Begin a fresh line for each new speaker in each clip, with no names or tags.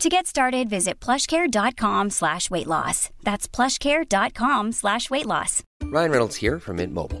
To get started, visit plushcare.com slash weight loss. That's plushcare.com slash weight loss.
Ryan Reynolds here from Mint Mobile.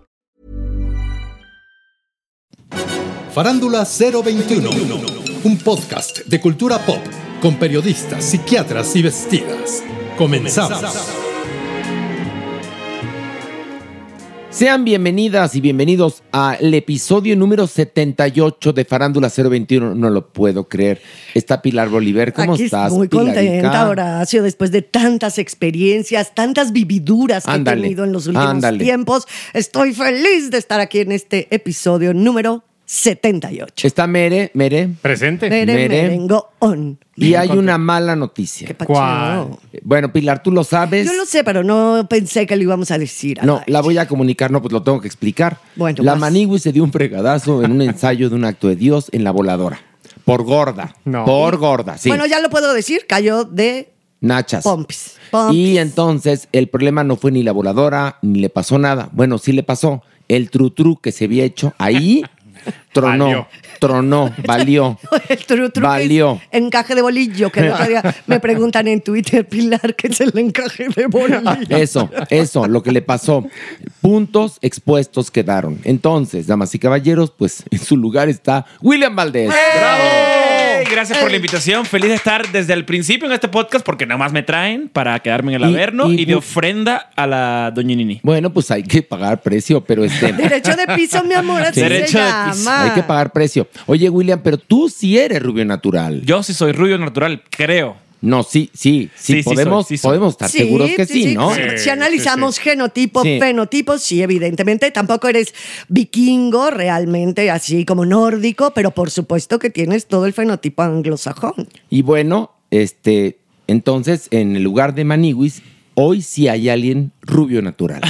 Farándula 021, un podcast de cultura pop con periodistas, psiquiatras y vestidas. Comenzamos.
Sean bienvenidas y bienvenidos al episodio número 78 de Farándula 021. No lo puedo creer. Está Pilar Bolívar. ¿Cómo
Aquí
estás?
Muy
Pilarica?
contenta, Horacio, después de tantas experiencias, tantas vividuras
Ándale,
que he tenido en los últimos
ándale.
tiempos. Estoy feliz de estar aquí en este episodio número 78.
Está Mere, Mere.
Presente.
Mere,
Mere.
merengo on.
Y hay una mala noticia. Eh,
Qué pacheo.
¿Cuál?
Bueno, Pilar, tú lo sabes.
Yo lo sé, pero no pensé que lo íbamos a decir. al
No,
aire.
la voy a comunicar, no, pues lo tengo que explicar.
Bueno,
la
vas.
Manigui se dio un fregadazo en un ensayo de un acto de Dios en la voladora. Por gorda.
No.
Por gorda, sí.
Bueno, ya lo puedo decir, cayó de
Nachas.
pompis. Pompis.
Y entonces el problema no fue ni la voladora, ni le pasó nada. Bueno, sí le pasó. El trutru que se había hecho ahí tronó,
Valió.
tronó, valió.
El tru tru que
Valió.
es encaje de bolillo, que el otro día me preguntan en Twitter, Pilar, que es el encaje de bolillo.
Ah, Eso, eso, lo que le pasó. Puntos expuestos quedaron. Entonces, damas y caballeros, pues en su lugar está William Valdés.
¡Eh!
¡Ey! Gracias por la invitación. Feliz de estar desde el principio en este podcast porque nada más me traen para quedarme en el
Y-
averno
y-
y, de ofrenda a la doña Nini.
Bueno, pues hay que pagar precio, pero este...
Derecho de piso, mi amor, así
Sí. Derecho
se
de
llama.
piso.
Hay que pagar precio. Oye, William, pero tú sí eres rubio natural.
Yo sí soy rubio natural, creo.
No, sí, sí,
Sí,
sí.
sí soy,
podemos,
sí soy.
podemos estar seguros que sí, ¿no?
Si-
Sí,
Si analizamos
sí,
genotipo,
Sí.
fenotipo, sí, evidentemente. Tampoco eres vikingo realmente, así como nórdico, pero por supuesto que tienes todo el fenotipo anglosajón.
Y bueno, este, entonces, en el lugar de Maniwis, hoy sí hay alguien rubio natural.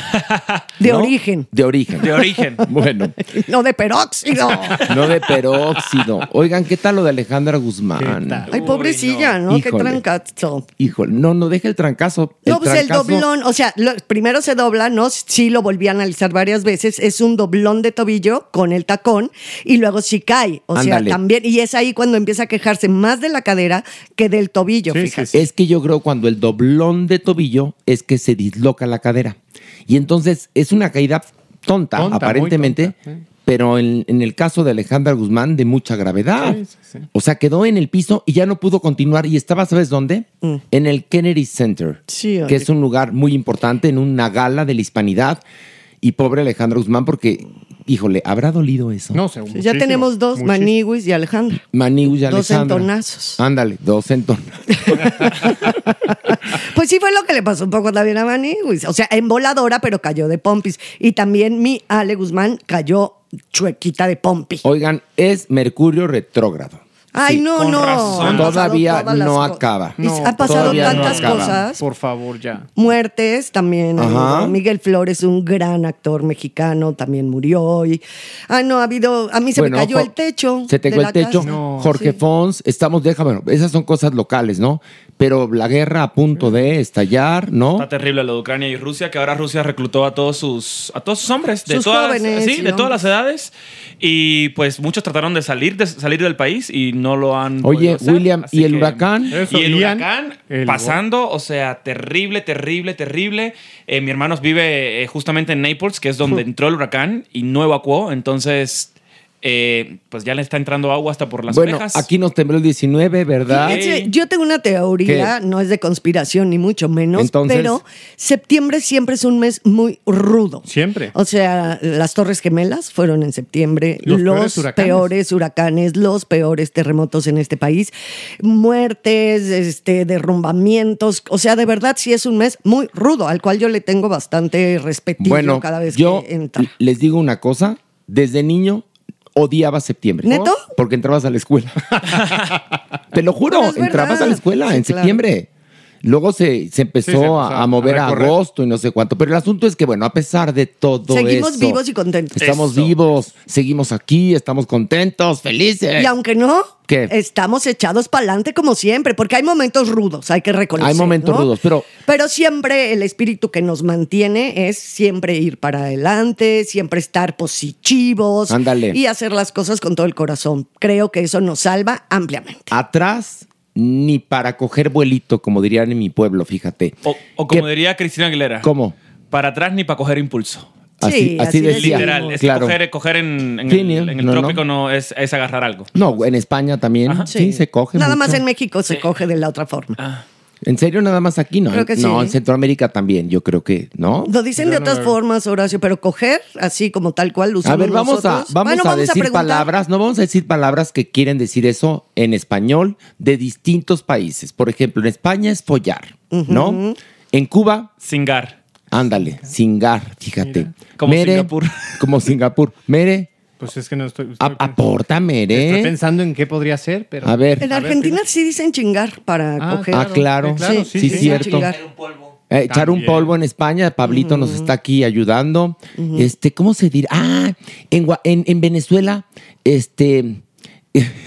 De
¿no?
origen,
De origen.
De origen.
Bueno,
no de peróxido.
no de peróxido. Oigan, ¿qué tal lo de Alejandra Guzmán?
¿Qué tal?
Ay,
Uy,
pobrecilla, ¿no? Qué
Híjole.
trancazo.
Híjole, no, no deja el trancazo.
No, pues el
trancazo-
doblón, o sea, lo- primero se dobla, ¿no? Sí lo volví a analizar varias veces, es un doblón de tobillo con el tacón y luego sí cae, o
Ándale.
sea, también, y es ahí cuando empieza a quejarse más de la cadera que del tobillo,
Sí, sí,
fíjate.
Es que yo creo cuando el doblón de tobillo es que se disloca la cadera. Y entonces es una caída tonta,
Tonta, muy
aparentemente,
tonta, sí.
pero en, en el caso de Alejandra Guzmán de mucha gravedad.
Sí, sí, sí.
O sea, quedó en el piso y ya no pudo continuar y estaba, ¿sabes dónde? En el Kennedy Center,
Sí, oye.
que es un lugar muy importante en una gala de la hispanidad. Y pobre Alejandra Guzmán porque, híjole, ¿habrá dolido eso?
No, según.
ya tenemos dos, Maniguis y Alejandra.
Maniú y
Dos
Alejandra.
entonazos.
Ándale, dos entonazos.
Pues sí fue lo que le pasó un poco también a Maniguis, o sea, en voladora, pero cayó de pompis. Y también mi Ale Guzmán cayó chuequita de pompi.
Oigan, es Mercurio retrógrado.
Ay,
Sí.
no,
Con
no.
razón.
Han pasado
Todavía
todas las
no
cosas.
acaba.
Y han pasado
todavía no
tantas
acaba.
cosas.
Por favor, ya.
Muertes también.
Ajá.
¿no? Miguel Flores, un gran actor mexicano, también murió hoy. Ah, no, ha habido. A mí se
Bueno,
me cayó
Jo-
el techo.
Se te
de
cayó
la
el techo.
casa.
Jorge
Sí.
Fons, estamos, deja, bueno, esas son cosas locales, ¿no? Pero la guerra a punto de estallar, ¿no?
Está terrible lo de Ucrania y Rusia, que ahora Rusia reclutó a todos sus, a todos sus hombres, de,
Sus
todas,
jóvenes
sí,
y
de todas las
hombres.
edades. Y pues muchos trataron de salir, de salir del país y no lo han.
Oye,
podido hacer,
William,
así
¿y el
que-
huracán?
y el
Ian,
huracán
el-
pasando, o sea, terrible, terrible, terrible. Eh, mi hermano vive eh, justamente en Naples, que es donde entró el huracán y no evacuó, entonces eh, pues ya le está entrando agua hasta por las
bueno,
orejas.
aquí nos tembló el 19, ¿verdad?
Fíjense, yo tengo una teoría, no es de conspiración ni mucho menos,
Entonces-
pero septiembre siempre es un mes muy rudo.
Siempre.
O sea, las Torres Gemelas fueron en septiembre
Los
los,
peores huracanes.
peores, huracanes. los peores terremotos en este país, muertes, este, derrumbamientos, o sea, de verdad sí es un mes muy rudo, al cual yo le tengo bastante respetillo
Bueno,
cada vez
yo
que entra.
les digo una cosa, desde niño odiaba septiembre.
¿Neto?
Porque entrabas a la escuela. Te lo juro,
Pero es verdad.
entrabas a la escuela
Sí,
en
claro.
septiembre. Luego se, se empezó
Sí, se empezó
a,
a
a mover a,
recorrer.
agosto y no sé cuánto. Pero el asunto es que, bueno, a pesar de todo
Seguimos
eso,
vivos y contentos.
Estamos vivos, seguimos aquí, estamos contentos, felices.
Y aunque no,
¿Qué?
estamos echados para adelante como siempre, porque hay momentos rudos, hay que reconocer.
Hay momentos
¿no?
rudos, pero
Pero siempre el espíritu que nos mantiene es siempre ir para adelante, siempre estar positivos
Ándale.
y hacer las cosas con todo el corazón. Creo que eso nos salva ampliamente.
atrás ni para coger vuelito, como dirían en mi pueblo, fíjate.
O, o como
¿Qué?
diría Cristina Aguilera.
¿Cómo?
Para atrás ni para coger impulso.
Así,
Sí,
así,
así
decía.
Literal, es que
claro.
coger, coger en, en
Sí,
el,
ni-
en el
no, no.
trópico no, es, es agarrar algo.
No, en España también. Sí. se coge.
Nada
mucho.
más en México se coge de la otra forma.
¿En serio? Nada más aquí, ¿no?
Creo que
no,
sí.
en Centroamérica también, yo creo que, ¿no?
Lo dicen de otras formas, Horacio, pero coger así como tal cual lo
A
usamos
ver, vamos a,
nosotros.
vamos
Bueno,
a decir
preguntar.
palabras, no vamos a decir palabras que quieren decir eso en español de distintos países. Por ejemplo, en España es follar, ¿no? En Cuba,
Singar.
ándale, cingar, fíjate.
como Singapur.
Como Singapur. Mere,
Pues es que no estoy. estoy
a- aporta,
Estoy
Mere.
pensando en qué podría ser, pero.
A ver.
En Argentina sí dicen chingar para
Ah,
coger.
Ah, claro,
claro, claro,
sí,
sí, sí.
cierto. Eh, echar un
También.
polvo en España, Pablito nos está aquí ayudando. Este, ¿cómo se dirá? Ah, en, Gua- en, en Venezuela, este,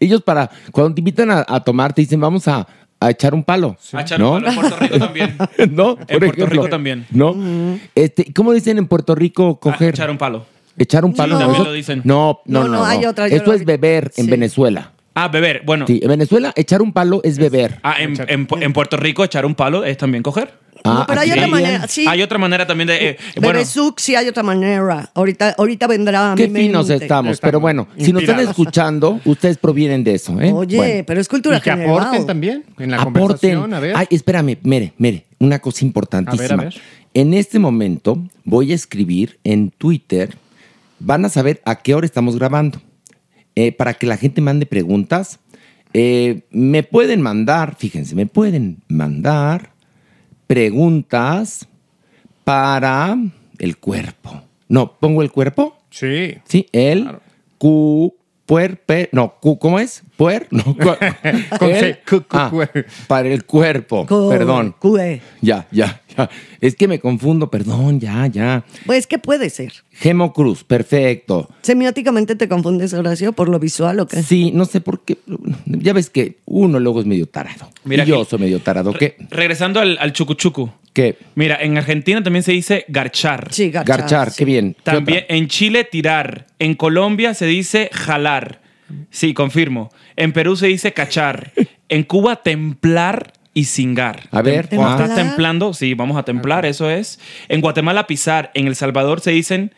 ellos para, cuando te invitan a, a tomar, te dicen, vamos a, a echar un palo.
A echar
¿No?
un palo en Puerto Rico también.
¿No?
En
Por
Puerto
ejemplo.
Rico también.
¿No? Este, ¿cómo dicen en Puerto Rico
A
coger?
Echar un palo.
Echar un palo.
también
eso-
lo dicen.
No, no, no.
No, no, hay
no.
otra, yo
Esto
lo
es
vi-
beber en
Sí.
Venezuela.
Ah, beber. Bueno.
Sí, en Venezuela echar un palo es beber.
Ah, en, en Pu- en Puerto Rico echar un palo es también coger.
Ah,
no, pero hay
aquí
otra
también.
manera. Sí,
Hay otra manera también de... eh,
de
bueno,
Besuc sí hay otra manera. Ahorita, ahorita vendrá Ah, a
Qué
mi
finos
mente.
estamos, pero bueno, si nos están
Inspirados.
escuchando, ustedes provienen de eso, ¿eh?
Oye,
Bueno,
pero es cultura
Y que
general.
aporten también en la
aporten.
conversación. A ver.
Ay, espérame, mire, mire, una cosa importantísima.
A ver, a ver.
En este momento voy a escribir en Twitter, van a saber a qué hora estamos grabando, eh, para que la gente mande preguntas. Eh, me pueden mandar, fíjense, me pueden mandar preguntas para el cuerpo. No, pongo el cuerpo.
Sí.
Sí, el cu puerpe, no, cu, ¿cómo es? Puer, no, cu-
Con
el-
C, cu- cu-
ah,
puer.
para el cuerpo,
Co-
perdón.
cue.
Ya, ya, ya. Es que me confundo, perdón, ya, ya.
Pues, ¿qué puede ser?
Gemo Cruz, perfecto.
¿Semióticamente te confundes, Horacio, por lo visual o qué?
Sí, no sé por qué. Ya ves que uno luego es medio tarado.
Mira
y yo
aquí.
soy medio tarado. ¿Qué?
re- regresando al, al chucuchucu.
¿Qué?
Mira, en Argentina también se dice garchar.
Sí, garchar.
Garchar,
sí.
qué bien. ¿Qué
También
otra?
en Chile tirar. En Colombia se dice jalar. Sí, confirmo. En Perú se dice cachar. En Cuba templar y cingar.
A ver,
Cuando
ah.
estás templando, sí, vamos a templar, eso es. En Guatemala pisar. En El Salvador se dicen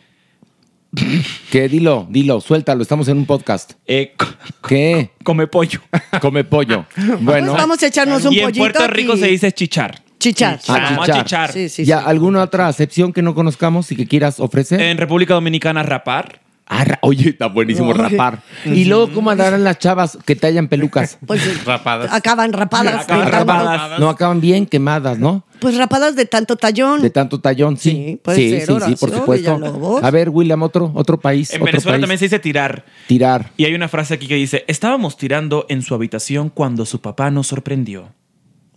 ¿Qué? Dilo, dilo, suéltalo, estamos en un podcast.
eh, co-
¿Qué?
come pollo.
Come pollo. Bueno.
Pues vamos a echarnos un
y en
pollito
Puerto Rico
y-
se dice chichar.
chichar.
Ah,
Vamos a chichar.
Sí, sí,
¿Ya
sí.
alguna otra acepción que no conozcamos y que quieras ofrecer?
En República Dominicana rapar.
Arra- Ah, oye, está buenísimo
Oye.
rapar. Y luego, ¿cómo andarán las chavas que tallan pelucas?
Pues
Rapadas.
Acaban rapadas.
Acaban
de tanto-
rapadas. No, acaban bien quemadas, ¿no?
Pues rapadas de tanto tallón.
De tanto tallón, sí. Sí,
puede
sí,
ser,
sí,
Horacio
por supuesto.
Villalobos.
A ver, William, otro, otro país.
En
otro
Venezuela
país.
también se dice tirar.
Tirar.
Y hay una frase aquí que dice, estábamos tirando en su habitación cuando su papá nos sorprendió.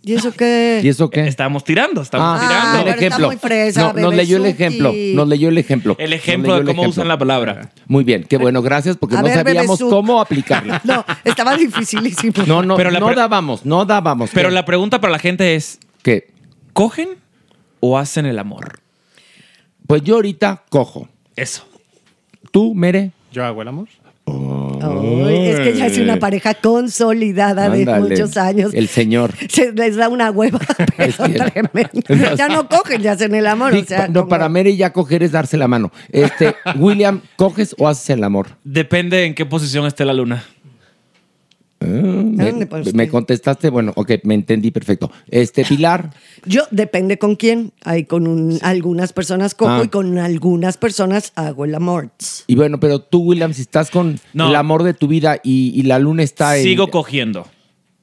¿Y eso qué?
¿Y eso qué?
Estábamos tirando, estábamos
Ah,
tirando.
el ejemplo. No, nos leyó el ejemplo. Nos leyó el ejemplo.
El
Nos
ejemplo
leyó
de
el
cómo usan la palabra.
Muy bien, qué bueno, gracias, porque
A
no
ver,
sabíamos
Bebezuc.
cómo aplicarlo.
No, estaba dificilísimo.
No, no,
Pero la
no
pre-
dábamos, no dábamos.
Pero la pregunta para la gente es,
¿Qué?
¿cogen o hacen el amor?
Pues yo ahorita cojo.
Eso.
¿Tú, Mere?
Yo hago el amor.
Uy, es que ya es una pareja consolidada de
Ándale.
muchos años.
El señor.
Se les da una hueva, pero tremenda. Ya no cogen, ya hacen el amor.
Sí,
o sea,
pa- no, para Mere ya coger es darse la mano. Este, William, ¿coges o haces el amor?
Depende en qué posición esté la luna.
Ah, me,
Ándale, pues,
me
usted.
contestaste, bueno, ok, me entendí perfecto. Este, Pilar,
Yo depende con quién. Hay con un- algunas personas cojo
Ah.
y con algunas personas hago el amor.
y bueno, pero tú, William, si estás con
No.
el amor de tu vida y, y la luna está en.
Sigo cogiendo.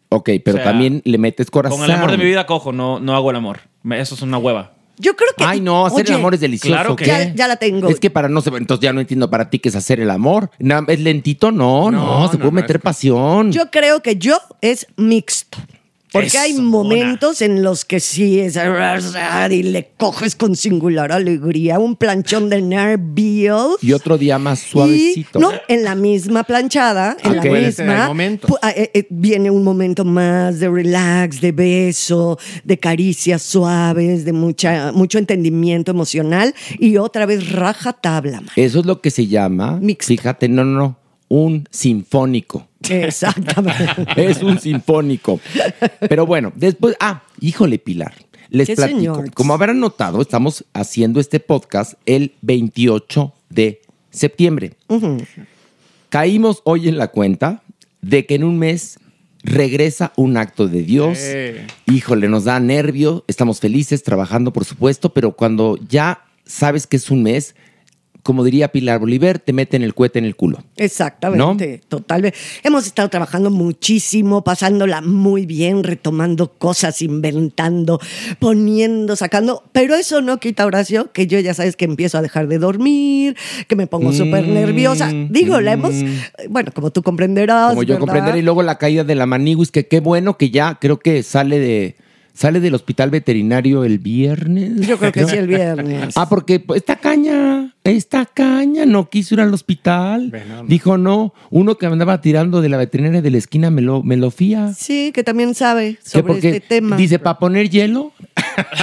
Ok, pero
O sea,
también le metes corazón.
Con el amor de mi vida cojo, no, no hago el amor. Me- Eso es una hueva.
Yo creo que.
Ay, no, hacer
Oye,
el amor es delicioso.
claro que-
¿qué?
Ya, ya la tengo.
Es que para no se. Entonces ya no entiendo para ti qué es hacer el amor. Na- ¿Es lentito? No, no,
No,
se
no,
puede
no,
meter pasión.
Yo creo que yo es mixto. Porque
Eso,
hay momentos en los que sí es arrasar y le coges con singular alegría un planchón de nervios.
Y otro día más suavecito.
Y, no, en la misma planchada, en
Ok.
la
Puede
ser, hay
misma.
momentos.
pu- ah, eh, eh, viene un momento más de relax, de beso, de caricias suaves, de mucha, mucho entendimiento emocional y otra vez raja tabla.
Eso es lo que se llama.
Mixto.
Fíjate, no, no, no. Un sinfónico.
Exactamente.
Es un sinfónico. Pero bueno, después. Ah, híjole, Pilar. Les
¿Qué,
platico.
señor?
Como habrán notado, estamos haciendo este podcast el 28 de septiembre.
Ujú.
Caímos hoy en la cuenta de que en un mes regresa un acto de Dios.
Eh.
Híjole, nos da nervio, estamos felices trabajando, por supuesto, pero cuando ya sabes que es un mes, como diría Pilar Bolívar, te meten el cohete en el culo.
Exactamente, totalmente. Hemos estado trabajando muchísimo, pasándola muy bien, retomando cosas, inventando, poniendo, sacando, pero eso no quita, Horacio, que yo ya sabes que empiezo a dejar de dormir, que me pongo súper
Mm,
nerviosa. Digo, la hemos, bueno, como tú comprenderás.
Como yo
¿verdad?
comprenderé, y luego la caída de la maniguis, que qué bueno que ya creo que sale de sale del hospital veterinario el viernes.
Yo creo que
¿no?
sí el viernes.
Ah, porque pues, esta caña, esta caña no quiso ir al hospital.
Bueno, no.
Dijo no. Uno que andaba tirando de la veterinaria de la esquina me lo, me lo fía.
Sí, que también sabe
¿Qué?
sobre este tema.
Dice, ¿para poner hielo?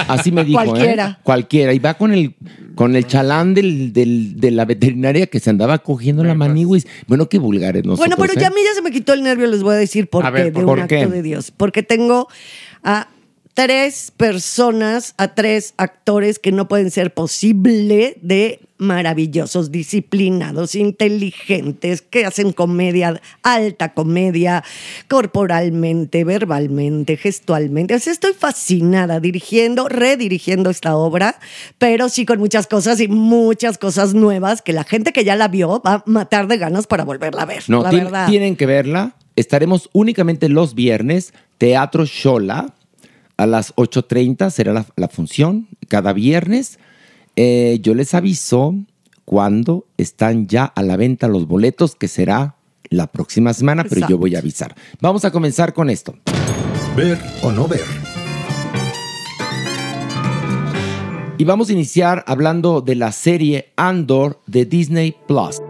Así me dijo. ¿eh?
Cualquiera.
Cualquiera. Y va con el, con el chalán del, del- de la veterinaria que se andaba cogiendo la maniguis. Bueno, qué vulgares nosotros.
Bueno, pero
¿eh?
ya a mí ya se me quitó el nervio, les voy a decir por
A
qué,
ver,
de
¿por
un
qué?
acto de Dios. Porque tengo a tres personas, a tres actores que no pueden ser posible de maravillosos, disciplinados, inteligentes, que hacen comedia, alta comedia, corporalmente, verbalmente, gestualmente. O sea, estoy fascinada dirigiendo, redirigiendo esta obra, pero sí con muchas cosas y muchas cosas nuevas que la gente que ya la vio va a matar de ganas para volverla a ver.
No,
la
tien-
verdad.
tienen que verla. Estaremos únicamente los viernes, Teatro Shola, a las 8.30 será la, la función, cada viernes. Eh, yo les aviso cuando están ya a la venta los boletos, que será la próxima semana, pero
Exacto.
yo voy a avisar. Vamos a comenzar con esto.
Ver o no ver.
Y vamos a iniciar hablando de la serie Andor de Disney Plus.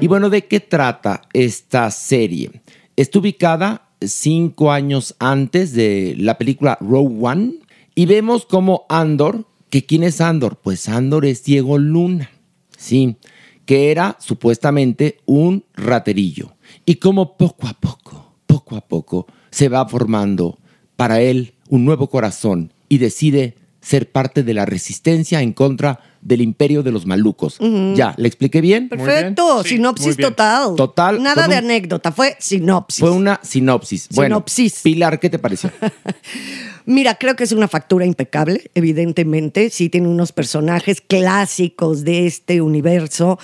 Y bueno, ¿de qué trata esta serie? Está ubicada cinco años antes de la película Rogue One y vemos como Andor, que ¿quién es Andor? Pues Andor es Diego Luna, sí, que era supuestamente un raterillo. Y como poco a poco, poco a poco, se va formando para él un nuevo corazón y decide ser parte de la resistencia en contra del imperio de los malucos. Ya, ¿le expliqué bien?
bien.
Perfecto,
Sí, muy
sinopsis
bien.
total.
Total,
Nada
con
de
un-
anécdota, fue sinopsis.
Fue una sinopsis. Bueno,
Sinopsis.
Pilar, ¿qué te pareció?
Mira, creo que es una factura impecable, evidentemente. Sí, tiene unos personajes clásicos de este universo.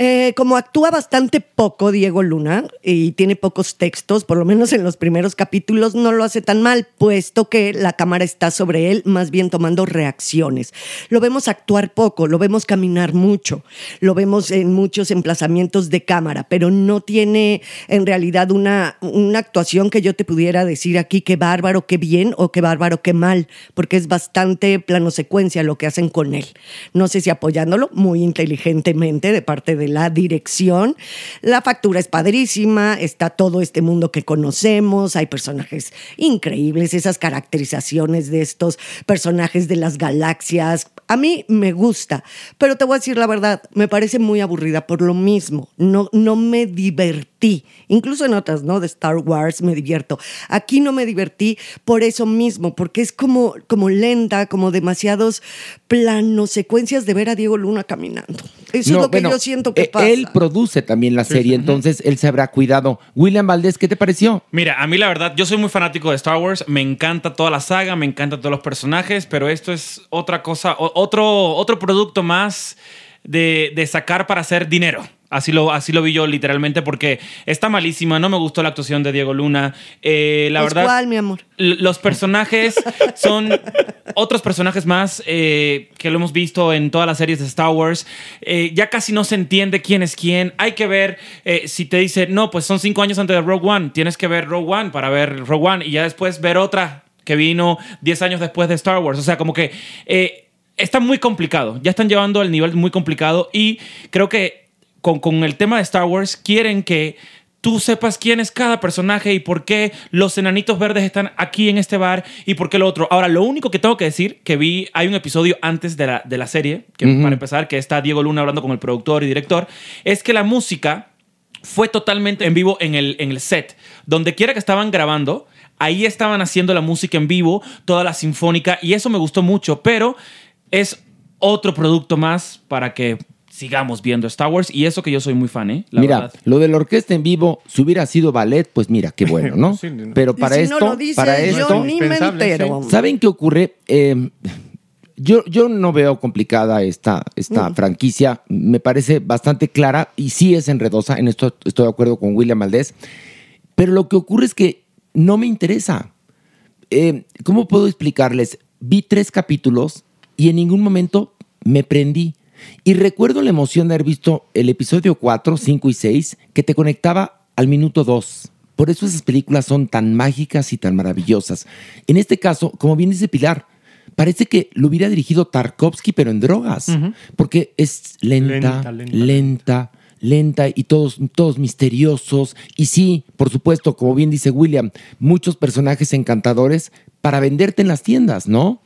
Eh, como actúa bastante poco Diego Luna y tiene pocos textos, por lo menos en los primeros capítulos no lo hace tan mal, puesto que la cámara está sobre él, más bien tomando reacciones. Lo vemos actuar poco, lo vemos caminar mucho, lo vemos en muchos emplazamientos de cámara, pero no tiene en realidad una, una actuación que yo te pudiera decir aquí qué bárbaro, qué bien o qué bárbaro, qué mal, porque es bastante plano secuencia lo que hacen con él. No sé si apoyándolo muy inteligentemente de parte de la dirección. La factura es padrísima, está todo este mundo que conocemos, hay personajes increíbles, esas caracterizaciones de estos personajes de las galaxias. A mí me gusta, pero te voy a decir la verdad, me parece muy aburrida por lo mismo. No, no me divertí. Incluso en otras, ¿no? De Star Wars me divierto. Aquí no me divertí por eso mismo, porque es como, como lenta, como demasiados planos, secuencias de ver a Diego Luna caminando. Eso
No,
es lo que
bueno,
yo siento que
eh,
pasa.
Él produce también la serie, entonces él se habrá cuidado. William Valdés, ¿qué te pareció?
Mira, a mí la verdad, yo soy muy fanático de Star Wars, me encanta toda la saga, me encantan todos los personajes, pero esto es otra cosa, o- otro, otro producto más de, de sacar para hacer dinero. Así lo, así lo vi yo literalmente porque está malísima, no me gustó la actuación de Diego Luna. Eh, la
Es
verdad...
cual, mi amor.
L- los personajes son otros personajes más eh, que lo hemos visto en todas las series de Star Wars. Eh, ya casi no se entiende quién es quién. Hay que ver eh, si te dice, no, pues son cinco años antes de Rogue One. Tienes que ver Rogue One para ver Rogue One y ya después ver otra que vino 10 años después de Star Wars. O sea, como que eh, está muy complicado. Ya están llevando al nivel muy complicado y creo que con, con el tema de Star Wars quieren que tú sepas quién es cada personaje y por qué los enanitos verdes están aquí en este bar y por qué lo otro. Ahora, lo único que tengo que decir, que vi, hay un episodio antes de la, de la serie, que
Ujú.
para empezar, que está Diego Luna hablando con el productor y director, es que la música fue totalmente en vivo en el, en el set. Donde quiera que estaban grabando, ahí estaban haciendo la música en vivo, toda la sinfónica, y eso me gustó mucho, pero es otro producto más para que sigamos viendo Star Wars, y eso que yo soy muy fan, ¿eh? La
mira,
verdad.
lo de la orquesta en vivo, si hubiera sido ballet, pues mira, qué bueno, ¿no?
Sí, no.
Pero
Y
para
si no
esto,
lo dices,
para
yo
esto,
ni me Indispensable, entero. sí.
¿saben qué ocurre? Eh, yo, yo no veo complicada esta, esta
Mm.
franquicia, me parece bastante clara y sí es enredosa, en esto estoy de acuerdo con William Valdés, pero lo que ocurre es que no me interesa. Eh, ¿Cómo puedo explicarles? Vi tres capítulos y en ningún momento me prendí. Y recuerdo la emoción de haber visto el episodio 4, 5 y 6 que te conectaba al minuto 2. Por eso esas películas son tan mágicas y tan maravillosas. En este caso, como bien dice Pilar, parece que lo hubiera dirigido Tarkovsky, pero en drogas. Porque es
Lenta, lenta.
lenta, lenta y todos, todos misteriosos. Y sí, por supuesto, como bien dice William, muchos personajes encantadores para venderte en las tiendas, ¿no?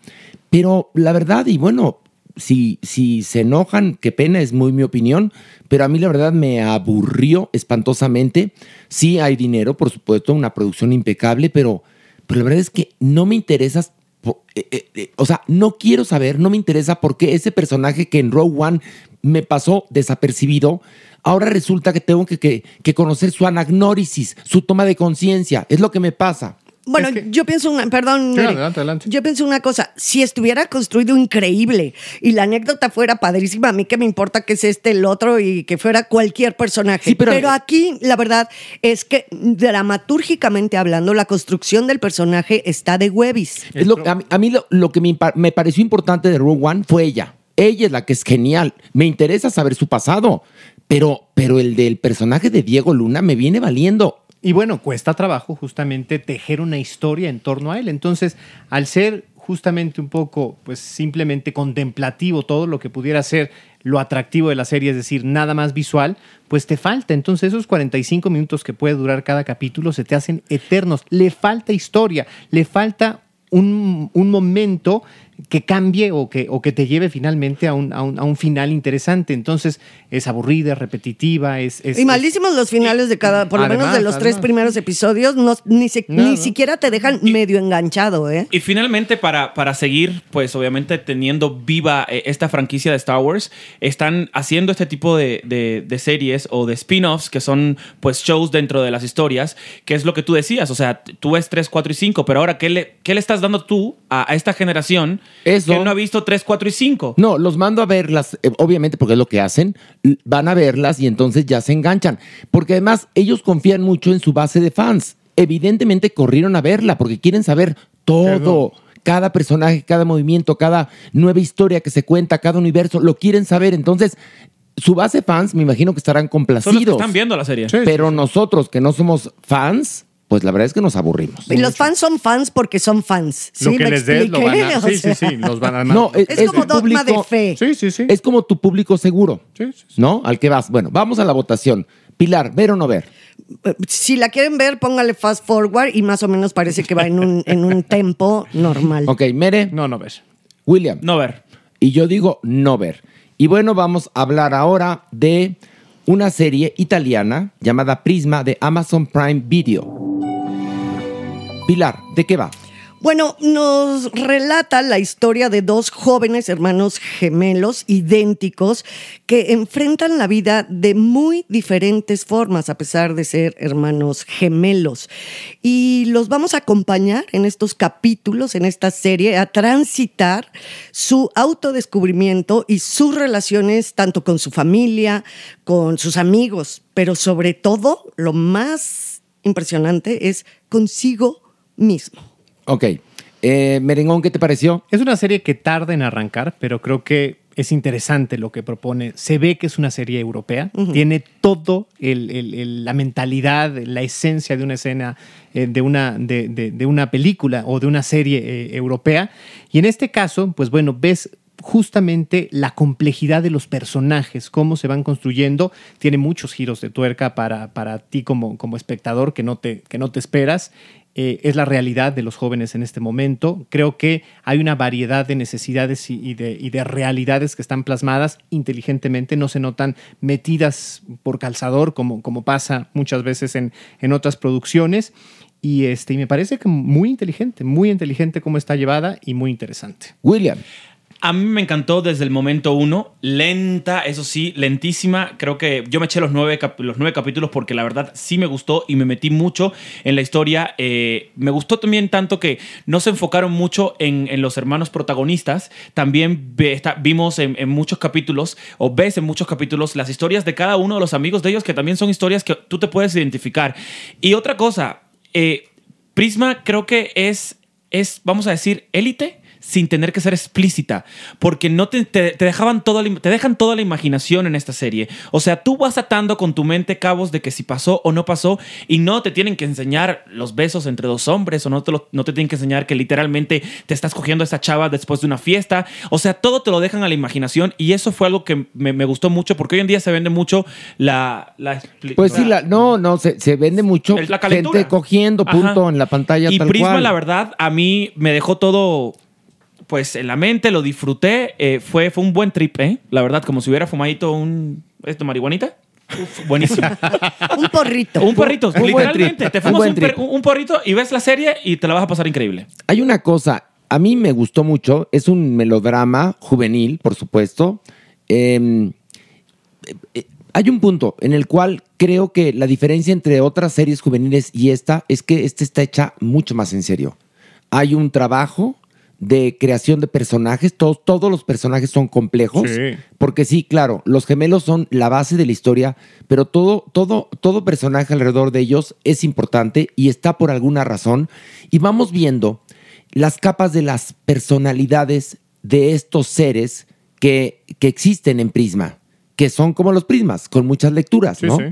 Pero la verdad, y bueno, si, si se enojan, qué pena, es muy mi opinión, pero a mí la verdad me aburrió espantosamente. Sí hay dinero, por supuesto, una producción impecable, pero, pero la verdad es que no me interesas po- eh, eh, eh, o sea, no quiero saber, no me interesa por qué ese personaje que en Rogue One me pasó desapercibido, ahora resulta que tengo que, que- que conocer su anagnórisis, su toma de conciencia. Es lo que me pasa.
Bueno, yo pienso una, perdón,
Sí,
Eric.
adelante,
yo pienso una cosa, si estuviera construido increíble y la anécdota fuera padrísima, a mí que me importa que es este el otro y que fuera cualquier personaje, pero, aquí la verdad es que dramatúrgicamente hablando, la construcción del personaje está de huevis.
Es lo, a mí, a mí lo, lo que me, impa- me pareció importante de Rogue One fue ella. Ella es la que es genial. Me interesa saber su pasado, pero, pero el del personaje de Diego Luna me viene valiendo.
Y bueno, cuesta trabajo justamente tejer una historia en torno a él. Entonces, al ser justamente un poco, pues simplemente contemplativo todo lo que pudiera ser lo atractivo de la serie, es decir, nada más visual, pues te falta. Entonces, esos 45 minutos que puede durar cada capítulo se te hacen eternos. Le falta historia, le falta un, un momento que cambie o que, o que te lleve finalmente a un, a un- a un final interesante. Entonces es aburrida, es repetitiva, es... es-
y malísimos los finales de cada, por lo menos
Además,
de los tres
además.
primeros episodios, no, ni, si-
No,
ni
no.
siquiera te dejan medio enganchado, ¿eh?
Y finalmente, para, para seguir, pues obviamente teniendo viva eh, esta franquicia de Star Wars, están haciendo este tipo de, de- de series o de spin-offs que son pues shows dentro de las historias, que es lo que tú decías, o sea, t- tú ves 3, 4 y 5, pero ahora, ¿qué le, qué le estás dando tú a, a esta generación
Eso.
que no ha visto 3, 4 y 5?
No, los mando a verlas, eh, obviamente porque es lo que hacen, l- van a verlas y entonces ya se enganchan, porque además ellos confían mucho en su base de fans. Evidentemente corrieron a verla porque quieren saber todo, cada personaje, cada movimiento, cada nueva historia que se cuenta, cada universo, lo quieren saber, entonces su base de fans me imagino que estarán
Son los que
complacidos.
están viendo la serie.
Pero nosotros que no somos fans, pues la verdad es que nos aburrimos.
Y los fans son fans porque son fans. ¿sí? ¿Me expliqué? O sea,
No, es,
es, como
tu
dogma
público-
de fe.
Sí, sí, sí.
Es como tu público seguro.
Sí,
¿No? Al que vas. Bueno, vamos a la votación. Pilar, ¿ver o no ver?
Si la quieren ver, póngale fast forward y más o menos parece que va en un, en un tempo normal.
Ok, Mere.
No, no ver.
William.
No ver.
Y yo digo no ver. Y bueno, vamos a hablar ahora de una serie italiana llamada Prisma de Amazon Prime Video. Pilar, ¿de qué va?
Bueno, nos relata la historia de dos jóvenes hermanos gemelos idénticos que enfrentan la vida de muy diferentes formas a pesar de ser hermanos gemelos. Y los vamos a acompañar en estos capítulos, en esta serie, a transitar su autodescubrimiento y sus relaciones tanto con su familia, con sus amigos, pero sobre todo lo más impresionante es consigo mismo.
Ok. Eh, Merengón, ¿qué te pareció?
Es una serie que tarda en arrancar, pero creo que es interesante lo que propone. Se ve que es una serie europea.
Ujú.
Tiene todo el- el- el- la mentalidad, la esencia de una escena, eh, de, una, de, de- de una película o de una serie eh, europea. Y en este caso, pues bueno, ves justamente la complejidad de los personajes, cómo se van construyendo. Tiene muchos giros de tuerca para, para ti como, como espectador que no te, que no te esperas. Eh, es la realidad de los jóvenes en este momento. Creo que hay una variedad de necesidades y, y de, y de realidades que están plasmadas inteligentemente, no se notan metidas por calzador como, como pasa muchas veces en, en otras producciones. Y, este, y me parece que muy inteligente, muy inteligente cómo está llevada y muy interesante.
William.
A mí me encantó desde el momento uno, lenta, eso sí, lentísima. Creo que yo me eché los nueve, cap- los nueve capítulos porque la verdad sí me gustó y me metí mucho en la historia. Eh, me gustó también tanto que no se enfocaron mucho en, en los hermanos protagonistas. También ve- está- vimos en, en muchos capítulos, o ves en muchos capítulos, las historias de cada uno de los amigos de ellos, que también son historias que tú te puedes identificar. Y otra cosa, eh, Prisma creo que es, es vamos a decir, élite sin tener que ser explícita, porque no te, te- te dejaban toda la im- te dejan toda la imaginación en esta serie. O sea, tú vas atando con tu mente cabos de que si pasó o no pasó, y no te tienen que enseñar los besos entre dos hombres, o no te, lo- no te tienen que enseñar que literalmente te estás cogiendo a esa chava después de una fiesta. O sea, todo te lo dejan a la imaginación, y eso fue algo que me, me gustó mucho, porque hoy en día se vende mucho la... la expli-
Pues
o
sí,
sea,
la, no, no, se, se vende mucho
Es la calentura.
gente cogiendo punto
Ajá.
en la pantalla
y
tal
Prisma,
cual.
la verdad, a mí me dejó todo pues en la mente, lo disfruté. eh, fue, fue un buen trip, ¿eh? La verdad, como si hubiera fumadito un. ¿Esto, marihuanita? Uf, buenísimo.
un porrito.
un porrito,
Un buen
literalmente.
trip,
Te
un
fumas un,
buen
per-
trip.
un porrito y ves la serie y te la vas a pasar increíble.
Hay una cosa, a mí me gustó mucho, es un melodrama juvenil, por supuesto. Eh, eh, eh, hay un punto en el cual creo que la diferencia entre otras series juveniles y esta es que esta está hecha mucho más en serio. Hay un trabajo de creación de personajes, todos, todos los personajes son complejos.
Sí.
Porque sí, claro, los gemelos son la base de la historia, pero todo, todo, todo personaje alrededor de ellos es importante y está por alguna razón. Y vamos viendo las capas de las personalidades de estos seres que, que existen en Prisma, que son como los prismas, con muchas lecturas,
Sí,
¿no?
sí.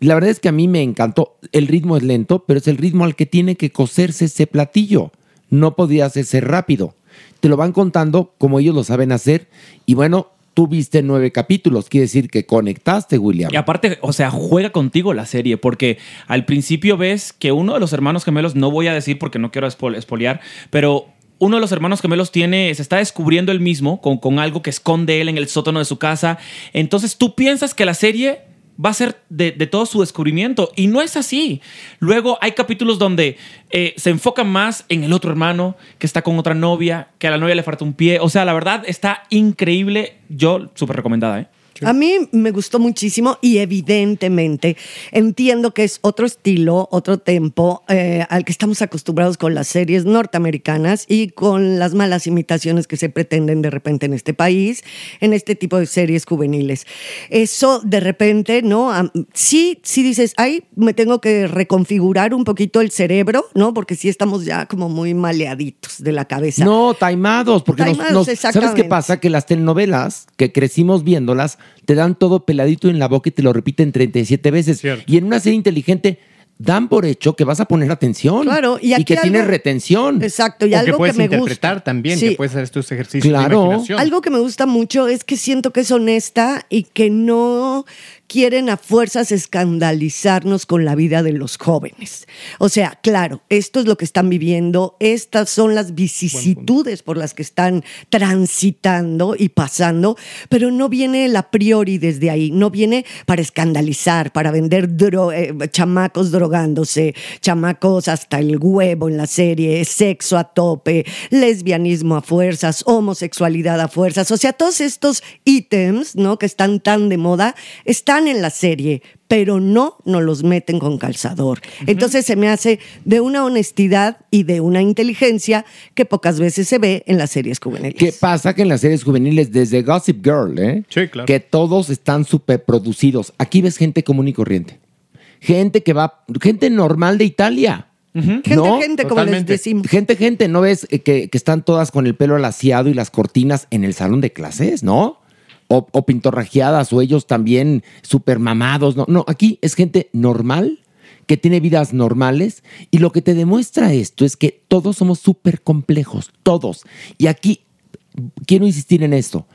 La verdad es que a mí me encantó. El ritmo es lento, pero es el ritmo al que tiene que coserse ese platillo. No podía hacerse rápido. Te lo van contando como ellos lo saben hacer. Y bueno, tú viste nueve capítulos. Quiere decir que conectaste, William.
Y aparte, o sea, juega contigo la serie, porque al principio ves que uno de los hermanos gemelos, no voy a decir porque no quiero espo- espolear, pero uno de los hermanos gemelos tiene, se está descubriendo él mismo con, con algo que esconde él en el sótano de su casa. Entonces tú piensas que la serie va a ser de, de todo su descubrimiento y no es así. Luego hay capítulos donde eh, se enfocan más en el otro hermano que está con otra novia, que a la novia le falta un pie. O sea, la verdad está increíble. Yo, súper recomendada, ¿eh?
A mí me gustó muchísimo y evidentemente entiendo que es otro estilo, otro tempo eh, al que estamos acostumbrados con las series norteamericanas y con las malas imitaciones que se pretenden de repente en este país, en este tipo de series juveniles. Eso de repente, ¿no? Am- Sí, sí dices, ay, me tengo que reconfigurar un poquito el cerebro, ¿no? Porque sí estamos ya como muy maleaditos de la cabeza.
No, taimados, porque nos-
Taimados,
nos- ¿sabes qué
exactamente.
pasa? Que las telenovelas que crecimos viéndolas te dan todo peladito en la boca y te lo repiten 37 veces. Y en una serie inteligente dan por hecho que vas a poner atención
Claro, y aquí
que tienes
algo-
retención.
Exacto, y O que algo que puedes me gusta. interpretar
también,
Sí.
que puedes hacer estos ejercicios de
Claro.
imaginación.
Algo que me gusta mucho es que siento que es honesta y que no quieren a fuerzas escandalizarnos con la vida de los jóvenes. O sea, claro, esto es lo que están viviendo, estas son las vicisitudes por las que están transitando y pasando, pero no viene la priori desde ahí, no viene para escandalizar, para vender dro- eh, chamacos drogándose, chamacos hasta el huevo en la serie, sexo a tope, lesbianismo a fuerzas, homosexualidad a fuerzas. O sea, todos estos ítems ¿no? que están tan de moda están en la serie, pero no nos los meten con calzador. Entonces se me hace de una honestidad y de una inteligencia que pocas veces se ve en las series juveniles.
¿Qué pasa que en las series juveniles, desde Gossip Girl, ¿eh?
claro.
que todos están superproducidos? Aquí ves gente común y corriente. Gente que va, gente normal de Italia.
Gente, gente, como les Totalmente. decimos.
Gente, gente, ¿no ves eh, que, que están todas con el pelo alaciado y las cortinas en el salón de clases, no? O, o pintorrajeadas, o ellos también super mamados. No, no, aquí es gente normal, que tiene vidas normales, y lo que te demuestra esto es que todos somos súper complejos, todos. Y aquí quiero insistir en esto.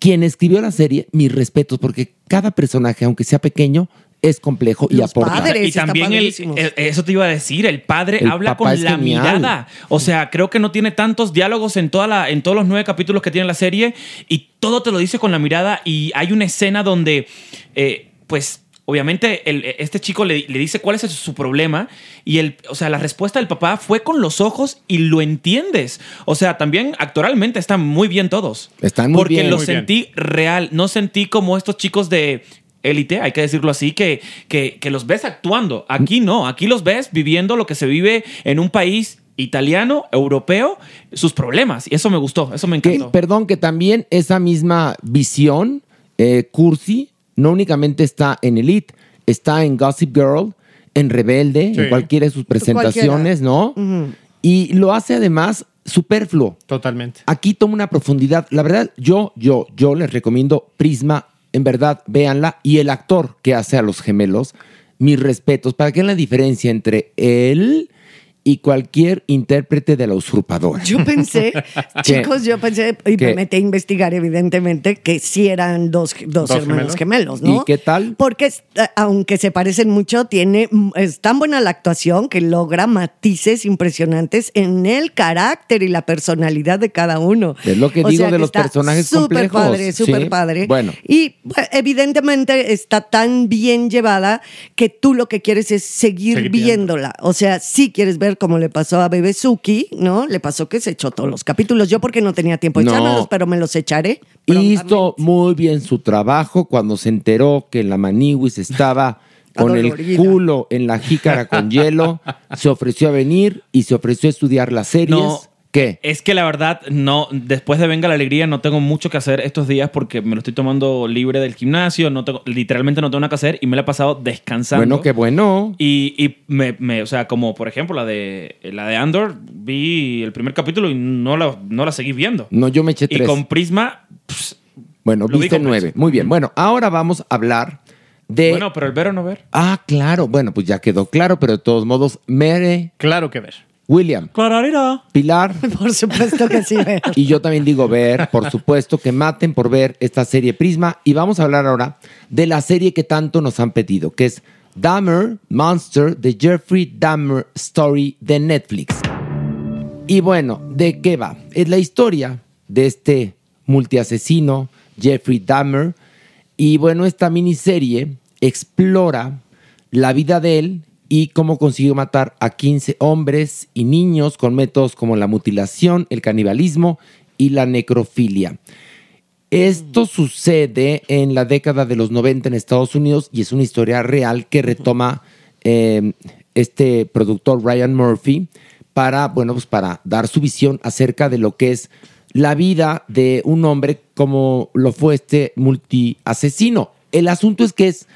Quien escribió la serie, mis respetos, porque cada personaje, aunque sea pequeño, es complejo y aporta.
y también el, eh, eso te iba a decir, el padre
El
habla
papá
con
es
la
genial.
mirada. O sea, creo que no tiene tantos diálogos en toda la, en todos los nueve capítulos que tiene la serie y todo te lo dice con la mirada. Y hay una escena donde, eh, pues, obviamente el- este chico le, le dice cuál es su- su problema y el, o sea, la respuesta del papá fue con los ojos y lo entiendes. O sea, también actoralmente están muy bien todos.
Están muy
Porque
bien.
lo
Muy bien.
sentí real. No sentí como estos chicos de élite, hay que decirlo así, que, que, que los ves actuando. Aquí no, aquí los ves viviendo lo que se vive en un país italiano, europeo, sus problemas. Y eso me gustó, eso me
Que,
encantó.
perdón, que también esa misma visión, eh, cursi, no únicamente está en Elite, está en Gossip Girl, en Rebelde,
Sí.
en cualquiera de sus presentaciones, ¿no?
Ujú.
Y lo hace además superfluo.
Totalmente.
Aquí toma una profundidad. La verdad, yo, yo, yo les recomiendo Prisma. En verdad, véanla. Y el actor que hace a los gemelos, mis respetos. Para que vean la diferencia entre él y cualquier intérprete de la usurpadora.
Yo pensé,
Que-
chicos, yo pensé, y me
¿Qué?
metí a investigar, evidentemente, que sí eran dos, dos,
Dos
hermanos
gemelos.
gemelos, ¿no?
¿Y qué tal?
Porque es- eh, aunque se parecen mucho, tiene, mm, es tan buena la actuación que logra matices impresionantes en el carácter y la personalidad de cada uno.
Es lo que
O
digo
sea,
de
que
los
está
personajes
súper
complejos.
padre,
Sí.
súper padre.
Bueno.
Y pues, evidentemente está tan bien llevada que tú lo que quieres es seguir,
Seguir
viéndola. O sea, sí quieres ver cómo le pasó a Bebezuki, ¿no? Le pasó que se echó todos los capítulos. Yo porque no tenía tiempo de
No.
echármelos, pero me los echaré.
Hizo muy bien su trabajo cuando se enteró que la Maniwis estaba con el
Adolorida.
culo en la jícara con hielo. Se ofreció a venir y se ofreció a estudiar las series.
No.
¿Qué?
Es que la verdad, no, después de Venga la Alegría no tengo mucho que hacer estos días porque me lo estoy tomando libre del gimnasio, no tengo, literalmente no tengo nada que hacer y me la he pasado descansando.
Bueno, qué bueno.
Y, y me, me- o sea, como por ejemplo la de la de Andor, vi el primer capítulo y no la, no la seguí viendo.
No, yo me eché
Y
tres.
con Prisma,
Bueno,
Lo vi
viste
completo.
nueve. Muy bien. Bueno, ahora vamos a hablar de.
bueno, pero el ver o no ver.
Ah, claro. Bueno, pues ya quedó claro, pero de todos modos, Mere.
Claro que ver.
William.
Clararira.
Pilar.
Por supuesto que sí. ver.
Y yo también digo ver, por supuesto, que maten por ver esta serie Prisma. Y vamos a hablar ahora de la serie que tanto nos han pedido, que es Dahmer Monster, The Jeffrey Dahmer Story de Netflix. Y bueno, ¿de qué va? Es la historia de este multiasesino, Jeffrey Dahmer. Y bueno, esta miniserie explora la vida de él y cómo consiguió matar a 15 hombres y niños con métodos como la mutilación, el canibalismo y la necrofilia. Esto sucede en la década de los 90 en Estados Unidos y es una historia real que retoma eh, este productor Ryan Murphy para, bueno, pues para dar su visión acerca de lo que es la vida de un hombre como lo fue este multiasesino. El asunto es que es,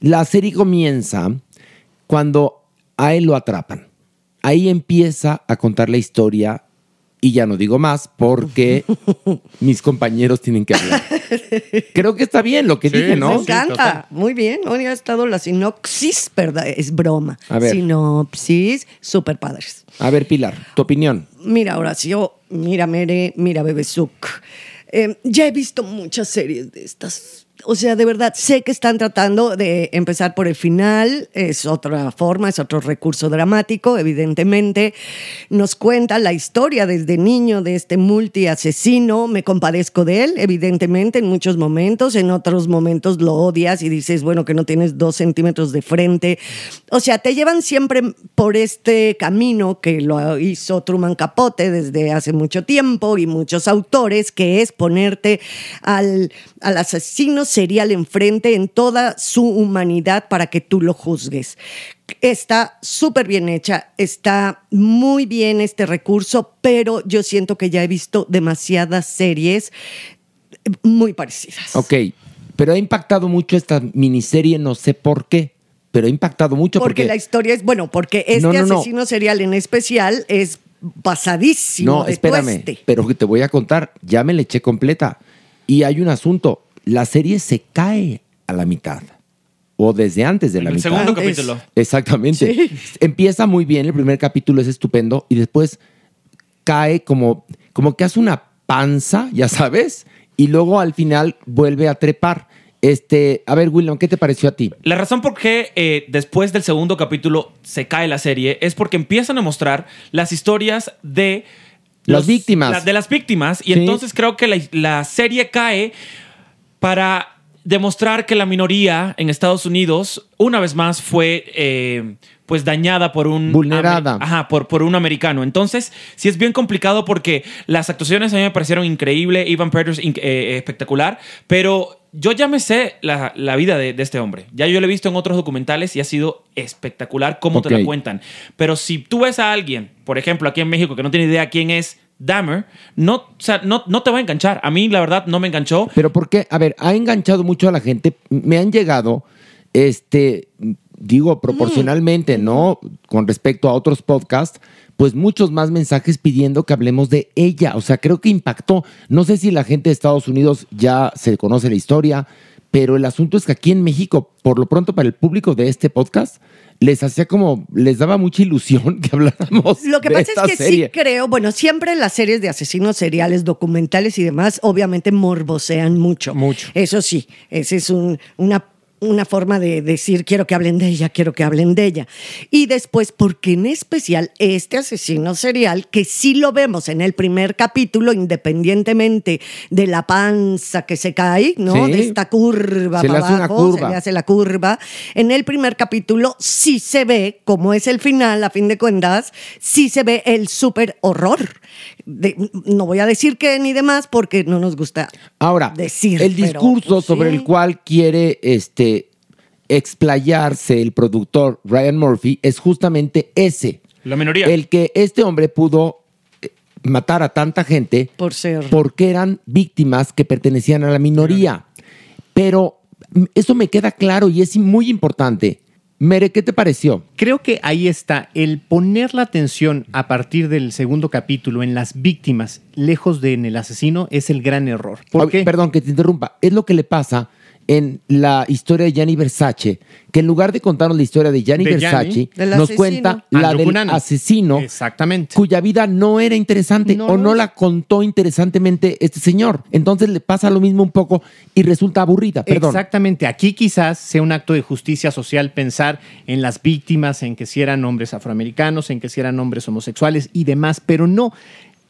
la serie comienza cuando a él lo atrapan. Ahí empieza a contar la historia y ya no digo más porque mis compañeros tienen que hablar. Creo que está bien lo que dije, ¿no?
Me encanta. Muy bien. Hoy ha estado la sinopsis, ¿verdad? Es broma.
A ver.
Sinopsis, super padres.
A ver, Pilar, tu opinión.
Mira, Horacio, mira, Mere, mira, Bebesuk. Eh, ya he visto muchas series de estas. O sea, de verdad, sé que están tratando de empezar por el final. Es otra forma, es otro recurso dramático, evidentemente. Nos cuenta la historia desde niño de este multiasesino. Me compadezco de él, evidentemente, en muchos momentos. En otros momentos lo odias y dices, bueno, que no tienes dos centímetros de frente. O sea, te llevan siempre por este camino que lo hizo Truman Capote desde hace mucho tiempo y muchos autores, que es ponerte al, al asesino serial enfrente en toda su humanidad para que tú lo juzgues. Está súper bien hecha, está muy bien este recurso, pero yo siento que ya he visto demasiadas series muy parecidas.
Ok, pero ha impactado mucho esta miniserie, no sé por qué, pero ha impactado mucho
Porque,
porque...
la historia es, bueno, porque este
No, no, no.
asesino serial en especial es pasadísimo.
no,
de este.
espérame,
tueste.
pero que te voy a contar, ya me la eché completa. Y hay un asunto, la serie se cae a la mitad o desde antes de la
El
mitad.
segundo capítulo.
Exactamente. Empieza muy bien, el primer capítulo es estupendo y después cae como, como que hace una panza, ya sabes, y luego al final vuelve a trepar. Este, a ver, William, ¿qué te pareció a ti?
La razón por qué eh, después del segundo capítulo se cae la serie es porque empiezan a mostrar las historias de
Las víctimas.
la- de las víctimas. Y entonces creo que la, la serie cae para demostrar que la minoría en Estados Unidos, una vez más, fue eh, pues dañada por un... Vulnerada. Ajá, por, por un americano. Entonces, sí es bien complicado porque las actuaciones a mí me parecieron increíble, Ivan Peters inc- eh, espectacular, pero yo ya me sé la, la vida de, de este hombre. Ya yo lo he visto en otros documentales y ha sido espectacular cómo te
Ok.
la cuentan. Pero si tú ves a alguien, por ejemplo, aquí en México, que no tiene idea quién es Dahmer, no, o sea, no, no te va a enganchar. A mí, la verdad, no me enganchó.
Pero porque, a ver, ha enganchado mucho a la gente. Me han llegado, este,
Mm.
digo, proporcionalmente, ¿no? Con respecto a otros podcasts, pues muchos más mensajes pidiendo que hablemos de ella. O sea, creo que impactó. No sé si la gente de Estados Unidos ya se conoce la historia, pero el asunto es que aquí en México, por lo pronto para el público de este podcast, les hacía como, les daba mucha ilusión que habláramos.
Lo que
de
pasa
esta
es que
serie.
sí creo, bueno, siempre las series de asesinos seriales, documentales y demás, obviamente morbosean mucho. Mucho. Eso sí, esa es un- una, una forma de decir, quiero que hablen de ella, quiero que hablen de ella. Y después, porque en especial este asesino serial, que sí lo vemos en el primer capítulo, independientemente de la panza que se cae, ¿no?
Sí.
De esta curva
Se le
para
hace una
abajo,
curva.
se le hace la curva. En el primer capítulo sí se ve, como es el final, a fin de cuentas, sí se ve el súper horror. De- no voy a decir qué ni demás porque no nos gusta.
Ahora, el
pero,
discurso
pues,
sobre
sí.
el cual quiere este, explayarse el productor Ryan Murphy es justamente ese.
La minoría.
El que este hombre pudo eh, matar a tanta gente
por ser.
porque eran víctimas que pertenecían a la minoría. Pero mm, eso me queda claro y es muy importante. Mere, ¿qué te pareció?
Creo que ahí está el poner la atención a partir del segundo capítulo en las víctimas, lejos de en el asesino, es el gran error.
Ay, Perdón que te interrumpa. Es lo que le pasa en la historia de Gianni Versace, que en lugar de contarnos la historia de Gianni
De
Versace,
Gianni. Del
nos
asesino.
cuenta la
Andrew
del
Cunanan.
asesino,
Exactamente.
cuya vida no era interesante o no la contó interesantemente este señor. Entonces le pasa lo mismo un poco y resulta aburrida. Perdón.
Exactamente. Aquí quizás sea un acto de justicia social pensar en las víctimas, en que si eran hombres afroamericanos, en que si eran hombres homosexuales y demás, pero no.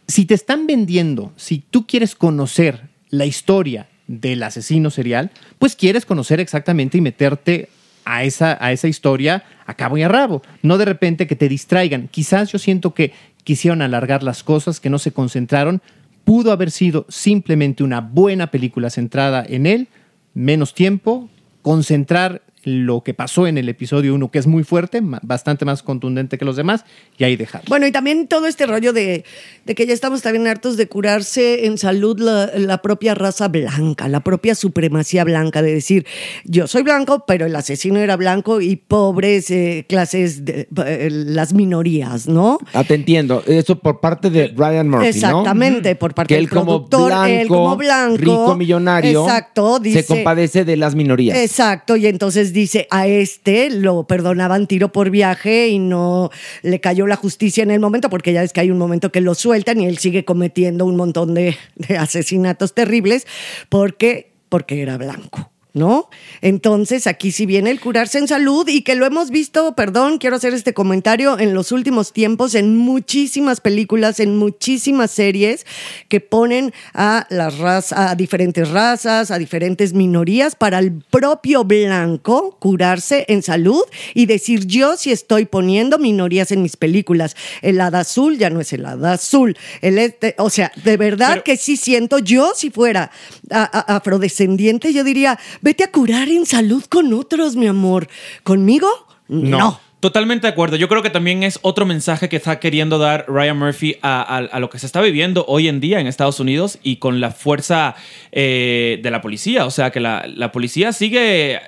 Si te están vendiendo, si tú quieres conocer la historia del asesino serial, pues quieres conocer exactamente y meterte a esa, a esa historia a cabo y a rabo. No de repente que te distraigan. Quizás yo siento que quisieron alargar las cosas, que no se concentraron. Pudo haber sido simplemente una buena película centrada en él, menos tiempo, concentrar lo que pasó en el episodio 1, que es muy fuerte, ma- bastante más contundente que los demás, y ahí dejarlo.
Bueno, y también todo este rollo de, de que ya estamos también hartos de curarse en salud la, la propia raza blanca, la propia supremacía blanca, de decir, yo soy blanco, pero el asesino era blanco y pobres eh, clases, de, eh, las minorías, ¿no?
Ah, te entiendo. Eso por parte de Ryan Murphy, ¿no?
Exactamente, por parte
que
del
él como
productor,
blanco,
él como blanco,
rico, millonario,
exacto, dice-
se compadece de las minorías.
Exacto, y entonces dice, a este lo perdonaban tiro por viaje y no le cayó la justicia en el momento, porque ya es que hay un momento que lo sueltan y él sigue cometiendo un montón de, de asesinatos terribles porque, porque era blanco. ¿No? Entonces aquí sí viene el curarse en salud y que lo hemos visto, perdón, quiero hacer este comentario, en los últimos tiempos, en muchísimas películas, en muchísimas series que ponen a las razas, a diferentes razas, a diferentes minorías para el propio blanco curarse en salud y decir yo si estoy poniendo minorías en mis películas. El hada azul ya no es el hada azul. El este- o sea, de verdad que sí siento yo si fuera a- a- afrodescendiente, yo diría, vete a curar en salud con otros, mi amor. ¿Conmigo? no.
Totalmente de acuerdo. Yo creo que también es otro mensaje que está queriendo dar Ryan Murphy a, a- a lo que se está viviendo hoy en día en Estados Unidos y con la fuerza eh, de la policía. O sea, que la, la policía sigue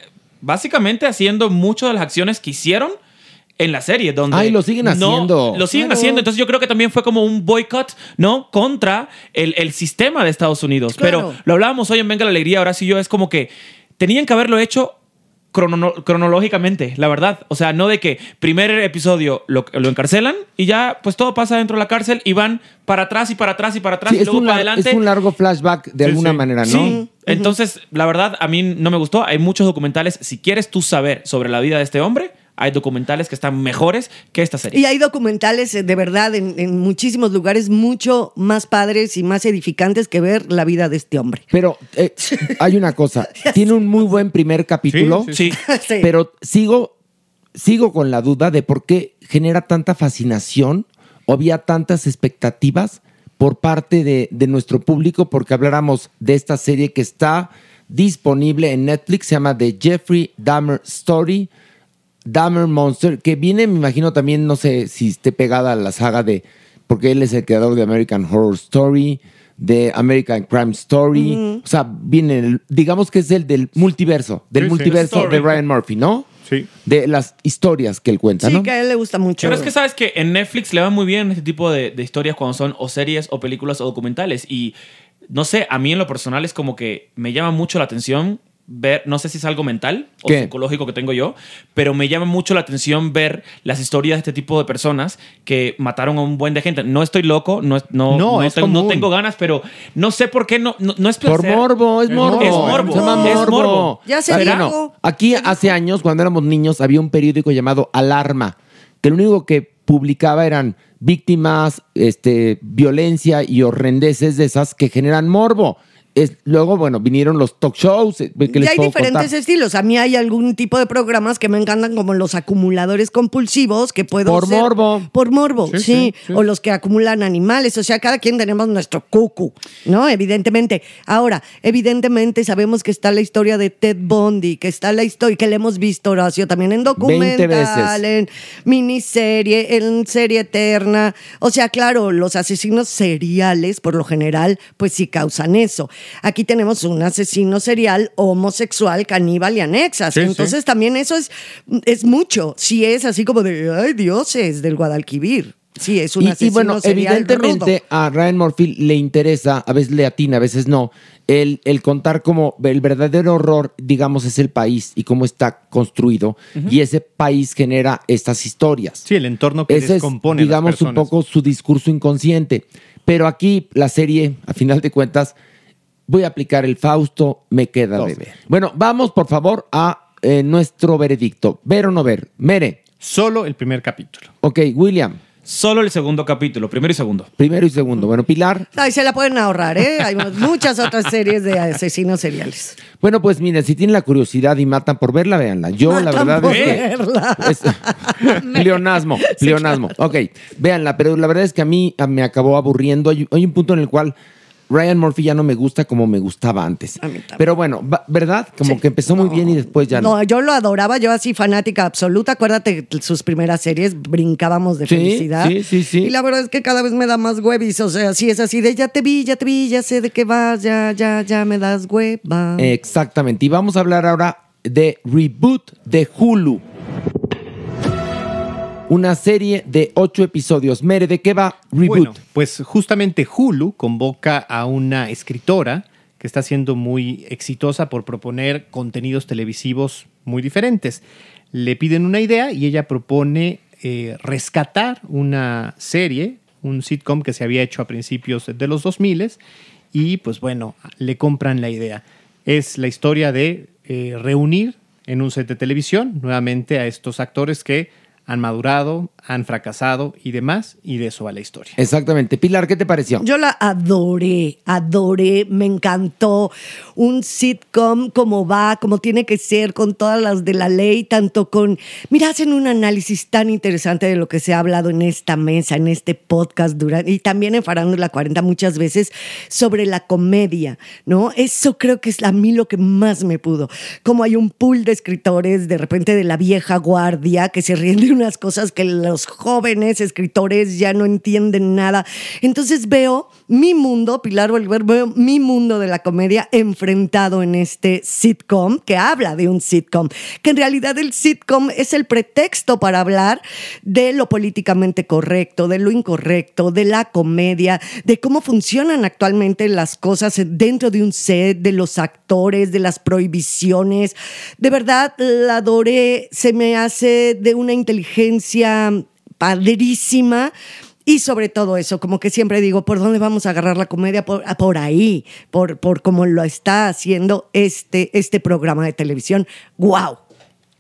básicamente haciendo muchas de las acciones que hicieron en la serie. Donde
Ay, lo siguen
no-
haciendo.
lo siguen
Claro.
haciendo. Entonces yo creo que también fue como un boicot, ¿no? Contra el, el sistema de Estados Unidos.
Claro.
Pero lo hablábamos hoy en Venga la Alegría, ahora sí yo, es como que tenían que haberlo hecho crono- cronológicamente, la verdad. O sea, no de que primer episodio lo, lo encarcelan y ya pues todo pasa dentro de la cárcel y van para atrás y para atrás y para atrás
Sí,
y
es,
luego
un
para
lar-
adelante.
es un largo flashback de
Sí,
alguna
sí.
manera, ¿no?
Sí. Entonces, la verdad, a mí no me gustó. Hay muchos documentales. Si quieres tú saber sobre la vida de este hombre, hay documentales que están mejores que esta serie.
Y hay documentales eh, de verdad en, en muchísimos lugares mucho más padres y más edificantes que ver la vida de este hombre.
Pero eh, hay una cosa, tiene un muy buen primer capítulo,
Sí, sí, sí. Sí.
pero sigo, sigo con la duda de por qué genera tanta fascinación o había tantas expectativas por parte de, de nuestro público porque habláramos de esta serie que está disponible en Netflix, se llama The Jeffrey Dahmer Story. Dahmer Monster, que viene, me imagino también, no sé si esté pegada a la saga de, porque él es el creador de American Horror Story, de American Crime Story,
Ujú.
o sea, viene, el- digamos que es el del multiverso, del
Sí, sí.
multiverso
Story.
de Ryan Murphy, ¿no? Sí. De las historias que él cuenta, ¿no?
Sí, que a él le gusta mucho.
Pero es que sabes que en Netflix le va muy bien este tipo de, de historias cuando son o series o películas o documentales. Y no sé, a mí en lo personal es como que me llama mucho la atención ver, no sé si es algo mental o
¿Qué?
psicológico que tengo yo, pero me llama mucho la atención ver las historias de este tipo de personas que mataron a un buen de gente. No estoy loco, no, es- no,
No,
no,
es
tengo, no
común.
tengo ganas, pero no sé por qué no, no, no es
Por
placer.
morbo, es morbo.
Es morbo.
Se llama
Es morbo.
Ya se
Pero
dijo.
no, Aquí hace años, cuando éramos niños, había un periódico llamado Alarma, que lo único que publicaba eran víctimas, este, violencia y horrendeces de esas que generan morbo. Es, luego, bueno, vinieron los talk shows. eh, que les
ya hay
puedo
diferentes
contar?
estilos. A mí hay algún tipo de programas que me encantan, como los acumuladores compulsivos, que puedo.
Por
ser-
morbo.
Por morbo, sí,
Sí, sí, sí.
O los que acumulan animales. O sea, cada quien tenemos nuestro cucu, ¿no? Evidentemente. Ahora, evidentemente sabemos que está la historia de Ted Bundy, que está la historia, que le hemos visto, Horacio, también en documental,
veces.
en miniserie, en serie eterna. O sea, claro, los asesinos seriales, por lo general, pues sí causan eso. Aquí tenemos un asesino serial homosexual, caníbal y anexas.
Sí, sí.
Entonces también eso es, es mucho. Si es así como de, ay, dioses del Guadalquivir. Sí, es un
Y- y,
asesino
bueno,
serial
evidentemente
rudo.
a Ryan Murphy le interesa, a veces le atina, a veces no, el, el contar como el verdadero horror, digamos, es el país y cómo está construido.
Ujú.
Y ese país genera estas historias.
Sí, el entorno que
Ese es,
descompone. a las
digamos, un
personas.
poco su discurso inconsciente. Pero aquí la serie, a final de cuentas, voy a aplicar el Fausto, me queda
Dos.
de ver. Bueno, vamos por favor a eh, nuestro veredicto. ¿Ver o no ver? Mere.
Solo el primer capítulo.
Ok, William.
Solo el segundo capítulo, primero y segundo.
Primero y segundo. Bueno, Pilar.
Ay, se la pueden ahorrar, ¿eh? Hay muchas otras series de asesinos seriales.
Bueno, pues miren, si tienen la curiosidad y matan por verla, véanla. Yo, la
Matan
verdad
por
es que.
verla.
Leonasmo, leonasmo. Ok, véanla, pero la verdad es que a mí a- me acabó aburriendo. Hay, hay un punto en el cual Ryan Murphy ya no me gusta como me gustaba antes. Pero bueno, va- ¿verdad? Como que empezó muy bien y después ya no.
No, yo lo adoraba, yo así fanática absoluta. Acuérdate que sus primeras series brincábamos de
Sí,
felicidad.
sí, sí, sí.
Y la verdad es que cada vez me da más huevis. O sea, sí es así de ya te vi, ya te vi, ya sé de qué vas, ya, ya, ya me das hueva.
Exactamente. Y vamos a hablar ahora de Reboot de Hulu. Una serie de ocho episodios. Mere, ¿de qué va Reboot?
Bueno, pues justamente Hulu convoca a una escritora que está siendo muy exitosa por proponer contenidos televisivos muy diferentes. Le piden una idea y ella propone eh, rescatar una serie, un sitcom que se había hecho a principios de los 2000 y pues bueno, le compran la idea. Es la historia de eh, reunir en un set de televisión nuevamente a estos actores que han madurado, han fracasado y demás, y de eso va la historia.
Exactamente. Pilar, ¿qué te pareció?
Yo la adoré, adoré, me encantó. Un sitcom como va, como tiene que ser, con todas las de la ley, tanto con... Mira, hacen un análisis tan interesante de lo que se ha hablado en esta mesa, en este podcast, durante, y también en Farándula 40 muchas veces, sobre la comedia, ¿no? Eso creo que es a mí lo que más me pudo. Como hay un pool de escritores, de repente de la vieja guardia, que se ríen de unas cosas que los jóvenes escritores ya no entienden nada. Entonces veo mi mundo, Pilar Bolívar, veo mi mundo de la comedia enfrentado en este sitcom que habla de un sitcom, que en realidad el sitcom es el pretexto para hablar de lo políticamente correcto, de lo incorrecto, de la comedia, de cómo funcionan actualmente las cosas dentro de un set, de los actores, de las prohibiciones. De verdad, la adoré, se me hace de una inteligencia padrísima. Y sobre todo eso, como que siempre digo, ¿por dónde vamos a agarrar la comedia? Por, ah, por ahí, por, por cómo lo está haciendo este, este programa de televisión. ¡Wow!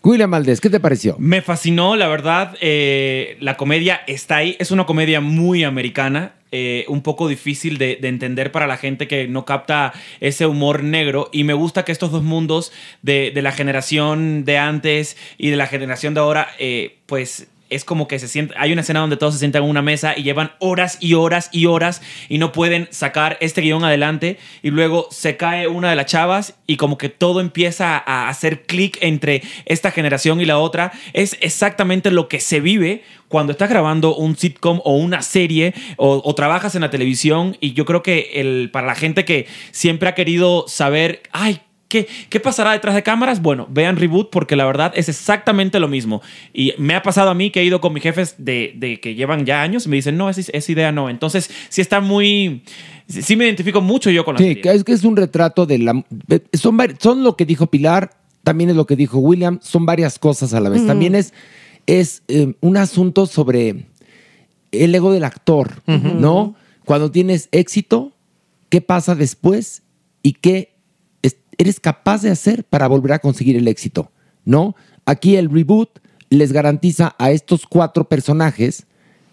William Valdés, ¿qué te pareció?
Me fascinó, la verdad. eh, la comedia está ahí. Es una comedia muy americana. eh, un poco difícil de, de entender para la gente que no capta ese humor negro y me gusta que estos dos mundos de, de la generación de antes y de la generación de ahora eh, pues es como que se siente hay una escena donde todos se sientan en una mesa y llevan horas y horas y horas y no pueden sacar este guión adelante y luego se cae una de las chavas y como que todo empieza a hacer clic entre esta generación y la otra es exactamente lo que se vive cuando estás grabando un sitcom o una serie o, o trabajas en la televisión y yo creo que el, para la gente que siempre ha querido saber ay ¿Qué, ¿Qué pasará detrás de cámaras? Bueno, vean Reboot porque la verdad es exactamente lo mismo. Y me ha pasado a mí que he ido con mis jefes de, de que llevan ya años y me dicen, no, esa, esa idea no. Entonces, sí está muy... Sí sí me identifico mucho yo con la
Sí,
serie.
que es que es un retrato de la... de- Son, vari- son lo que dijo Pilar, también es lo que dijo William, son varias cosas a la vez.
Ujú.
También es, es eh, un asunto sobre el ego del actor, ¿no? Cuando tienes éxito, ¿qué pasa después? ¿Y qué es- eres capaz de hacer para volver a conseguir el éxito? ¿No? Aquí el reboot les garantiza a estos cuatro personajes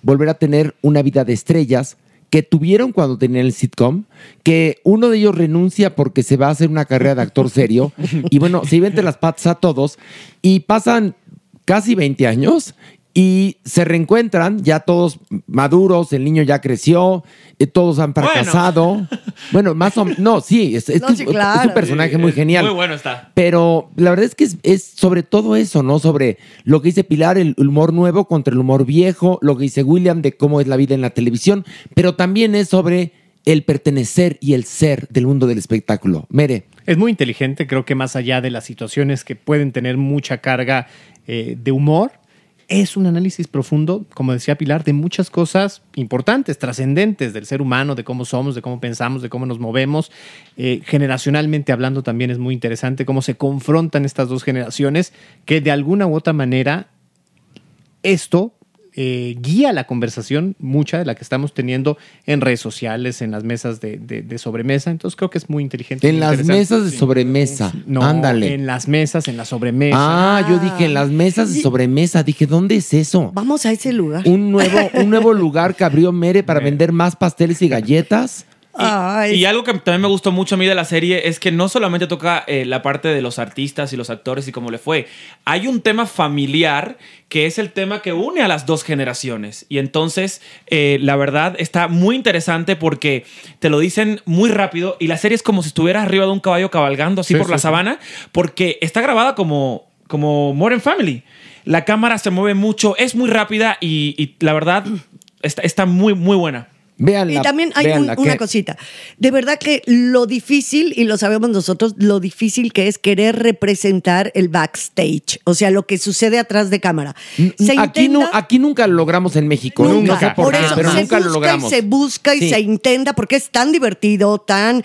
volver a tener una vida de estrellas que tuvieron cuando tenían el sitcom, que uno de ellos renuncia porque se va a hacer una carrera de actor serio, y bueno, se iba entre las patas a todos, y pasan casi 20 años y se reencuentran, ya todos maduros, el niño ya creció, eh, todos han fracasado. Bueno, más o menos, no, sí, es, es
No,
que
sí,
es un
claro.
personaje muy
Eh,
genial.
muy bueno está.
Pero la verdad es que es, es sobre todo eso, ¿no? Sobre lo que dice Pilar, el humor nuevo contra el humor viejo, lo que dice William de cómo es la vida en la televisión, pero también es sobre el pertenecer y el ser del mundo del espectáculo. Mere.
Es muy inteligente, creo que más allá de las situaciones que pueden tener mucha carga eh, de humor, es un análisis profundo, como decía Pilar, de muchas cosas importantes, trascendentes del ser humano, de cómo somos, de cómo pensamos, de cómo nos movemos. Eh, generacionalmente hablando también es muy interesante cómo se confrontan estas dos generaciones que de alguna u otra manera esto eh, guía la conversación, mucha de la que estamos teniendo en redes sociales, en las mesas de, de- de sobremesa. Entonces creo que es muy inteligente.
En
muy
las
interesante.
mesas de
Sí.
sobremesa.
No,
Ándale.
En las mesas, en la sobremesa.
Ah, yo dije en las mesas de sobremesa. Dije, ¿dónde es eso?
Vamos a ese lugar.
Un nuevo, un nuevo lugar que abrió Mere para vender más pasteles y galletas.
Y algo que también me gustó mucho a mí de la serie es que no solamente toca eh, la parte de los artistas y los actores y cómo le fue. Hay un tema familiar que es el tema que une a las dos generaciones. Y entonces, eh, la verdad, está muy interesante porque te lo dicen muy rápido y la serie es como si estuvieras arriba de un caballo cabalgando así
Sí,
por
sí,
la
sí.
sabana porque está grabada como, como Modern Family. La cámara se mueve mucho, es muy rápida y, y la verdad está, está muy, muy buena.
Vean
Y también hay un- una cosita. De verdad que lo difícil, y lo sabemos nosotros, lo difícil que es querer representar el backstage, o sea, lo que sucede atrás de cámara. Se
Aquí, nu- aquí nunca lo logramos en México.
Nunca.
No sé por,
Por
qué,
eso
pero
se
nunca lo
busca
logramos.
y se busca y
Sí.
se intenta porque es tan divertido, tan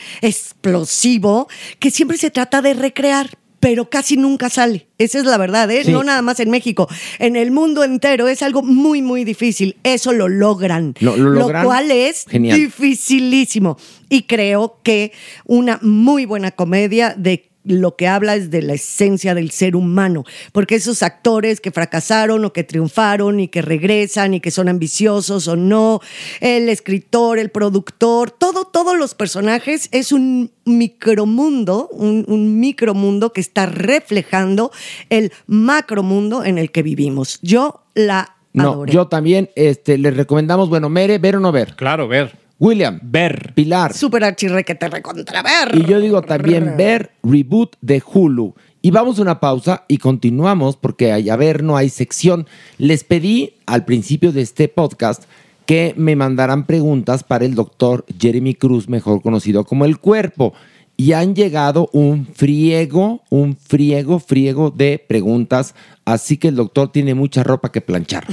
explosivo, que siempre se trata de recrear. Pero casi nunca sale. Esa es la verdad, ¿eh?
Sí.
No nada más en México. En el mundo entero es algo muy, muy difícil. Eso lo logran.
Lo- lo logran.
cual es
Genial.
dificilísimo. Y creo que una muy buena comedia de lo que habla es de la esencia del ser humano, porque esos actores que fracasaron o que triunfaron y que regresan y que son ambiciosos o no, el escritor, el productor, todo, todos los personajes es un micromundo, un, un micromundo que está reflejando el macromundo en el que vivimos. Yo la
No,
adoré.
yo también este, les recomendamos, bueno, Mere, ver o no ver.
Claro, ver.
William.
Ver.
Pilar.
Super archirre que te recontra ver.
Y yo digo también ver reboot de Hulu. Y vamos a una pausa y continuamos porque hay- a ver no hay sección. Les pedí al principio de este podcast que me mandaran preguntas para el doctor Jeremy Cruz, mejor conocido como el cuerpo. Y han llegado un friego, un friego, friego de preguntas. Así que el doctor tiene mucha ropa que planchar.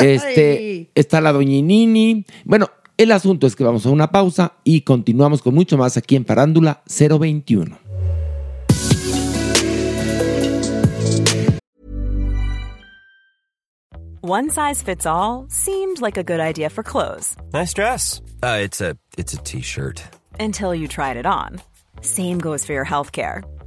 Este, está la doñinini. Bueno, el asunto es que vamos a una pausa y continuamos con mucho más aquí en Parándula 021.
One size fits all seemed like a good idea for clothes
Nice dress. Uh, it's a it's a t-shirt.
until you tried it on. Same goes for your healthcare.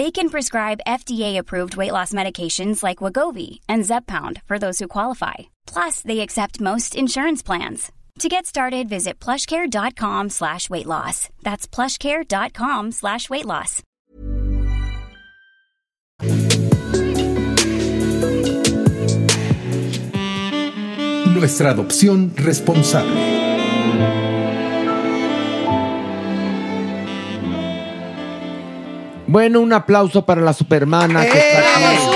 They can prescribe FDA-approved weight loss medications like Wagovi and Zepbound for those who qualify. Plus, they accept most insurance plans. To get started, visit plushcare.com slash weight loss. That's plushcare.com slash weight loss.
Nuestra adopción responsable.
Bueno, un aplauso para la supermana que
Eh.
está aquí.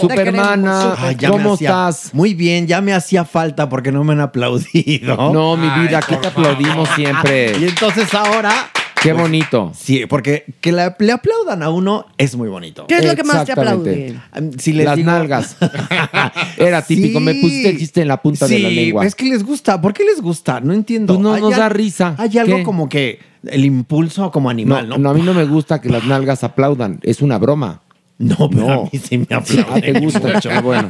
Supermana,
Ay, ya me
¿cómo
hacía-
estás?
Muy bien, ya me hacía falta porque no me han aplaudido.
No, mi vida, aquí te aplaudimos siempre.
Y entonces ahora
Qué bonito.
pues, Sí, porque que la- le aplaudan a uno es muy bonito.
¿Qué es lo que más te Exactamente.
aplaude? Si les
Las
digo-
nalgas. Era típico. Me pusiste el chiste en la punta de la
Sí,
lengua. Pues
Es que les gusta. ¿Por qué les gusta? No entiendo.
no
Hay
nos
al-
da risa.
Hay algo
¿Qué?
como que el impulso como animal, ¿no?
a mí no me gusta que las nalgas aplaudan. Es una broma.
No,
pero
a mí sí me aplauden,
Ah, te gusta.
muchacho.
Ah, bueno.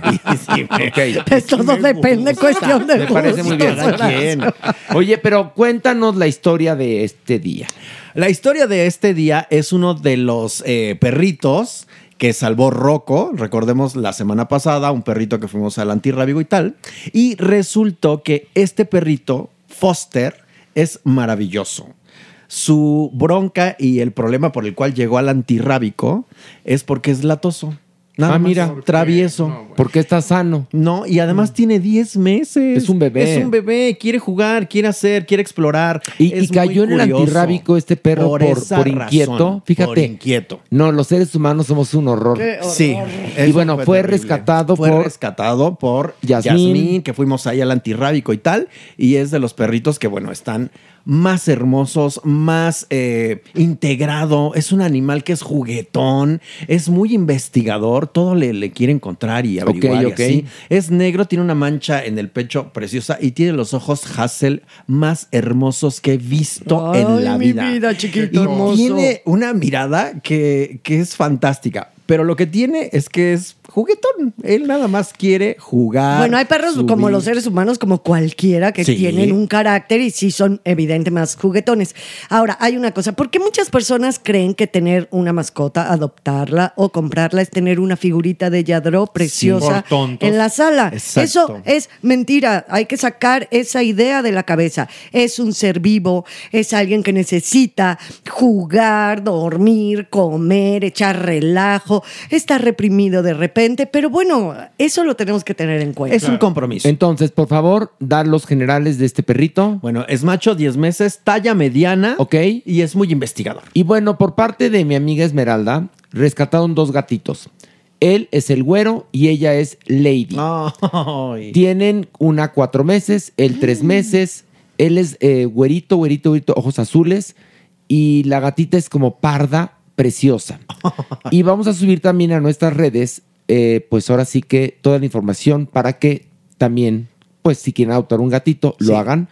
Pues todo depende, cuestión de
Me parece muy bien.
gustos, ¿verdad?
¿eh?
Oye, pero cuéntanos la historia de este día.
La historia de este día es uno de los eh, perritos que salvó Rocco, recordemos la semana pasada, un perrito que fuimos al antirrábigo y tal, y resultó que este perrito, Foster, es maravilloso. Su bronca y el problema por el cual llegó al antirrábico es porque es latoso. Nada
Ah,
más,
mira.
travieso.
Porque está sano.
No, y además tiene 10 meses.
Ah, Es un bebé.
Es un bebé, quiere jugar, quiere hacer, quiere explorar.
Y,
Es
y cayó en
muy
el
curioso.
antirrábico este perro por,
esa
por
razón,
inquieto. Fíjate.
Por inquieto.
No, los seres humanos somos un horror.
Qué horror. Sí,
Y
eso
bueno,
fue
fue,
terrible.
rescatado
Fue
por.
rescatado por
Yasmín.
Yasmín, que fuimos ahí al antirrábico y tal. Y es de los perritos que, bueno, están más hermosos, más eh, integrado. Es un animal que es juguetón, es muy investigador, todo le, le quiere encontrar y averiguar. y
ok.
así. Es negro, tiene una mancha en el pecho preciosa y tiene los ojos Hassel más hermosos que he visto en la
mi
vida.
vida, chiquito
Y
hermoso.
tiene una mirada que, que es fantástica. Pero lo que tiene es que es juguetón. Él nada más quiere jugar.
Bueno, hay perros
subir.
como los seres humanos, como cualquiera, que
Sí.
tienen un carácter y sí son evidentemente más juguetones. Ahora, hay una cosa, ¿por qué muchas personas creen que tener una mascota, adoptarla o comprarla es tener una figurita de Yadro preciosa
por tontos.
en la sala?
Exacto.
Eso es mentira, hay que sacar esa idea de la cabeza. Es un ser vivo, es alguien que necesita jugar, dormir, comer, echar relajo, está reprimido de repente, pero bueno, eso lo tenemos que tener en cuenta.
compromiso.
Entonces, por favor, dar los generales de este perrito.
Bueno, es macho, 10 meses, talla mediana.
Ok.
Y es muy investigador.
Y bueno, por parte de mi amiga Esmeralda, rescataron dos gatitos. Él es el güero y ella es Lady.
Ah,
Tienen una cuatro meses, él tres meses. Él es eh, güerito, güerito, güerito, ojos azules. Y la gatita es como parda, preciosa. y vamos a subir también a nuestras redes, eh, pues ahora sí que toda la información para que también, pues si quieren adoptar un gatito, lo hagan.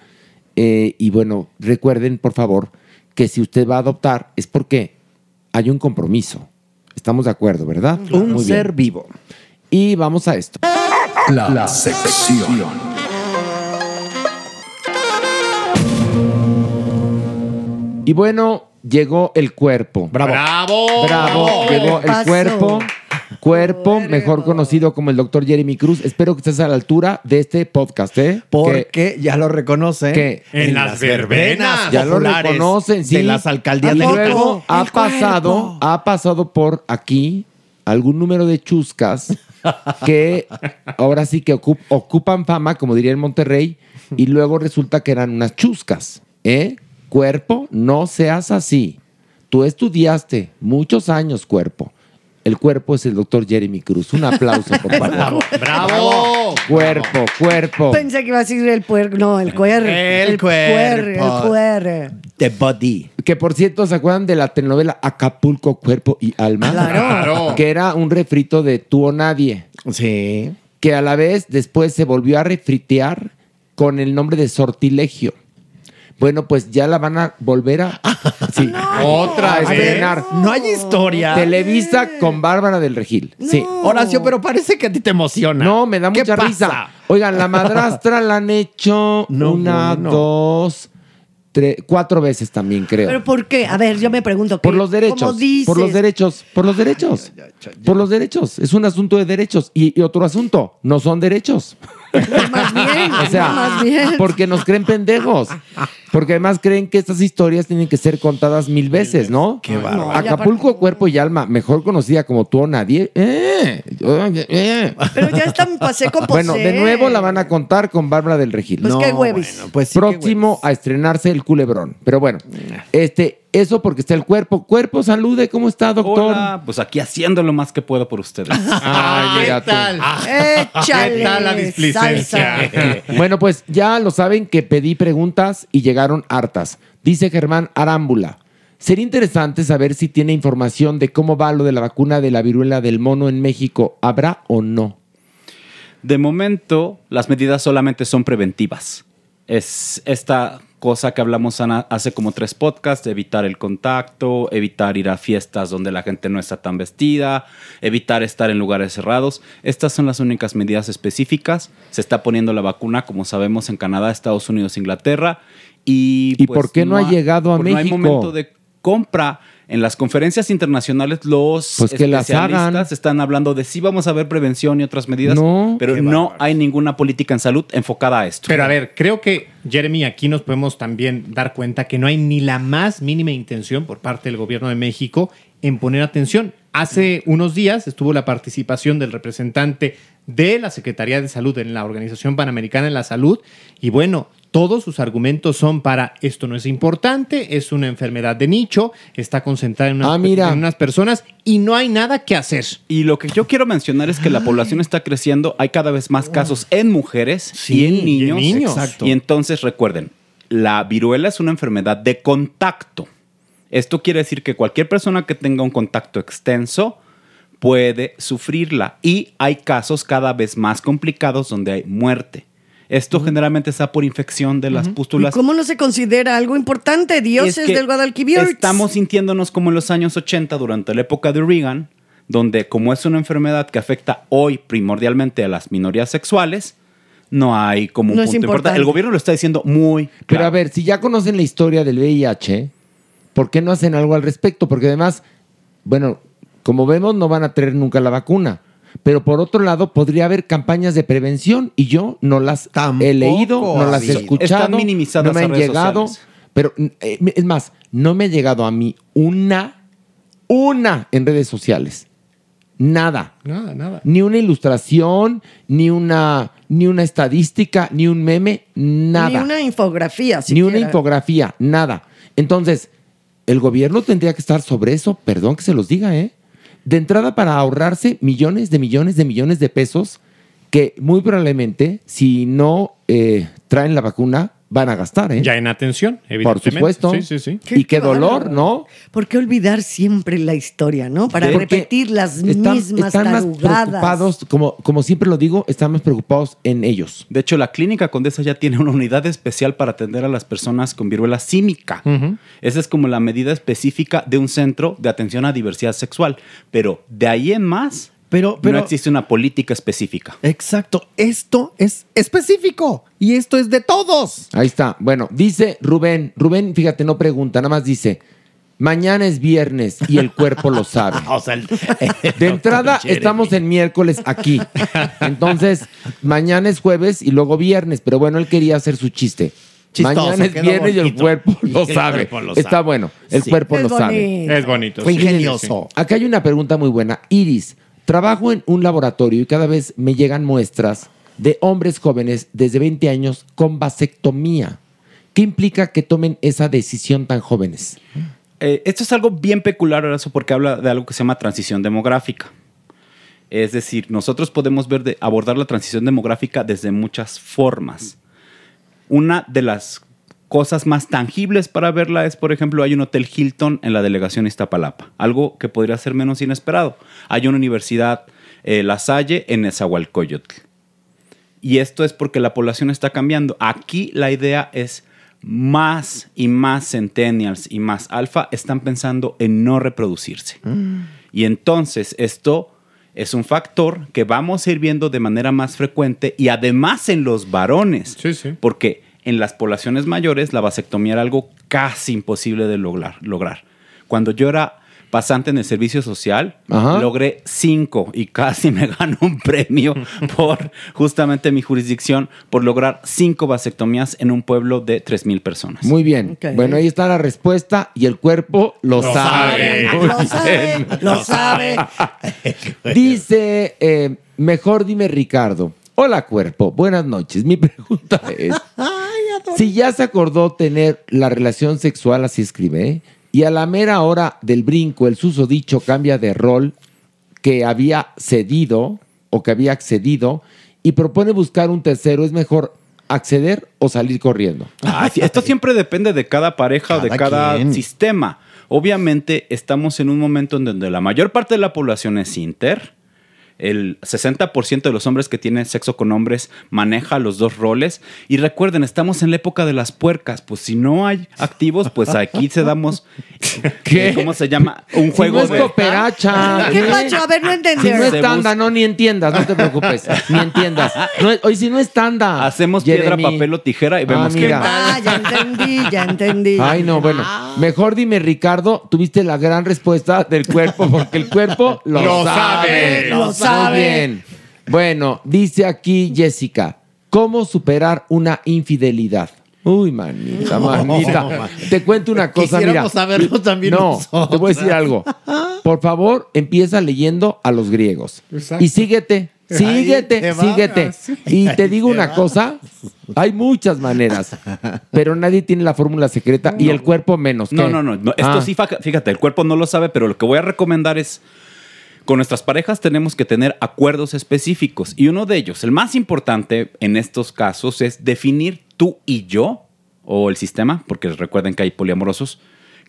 Eh, y bueno, recuerden, por favor, que si usted va a adoptar es porque hay un compromiso. Estamos de acuerdo, ¿verdad?
Un ser vivo.
Y vamos a esto.
La, sección.
Y bueno, llegó el cuerpo. Bravo.
¡Bravo!
Bravo. Llegó el
Paso.
cuerpo. Cuerpo, mejor conocido como el doctor Jeremy Cruz. Espero que estés a la altura de este podcast, ¿eh?
Porque
Que-
ya lo reconoce.
que-
En las verbenas
Ya lo
populares
reconocen, sí.
de las
Ah,
alcaldías
Y
de
luego
México.
ha
El cuerpo.
pasado, ha pasado por aquí algún número de chuscas que ahora sí que ocup- ocupan fama, como diría en Monterrey, y luego resulta que eran unas chuscas. ¿Eh? Cuerpo, no seas así. Tú estudiaste muchos años, cuerpo. El cuerpo es el doctor Jeremy Cruz. Un aplauso, por favor.
Bravo,
bravo.
Cuerpo, cuerpo.
Pensé que iba a decir el puerco, no, el cuerpo.
El
cuerpo. El
cuerpo.
cuerpo.
The Body.
Que por cierto, ¿se acuerdan de la telenovela Acapulco, Cuerpo y Alma?
Ah, Claro. Claro.
Que era un refrito de tú o nadie.
Sí.
Que a la vez después se volvió a refritear con el nombre de sortilegio. Bueno, pues ya la van a volver a. Sí.
Otra
a
vez.
estrenar.
No hay historia.
Televisa con Bárbara del Regil. Sí.
Horacio, pero parece que a ti te emociona. No,
me da mucha risa. Oigan, la madrastra la han hecho una, dos, tres, cuatro veces también, creo.
¿Pero por qué? A ver, yo me pregunto.
Por
¿qué-
los derechos.
cómo dices?
Por los derechos. Por los derechos. Por los derechos. Es un asunto de derechos. Y, y otro asunto, no son derechos.
Más bien,
O sea,
Ah, no, más bien.
porque nos creen pendejos. Porque además creen que estas historias tienen que ser contadas mil veces, ¿no? Qué
bárbaro.
No, y
Acapulco, cuerpo y alma, mejor conocida como tú o nadie. Eh, eh, eh.
Pero ya está, pasé con posé.
Bueno, de nuevo la van a contar con Bárbara del Regil.
Pues qué huevis.
Próximo a estrenarse el culebrón. Pero bueno, este, eso porque está el cuerpo. Cuerpo, salude, ¿cómo está, doctor?
Hola, pues aquí haciendo lo más que puedo por ustedes.
Ah, mira tú.
Échale.
¿Qué tal la displicencia?
salsa.
Bueno, pues ya lo saben que pedí preguntas y llegaron hartas. Dice Germán Arámbula. Sería interesante saber si tiene información de cómo va lo de la vacuna de la viruela del mono en México. ¿Habrá o no?
De momento, las medidas solamente son preventivas. Es esta cosa que hablamos ana- hace como tres podcasts, evitar el contacto, evitar ir a fiestas donde la gente no está tan vestida, evitar estar en lugares cerrados. Estas son las únicas medidas específicas. Se está poniendo la vacuna, como sabemos, en Canadá, Estados Unidos, Inglaterra. ¿Y, pues,
¿Y por qué no ha llegado a
por-
México?
No hay momento de compra. En las conferencias internacionales los
Pues que las
especialistas
hagan.
están hablando de si vamos a ver prevención y otras medidas,
No.
pero
Qué
no hay ninguna política en salud enfocada a esto.
Pero a ver, creo que, Jeremy, aquí nos podemos también dar cuenta que no hay ni la más mínima intención por parte del gobierno de México en poner atención.
Mm.
Hace unos días estuvo la participación del representante de la Secretaría de Salud en la Organización Panamericana de la Salud y bueno, todos sus argumentos son para esto no es importante, es una enfermedad de nicho, está concentrada en unas, en unas personas y no hay nada que hacer.
Ah, Y lo que yo quiero mencionar es que la población está creciendo, hay cada vez más casos en mujeres y en
y en
niños.
niños. Exacto.
Y entonces recuerden, la viruela es una enfermedad de contacto. Esto quiere decir que cualquier persona que tenga un contacto extenso puede sufrirla y hay casos cada vez más complicados donde hay muerte. Esto generalmente está por infección de las
¿Y
pústulas
cómo no se considera algo importante? Dioses
es que
del Guadalquivir.
Estamos sintiéndonos como en los años 80 durante la época de Reagan, donde como es una enfermedad que afecta hoy primordialmente a las minorías sexuales, no hay como un
No es
punto
importante.
importante. El gobierno lo está diciendo muy claro.
Pero a ver, si ya conocen la historia del VIH, ¿por qué no hacen algo al respecto? Porque además, bueno, como vemos, no van a tener nunca la vacuna. Pero por otro lado, podría haber campañas de prevención y yo no las he leído, no
ha
las he
habido.
escuchado,
Están minimizadas
no me
las
han
redes
llegado.
sociales.
Pero eh, es más, no me ha llegado a mí una, una en redes sociales. Nada.
Nada, nada.
Ni una ilustración, ni una, ni una estadística, ni un meme, nada
Ni una infografía.
ni una
siquiera.
infografía, nada. Entonces, el gobierno tendría que estar sobre eso, perdón que se los diga, ¿eh? De entrada para ahorrarse millones de millones de millones de pesos que muy probablemente, si no eh, traen la vacuna, van a gastar, ¿eh?
Ya en atención,
Por
evidentemente.
supuesto.
Sí, sí, sí.
Y qué dolor, ¿no?
¿Por qué olvidar siempre la historia, no? Para
Porque
repetir las
Están,
mismas
están más
tarugadas.
preocupados, como, como siempre lo digo, están más preocupados en ellos.
De hecho, la Clínica Condesa ya tiene una unidad especial para atender a las personas con viruela símica. Esa es como la medida específica de un centro de atención a diversidad sexual. Pero de ahí en más,
pero-
no existe una política específica.
Exacto. Esto es específico y esto es de todos.
Ahí está. Bueno, dice Rubén. Rubén, fíjate, no pregunta, nada más dice. Mañana es viernes y el cuerpo lo sabe.
O sea, el-
De entrada,
Jeremy.
estamos en miércoles aquí. Entonces, mañana es jueves y luego viernes. Pero bueno, él quería hacer su chiste.
Chistoso,
mañana es
quedó
viernes y el
bonito.
cuerpo
Y
lo
el
sabe.
cuerpo lo
Está
sabe.
bueno, el
Sí.
cuerpo
Es
lo
bonito.
sabe.
Es bonito, Fue sí. ingenioso.
Acá hay una pregunta muy buena. Iris, trabajo en un laboratorio y cada vez me llegan muestras de hombres jóvenes desde 20 años con vasectomía. ¿Qué implica que tomen esa decisión tan jóvenes?
Eh, esto es algo bien peculiar, eso porque habla de algo que se llama transición demográfica. Es decir, nosotros podemos ver de- abordar la transición demográfica desde muchas formas. Una de las cosas más tangibles para verla es, por ejemplo, hay un hotel Hilton en la delegación Iztapalapa, algo que podría ser menos inesperado. Hay una universidad eh, La Salle en Esahualcoyotl. Y esto es porque la población está cambiando. Aquí la idea es más y más centennials y más alfa están pensando en no reproducirse. Y entonces esto es un factor que vamos a ir viendo de manera más frecuente y además en los varones. Porque en las poblaciones mayores la vasectomía era algo casi imposible de lograr. lograr. Cuando yo era pasante en el servicio social,
Ajá.
logré cinco y casi me ganó un premio por justamente mi jurisdicción por lograr cinco vasectomías en un pueblo de 3.000 personas.
Muy bien.
Ok.
Bueno, ahí está la respuesta y el cuerpo lo,
Lo
sabe.
sabe.
Muy
Lo sabe,
bien.
lo sabe.
Dice, eh, mejor dime Ricardo. Hola cuerpo, buenas noches. Mi pregunta es, si ya se acordó tener la relación sexual, así escribe, ¿eh? y a la mera hora del brinco el susodicho cambia de rol que había cedido o que había accedido y propone buscar un tercero, ¿es mejor acceder o salir corriendo?
Ah, sí, esto siempre depende de cada pareja o de
Cada
cada
quien.
sistema. Obviamente estamos en un momento en donde la mayor parte de la población es inter. El 60% de los hombres que tienen sexo con hombres maneja los dos roles. Y recuerden, estamos en la época de las puercas. Pues si no hay activos, pues aquí se damos. eh,
¿Qué?
¿Cómo se llama? Un
Si
juego
no es
de.
cooperacha.
Ah, ¿Qué
¿eh?
pacho? A ver, no entendí.
Si no es
Se
tanda, no, ni entiendas, no te preocupes. ni entiendas. No es- hoy si no es tanda. Hacemos
Ah. piedra, papel o tijera y vemos quién
Ah, ya entendí, ya entendí.
Ay, no, bueno. Mejor dime, Ricardo, tuviste la gran respuesta del cuerpo, porque el cuerpo lo,
Lo
sabe.
sabe, lo
Muy
sabe.
bien. Bueno, dice aquí Jessica, ¿cómo superar una infidelidad? Uy, manita,
No,
manita.
man.
Te cuento una cosa, mira.
Quisiéramos saberlo también
No, te voy a
nosotras.
decir algo. Por favor, empieza leyendo a los griegos.
Exacto.
Y síguete,
Ahí
síguete,
te vas.
síguete. Y te
Ahí
digo
te
una
vas.
cosa, hay muchas maneras, pero nadie tiene la fórmula secreta y el cuerpo menos.
No,
¿qué?
no, no, no, Esto
Ah.
sí, faca- fíjate, el cuerpo no lo sabe, pero lo que voy a recomendar es, con nuestras parejas tenemos que tener acuerdos específicos. Y uno de ellos, el más importante en estos casos, es definir tú y yo, o el sistema, porque recuerden que hay poliamorosos,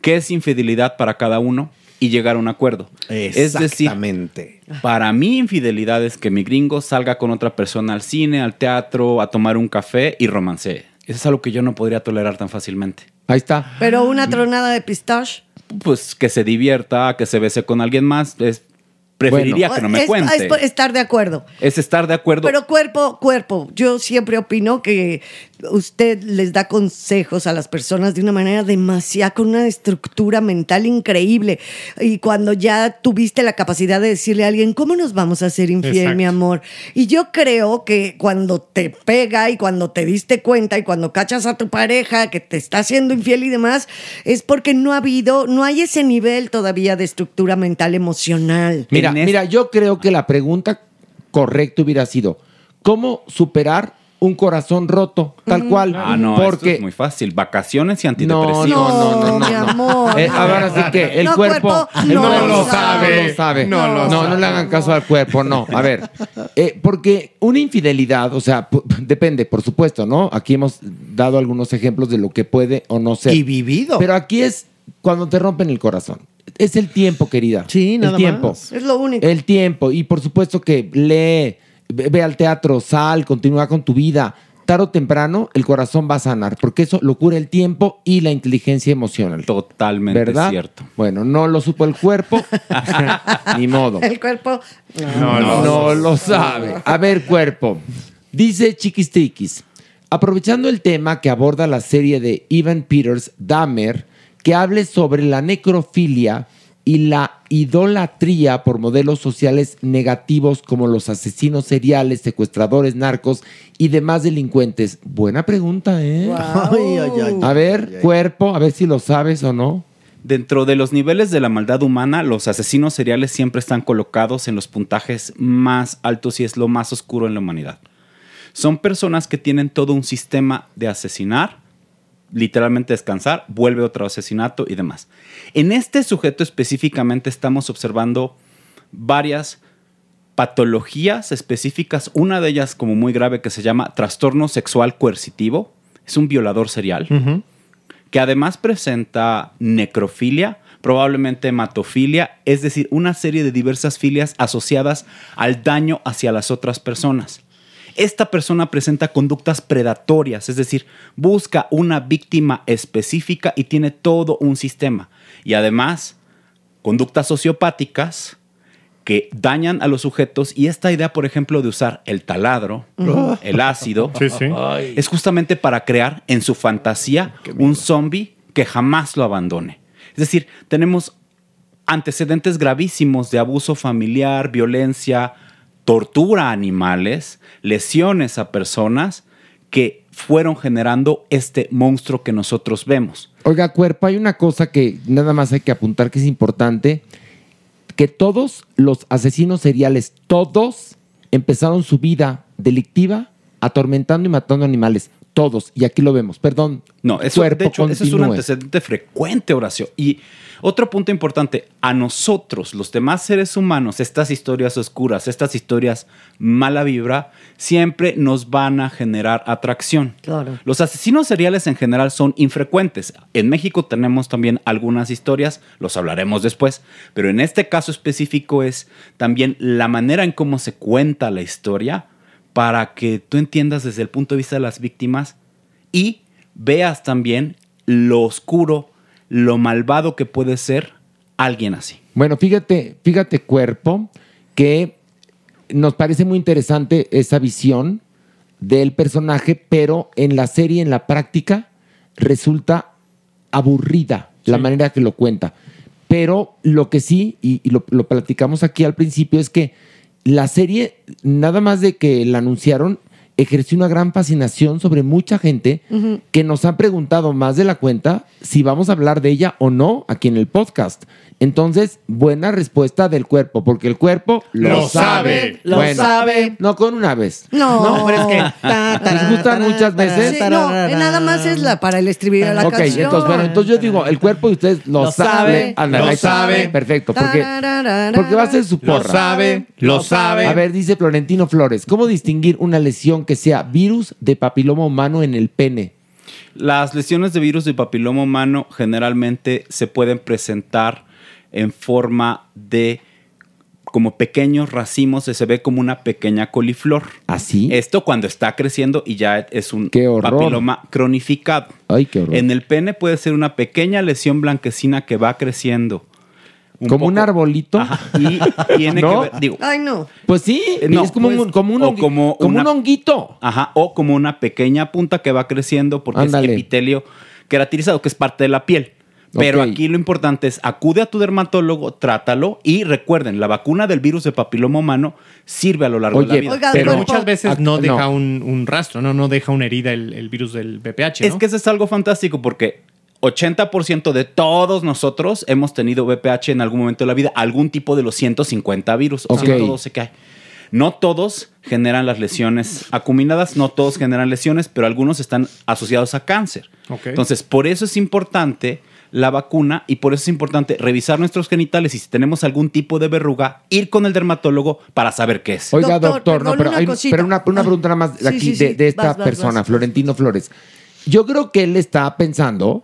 qué es infidelidad para cada uno y llegar a un acuerdo. Es decir,
Exactamente.
para mí, infidelidad es que mi gringo salga con otra persona al cine, al teatro, a tomar un café y romancee. Eso es algo que yo no podría tolerar tan fácilmente.
Ahí está.
Pero una tronada de pistache.
Pues que se divierta, que se bese con alguien más. Es, preferiría que no me
Es-
cuente.
es por estar de acuerdo.
Es estar de acuerdo.
Pero cuerpo, cuerpo. Yo siempre opino que usted les da consejos a las personas de una manera demasiado, con una estructura mental increíble. Y cuando ya tuviste la capacidad de decirle a alguien, ¿cómo nos vamos a hacer infiel,
Exacto.
mi amor? Y yo creo que cuando te pega y cuando te diste cuenta y cuando cachas a tu pareja que te está haciendo infiel y demás, es porque no ha habido, no hay ese nivel todavía de estructura mental emocional.
Mira, mira, yo creo que la pregunta correcta hubiera sido, ¿cómo superar un corazón roto? Tal cual.
Ah, no, esto
porque
es muy fácil. Vacaciones y
no, no,
antidepresivos.
no, no, no, no. Eh, ahora sí que el
No,
cuerpo,
cuerpo,
el
no
cuerpo
lo sabe.
No lo sabe.
No
No,
lo
no,
sabe.
le hagan caso al cuerpo, no. A ver, eh, porque una infidelidad, o sea, pu- depende, por supuesto, ¿no? Aquí hemos dado algunos ejemplos de lo que puede o no ser.
Y vivido.
Pero aquí es cuando te rompen el corazón. Es el tiempo, querida. Sí,
nada
El tiempo.
más.
Es lo único.
El tiempo. Y por supuesto que lee, ve, ve al teatro, sal, continúa con tu vida. Tarde o temprano el corazón va a sanar, porque eso lo cura el tiempo y la inteligencia emocional.
Totalmente
¿verdad?
cierto.
Bueno, no lo supo el cuerpo, ni modo.
El cuerpo.
No, lo, sabe. A ver, cuerpo. Dice Chiquis Triquis. Aprovechando el tema que aborda la serie de Evan Peters Dahmer, que hable sobre la necrofilia y la idolatría por modelos sociales negativos como los asesinos seriales, secuestradores, narcos y demás delincuentes. Buena pregunta, ¿eh?
Ay, ay, ay.
A ver, cuerpo, a ver si lo sabes o no.
Dentro de los niveles de la maldad humana, los asesinos seriales siempre están colocados en los puntajes más altos y es lo más oscuro en la humanidad. Son personas que tienen todo un sistema de asesinar, literalmente descansar, vuelve otro asesinato y demás. En este sujeto específicamente estamos observando varias patologías específicas, una de ellas como muy grave que se llama trastorno sexual coercitivo, es un violador serial que además presenta necrofilia, probablemente hematofilia, es decir, una serie de diversas filias asociadas al daño hacia las otras personas. Esta persona presenta conductas predatorias, es decir, busca una víctima específica y tiene todo un sistema. Y además, conductas sociopáticas que dañan a los sujetos y esta idea, por ejemplo, de usar el taladro,
Ujú.
el ácido,
Sí, sí.
Ay. es justamente para crear en su fantasía un zombie que jamás lo abandone. Es decir, tenemos antecedentes gravísimos de abuso familiar, violencia, tortura a animales, lesiones a personas que fueron generando este monstruo que nosotros vemos.
Oiga, cuerpo, hay una cosa que nada más hay que apuntar que es importante, que todos los asesinos seriales, todos empezaron su vida delictiva atormentando y matando animales. Todos. Y aquí lo vemos. Perdón.
No, eso,
Cuerpo
de hecho, ese es un
continúe.
antecedente frecuente, Horacio. Y otro punto importante, a nosotros, los demás seres humanos, estas historias oscuras, estas historias mala vibra, siempre nos van a generar atracción.
Claro.
Los asesinos seriales en general son infrecuentes. En México tenemos también algunas historias, los hablaremos después, pero en este caso específico es también la manera en cómo se cuenta la historia para que tú entiendas desde el punto de vista de las víctimas y veas también lo oscuro, lo malvado que puede ser alguien así.
Bueno, fíjate, fíjate, cuerpo, que nos parece muy interesante esa visión del personaje, pero en la serie, en la práctica, resulta aburrida la manera que lo cuenta. Pero lo que sí, y, y lo, lo platicamos aquí al principio, es que la serie, nada más de que la anunciaron, ejerció una gran fascinación sobre mucha gente
Ujú.
que nos han preguntado más de la cuenta si vamos a hablar de ella o no aquí en el podcast. Entonces, buena respuesta del cuerpo, porque el cuerpo lo,
Lo
sabe.
sabe. Lo
sabe.
No con una vez.
No.
pero es que nos gustan muchas veces.
Sí, no, eh, nada más es la para el estribillo de la
ok,
canción.
entonces, bueno, entonces yo digo, el cuerpo y ustedes lo,
Lo sabe.
saben. Ándale,
Lo
ahí está.
sabe.
Perfecto, porque...
Tararara.
Porque va a ser su
Lo
porra.
sabe, lo sabe.
A ver, dice Florentino Flores, ¿cómo distinguir una lesión que sea virus de papiloma humano en el pene?
Las lesiones de virus del papiloma humano generalmente se pueden presentar en forma de como pequeños racimos, se ve como una pequeña coliflor.
Así.
Esto cuando está creciendo y ya es un
horror.
papiloma cronificado.
Ay, qué horror.
En el pene puede ser una pequeña lesión blanquecina que va creciendo.
como un arbolito.
Y tiene
¿No?
que ver, digo,
Ay, no.
Pues sí,
eh, no,
es como,
pues,
un, como, un,
o
hongui-
como
como un
una-
honguito.
Ajá, o como una pequeña punta que va creciendo porque
Ándale.
es epitelio queratinizado, que es parte de la piel. Pero aquí lo importante es acude a tu dermatólogo, trátalo y recuerden, la vacuna del virus de papiloma humano sirve a lo largo de la
Oye,
vida.
pero muchas veces no deja
un
Un, un rastro, no, no deja una herida el, el virus del VPH.
Es que eso es algo fantástico porque 80% de todos nosotros hemos tenido VPH en algún momento de la vida, algún tipo de los 150 virus o
Ok.
112 que hay. No todos generan las lesiones acuminadas, no todos generan lesiones, pero algunos están asociados a cáncer. Entonces, por eso es importante la vacuna y por eso es importante revisar nuestros genitales y si tenemos algún tipo de verruga, ir con el dermatólogo para saber qué es.
Oiga, doctor, no, pero, hay- pero una, una pregunta nada más
Sí,
aquí
sí, sí.
De, de esta
Vas, vas,
persona,
vas.
Florentino Flores. Yo creo que él está pensando,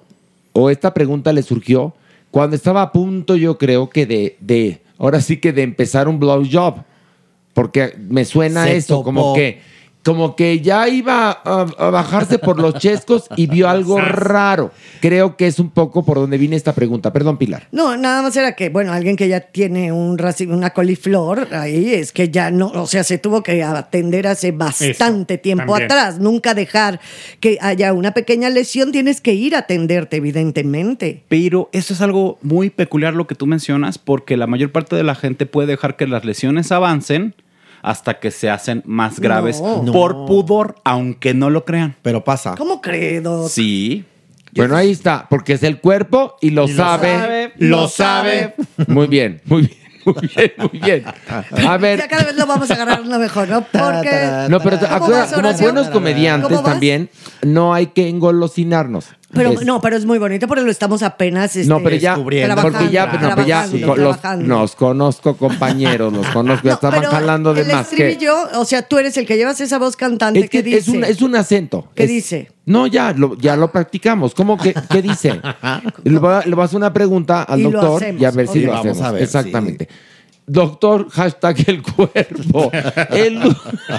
o esta pregunta le surgió, cuando estaba a punto, yo creo que de, de ahora sí que de empezar un blowjob. Porque me suena
Se
eso, como
topó.
que, como que ya iba a, a bajarse por los chescos y vio algo raro. Creo que es un poco por donde viene esta pregunta. Perdón, Pilar.
No, nada más era que, bueno, alguien que ya tiene un raci- una coliflor ahí es que ya no, o sea, se tuvo que atender hace bastante tiempo
también.
atrás. Nunca dejar que haya una pequeña lesión, tienes que ir a atenderte, evidentemente.
Pero eso es algo muy peculiar lo que tú mencionas, porque la mayor parte de la gente puede dejar que las lesiones avancen hasta que se hacen más graves
No. No.
por pudor, aunque no lo crean.
Pero pasa.
¿Cómo credo?
Sí.
Bueno, ahí está, porque es el cuerpo y lo,
lo
sabe,
sabe, lo sabe.
Muy bien, muy bien, muy bien, muy bien. A ver,
Ya cada vez lo vamos a agarrar lo mejor, ¿no? Porque.
no, pero
¿Cómo
acuérdate,
vas,
como
Horacio?
buenos comediantes
¿Cómo vas?
también, no hay que engolosinarnos.
Pero
Es-
no, pero es muy bonito porque lo estamos apenas este,
no, pero ya,
trabajando,
porque ya, no, pero ya
trabajando,
co- los-
trabajando.
los conozco compañeros, los conozco, ya estaban
Pero
jalando de
el
más. que-
estribillo, o sea, tú eres el que llevas esa voz cantante
es que
que, dice.
es un, es un acento.
¿Qué
Es-
dice?
No, ya lo, ya lo practicamos. ¿Cómo que qué dice? le, voy a, le voy a hacer una pregunta al
Y lo
doctor
hacemos,
y a ver si
ok.
lo
Vamos
hacemos.
a ver,
Exactamente. Doctor, hashtag el cuerpo. El,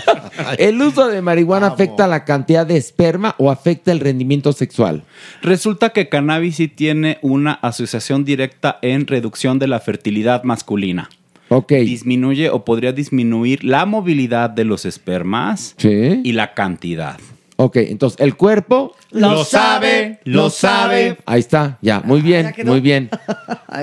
el uso de marihuana afecta la cantidad de esperma o afecta el rendimiento sexual.
Resulta que cannabis sí tiene una asociación directa en reducción de la fertilidad masculina.
Ok.
Disminuye o podría disminuir la movilidad de los espermas y la cantidad.
Ok, entonces el cuerpo
Lo sabe, lo sabe.
Ahí está, ya,
Ah,
muy bien,
quedó.
muy bien.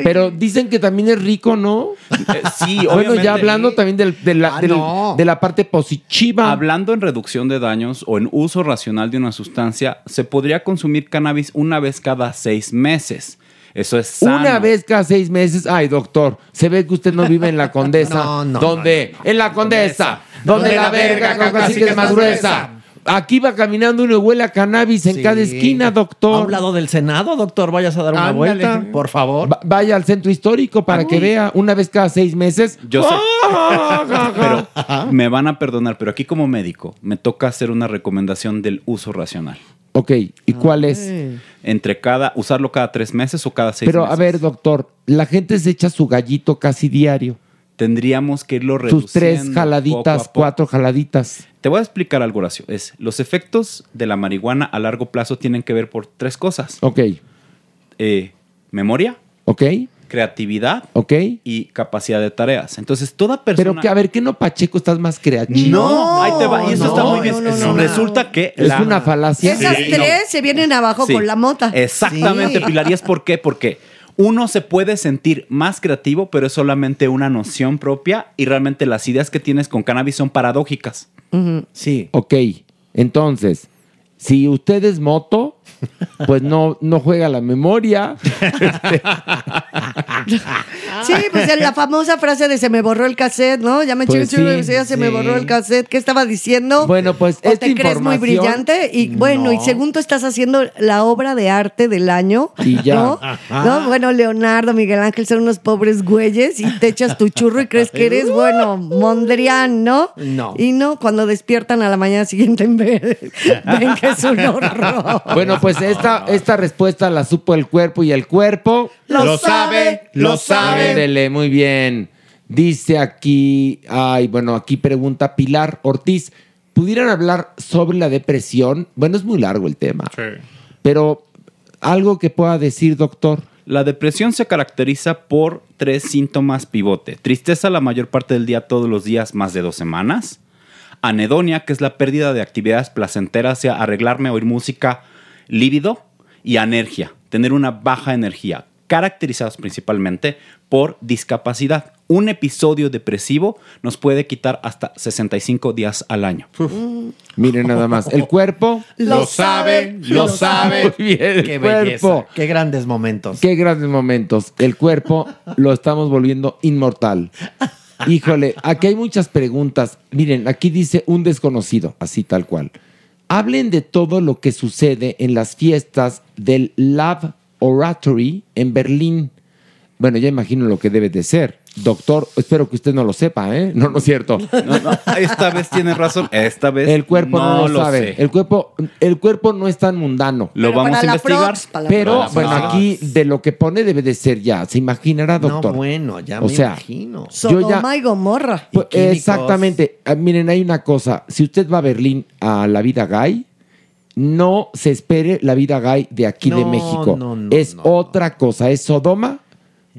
Pero dicen que también es rico, ¿no?
Eh, sí,
Bueno,
obviamente.
ya hablando también del- de, la,
Ah,
del-
no.
de la parte positiva.
Hablando en reducción de daños o en uso racional de una sustancia, se podría consumir cannabis una vez cada seis meses. Eso es sano.
Una vez cada seis meses, ay doctor, se ve que usted no vive en la condesa.
No, no,
¿Dónde? En la condesa. Donde la verga con cacique es más gruesa. Aquí va caminando uno y huele a cannabis en
Sí.
cada esquina, doctor.
A un lado del Senado, doctor, vayas a dar una
Ándale.
vuelta, por favor.
Va- vaya al centro histórico para que
Uy.
vea una vez cada seis meses.
Yo sé.
Ah, ja, ja.
Pero me van a perdonar, pero aquí como médico me toca hacer una recomendación del uso racional.
Ok, ¿y cuál es?
Entre cada, usarlo cada tres meses o cada seis
Pero a
meses.
ver, doctor, la gente se echa su gallito casi diario.
Tendríamos que irlo reduciendo.
Sus tres
poco a
jaladitas,
poco.
cuatro jaladitas.
Te voy a explicar algo, Horacio. Es, los efectos de la marihuana a largo plazo tienen que ver por tres cosas.
Ok,
Eh, memoria,
ok,
creatividad
ok.
y capacidad de tareas. Entonces, toda persona...
Pero que a ver, ¿qué no, Pacheco? Estás más creativo.
No, ahí te va. Y eso está muy bien. Resulta que...
Es
la-
una falacia.
Esas
Sí, no.
tres se vienen abajo
Sí.
con la mota.
Exactamente,
Sí.
Pilar. ¿Y es por qué? Porque uno se puede sentir más creativo, pero es solamente una noción propia y realmente las ideas que tienes con cannabis son paradójicas.
Mm. Sí. Ok, entonces, si usted es moto, pues no, no juega la memoria. Este.
Sí,
Ah.
pues en la famosa frase de se me borró el cassette, ¿no? Ya me
Pues
chingo,
sí,
ya se me
sí.
borró el cassette. ¿Qué estaba diciendo?
Bueno, pues
O
esta
te crees muy
información-
brillante y bueno, y
No.
según tú estás haciendo la obra de arte del año,
Y ya. Ah.
¿no?
Ajá.
¿No? Bueno, Leonardo, Miguel Ángel son unos pobres güeyes y te echas tu churro y crees que eres, bueno, Mondrian, ¿no?
No.
Y no, cuando despiertan a la mañana siguiente en vez, ven que es un horror.
Bueno, pues esta, esta respuesta la supo el cuerpo y el cuerpo
Lo Lo sabe, sabe, lo sabe.
Ándele, muy bien. Dice aquí, ay, bueno, aquí pregunta Pilar Ortiz, ¿pudieran hablar sobre la depresión? Bueno, es muy largo el tema, pero algo que pueda decir, doctor.
La depresión se caracteriza por tres síntomas pivote. Tristeza la mayor parte del día, todos los días, más de dos semanas. Anedonia, que es la pérdida de actividades placenteras, sea arreglarme, oír música, lívido. Y anergia, tener una baja energía, caracterizados principalmente por discapacidad. Un episodio depresivo nos puede quitar hasta 65 días al año.
Miren nada más, el cuerpo
Lo sabe, lo sabe.
Muy bien, el
Qué belleza,
cuerpo.
qué grandes momentos.
Qué grandes momentos. El cuerpo lo estamos volviendo inmortal. Híjole, aquí hay muchas preguntas. Miren, aquí dice un desconocido, así tal cual. Hablen de todo lo que sucede en las fiestas del Lab Oratory en Berlín. Bueno, ya imagino lo que debe de ser. Doctor, espero que usted no lo sepa, ¿eh? No, no es cierto.
No, no, esta vez tienes razón, esta vez
El cuerpo no, lo, sabe.
sé.
El cuerpo, el cuerpo no es tan mundano.
Lo Pero vamos para a la investigar. prox, para la
pero
prox.
bueno,
Para la
aquí de lo que pone debe de ser ya. Se imaginará,
No,
doctor.
bueno, ya me imagino.
Yo ya,
Sodoma y Gomorra.
Pues, exactamente. Ah, miren, hay una cosa. Si usted va a Berlín a la vida gay, no se espere la vida gay de aquí de
No,
México.
no, no,
es otra cosa. Es Sodoma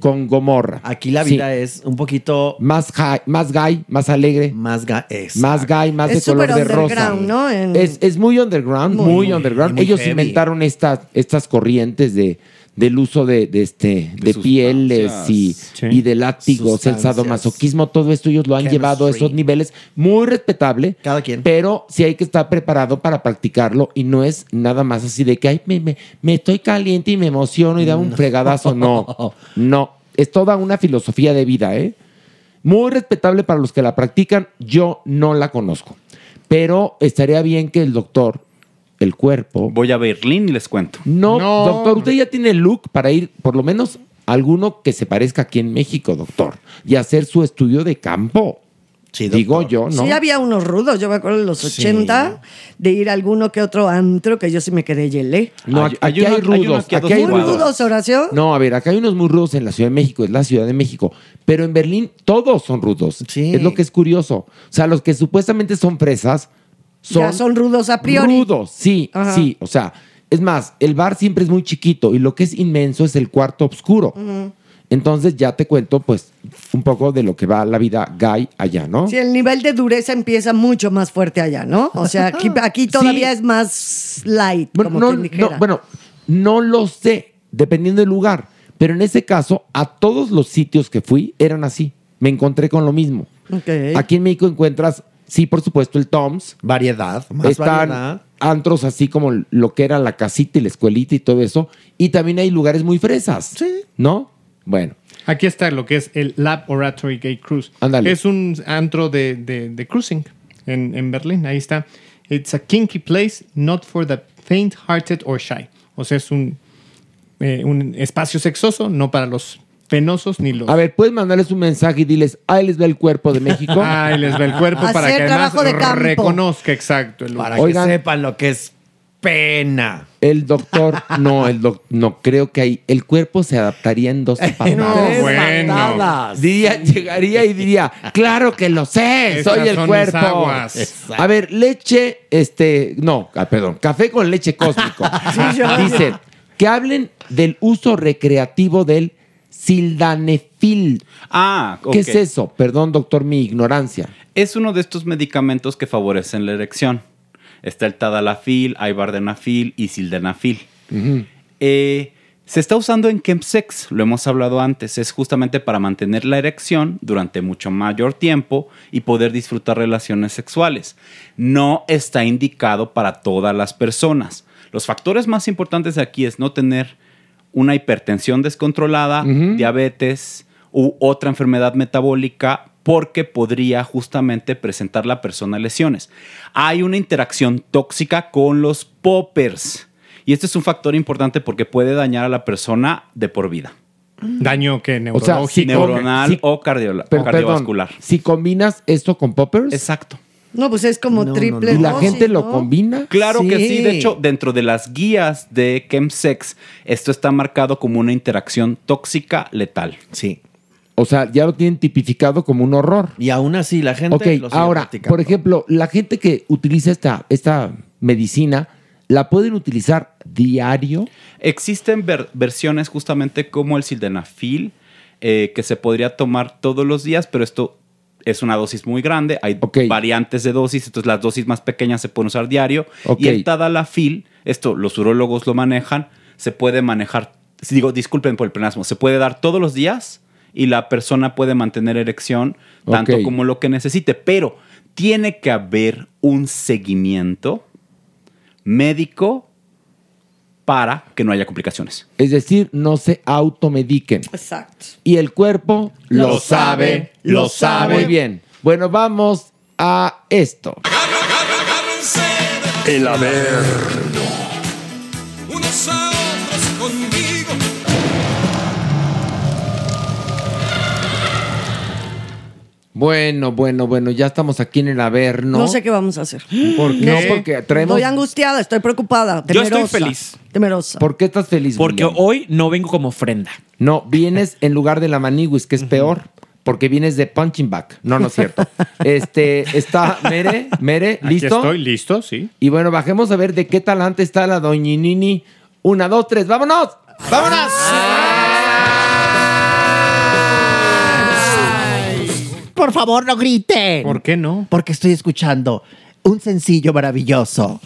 con Gomorra.
Aquí la vida es un poquito
más high, más gay, más alegre,
más gay,
más gay, más
es
de color
súper
de rosa.
underground, ¿no? En-
Es, es muy underground, muy,
Muy,
underground.
muy
Ellos
heavy.
inventaron estas, estas corrientes de, del uso de, de este, de, pieles y, y de látigos, el
Sustancias.
sadomasoquismo, todo esto ellos lo han
Chemistry.
llevado a esos niveles. Muy respetable. Cada quien. Pero sí hay que estar preparado para practicarlo y no es nada más así de que Ay, me, me- me estoy caliente y me emociono y da un fregadazo. No, no. Es toda una filosofía de vida, ¿eh? Muy respetable para los que la practican. Yo no la conozco. Pero estaría bien que el doctor, el cuerpo.
Voy a Berlín y les cuento.
No, doctor, usted ya tiene look para ir, por lo menos, a alguno que se parezca aquí en México, doctor, y hacer su estudio de campo. Digo yo, ¿no?
Sí, había unos rudos, yo me acuerdo en los 80, de ir a alguno que otro antro, que yo sí me quedé yelé.
No, aquí aquí hay, rudos. aquí hay
Muy
rudos.
rudos, Horacio.
No, a ver, acá hay unos muy rudos en la Ciudad de México, es la Ciudad de México. Pero en Berlín todos son rudos. Es lo que es curioso. O sea, los que supuestamente son fresas son,
ya son rudos a priori.
rudos. Sí,
Ajá.
sí. O sea, es más, el bar siempre es muy chiquito y lo que es inmenso es el cuarto oscuro.
Ujú.
Entonces ya te cuento, pues, un poco de lo que va la vida gay allá, ¿no?
Sí, el nivel de dureza empieza mucho más fuerte allá, ¿no? O sea, aquí, aquí todavía es más light,
Bueno,
como
no,
quien dijera.
no, bueno, no lo sé, dependiendo del lugar. Pero en ese caso, a todos los sitios que fui eran así. Me encontré con lo mismo.
Ok.
Aquí en México encuentras, sí, por supuesto, el Tom's.
Variedad, más
Están
variedad.
antros así como lo que era la casita y la escuelita y todo eso. Y también hay lugares muy fresas. Sí. ¿No? Bueno.
Aquí está lo que es el Lab Oratory Gay Cruise.
Ándale.
Es un antro de, de- de cruising en, en Berlín, ahí está. It's a kinky place, not for the faint-hearted or shy. O sea, es un, eh, un espacio sexoso, no para los penosos ni los...
A ver, puedes mandarles un mensaje y diles, ahí les ve el cuerpo de México.
Ahí les ve el cuerpo para que además reconozca exacto el lugar.
Para que Oigan.
sepan lo que es pena.
El doctor, no, el doc- no, creo que ahí el cuerpo se adaptaría en dos patadas.
Tres bueno. patadas.
Diría, llegaría y diría, claro que lo sé,
Estas
soy el
son
cuerpo.
mis aguas. Exacto.
A ver, leche, este, no, ah, perdón, café con leche cósmico.
Sí, yo-
Dice, que hablen del uso recreativo del sildanefil.
Ah, ok.
¿Qué es eso? Perdón, doctor, mi ignorancia.
Es uno de estos medicamentos que favorecen la erección. Está el tadalafil, ibardenafil y sildenafil. Eh, se está usando en chemsex, lo hemos hablado antes. Es justamente para mantener la erección durante mucho mayor tiempo y poder disfrutar relaciones sexuales. No está indicado para todas las personas. Los factores más importantes aquí es no tener una hipertensión descontrolada, diabetes u otra enfermedad metabólica porque podría justamente presentar la persona lesiones. Hay una interacción tóxica con los poppers y este es un factor importante porque puede dañar a la persona de por vida.
Daño que
O sea,
Neurológico,
si-
neuronal
si-
o, cardiola- o
Pero,
cardiovascular.
perdón, si combinas esto con poppers.
Exacto.
No, pues es como triple.
¿Y la
dosis,
gente
¿no?
lo combina?
Claro que sí, de hecho, dentro de las guías de Chemsex, esto está marcado como una interacción tóxica letal.
Sí.
O sea, ya lo tienen tipificado como un horror.
Y aún así, la gente
Ok,
lo sigue
ahora,
practicando.
por ejemplo, la gente que utiliza esta, esta medicina, ¿la pueden utilizar diario?
Existen ver- versiones justamente como el sildenafil eh, que se podría tomar todos los días, pero esto es una dosis muy grande. Hay variantes de dosis, entonces las dosis más pequeñas se pueden usar diario.
Ok.
Y el tadalafil, esto los urólogos lo manejan, se puede manejar, si digo, disculpen por el plenasmo, se puede dar todos los días y la persona puede mantener erección tanto
Ok.
como lo que necesite, pero tiene que haber un seguimiento médico para que no haya complicaciones.
Es decir, no se automediquen.
Exacto.
Y el cuerpo
Lo sabe, lo sabe.
Muy bien. Bueno, vamos a esto.
El averno. Unos a otros conmigo.
Bueno, bueno, bueno, ya estamos aquí en el Averno.
No, sé qué vamos a hacer.
¿Por qué?
No,
No, porque traemos-
Estoy angustiada, estoy preocupada.
Yo estoy
Temerosa,
feliz.
Temerosa.
¿Por qué estás feliz?
Porque
hoy no vengo como ofrenda. No, vienes en lugar de la maniwis, que es peor, porque vienes de punching back. No, no es cierto. Este, está Mere, Mere,
Aquí
¿listo?
estoy, listo, sí.
Y bueno, bajemos a ver de qué talante está la doñinini. Una, dos, tres, vámonos. ¡Vámonos!
Por favor, no griten. ¿Por
qué no?
Porque estoy escuchando un sencillo maravilloso.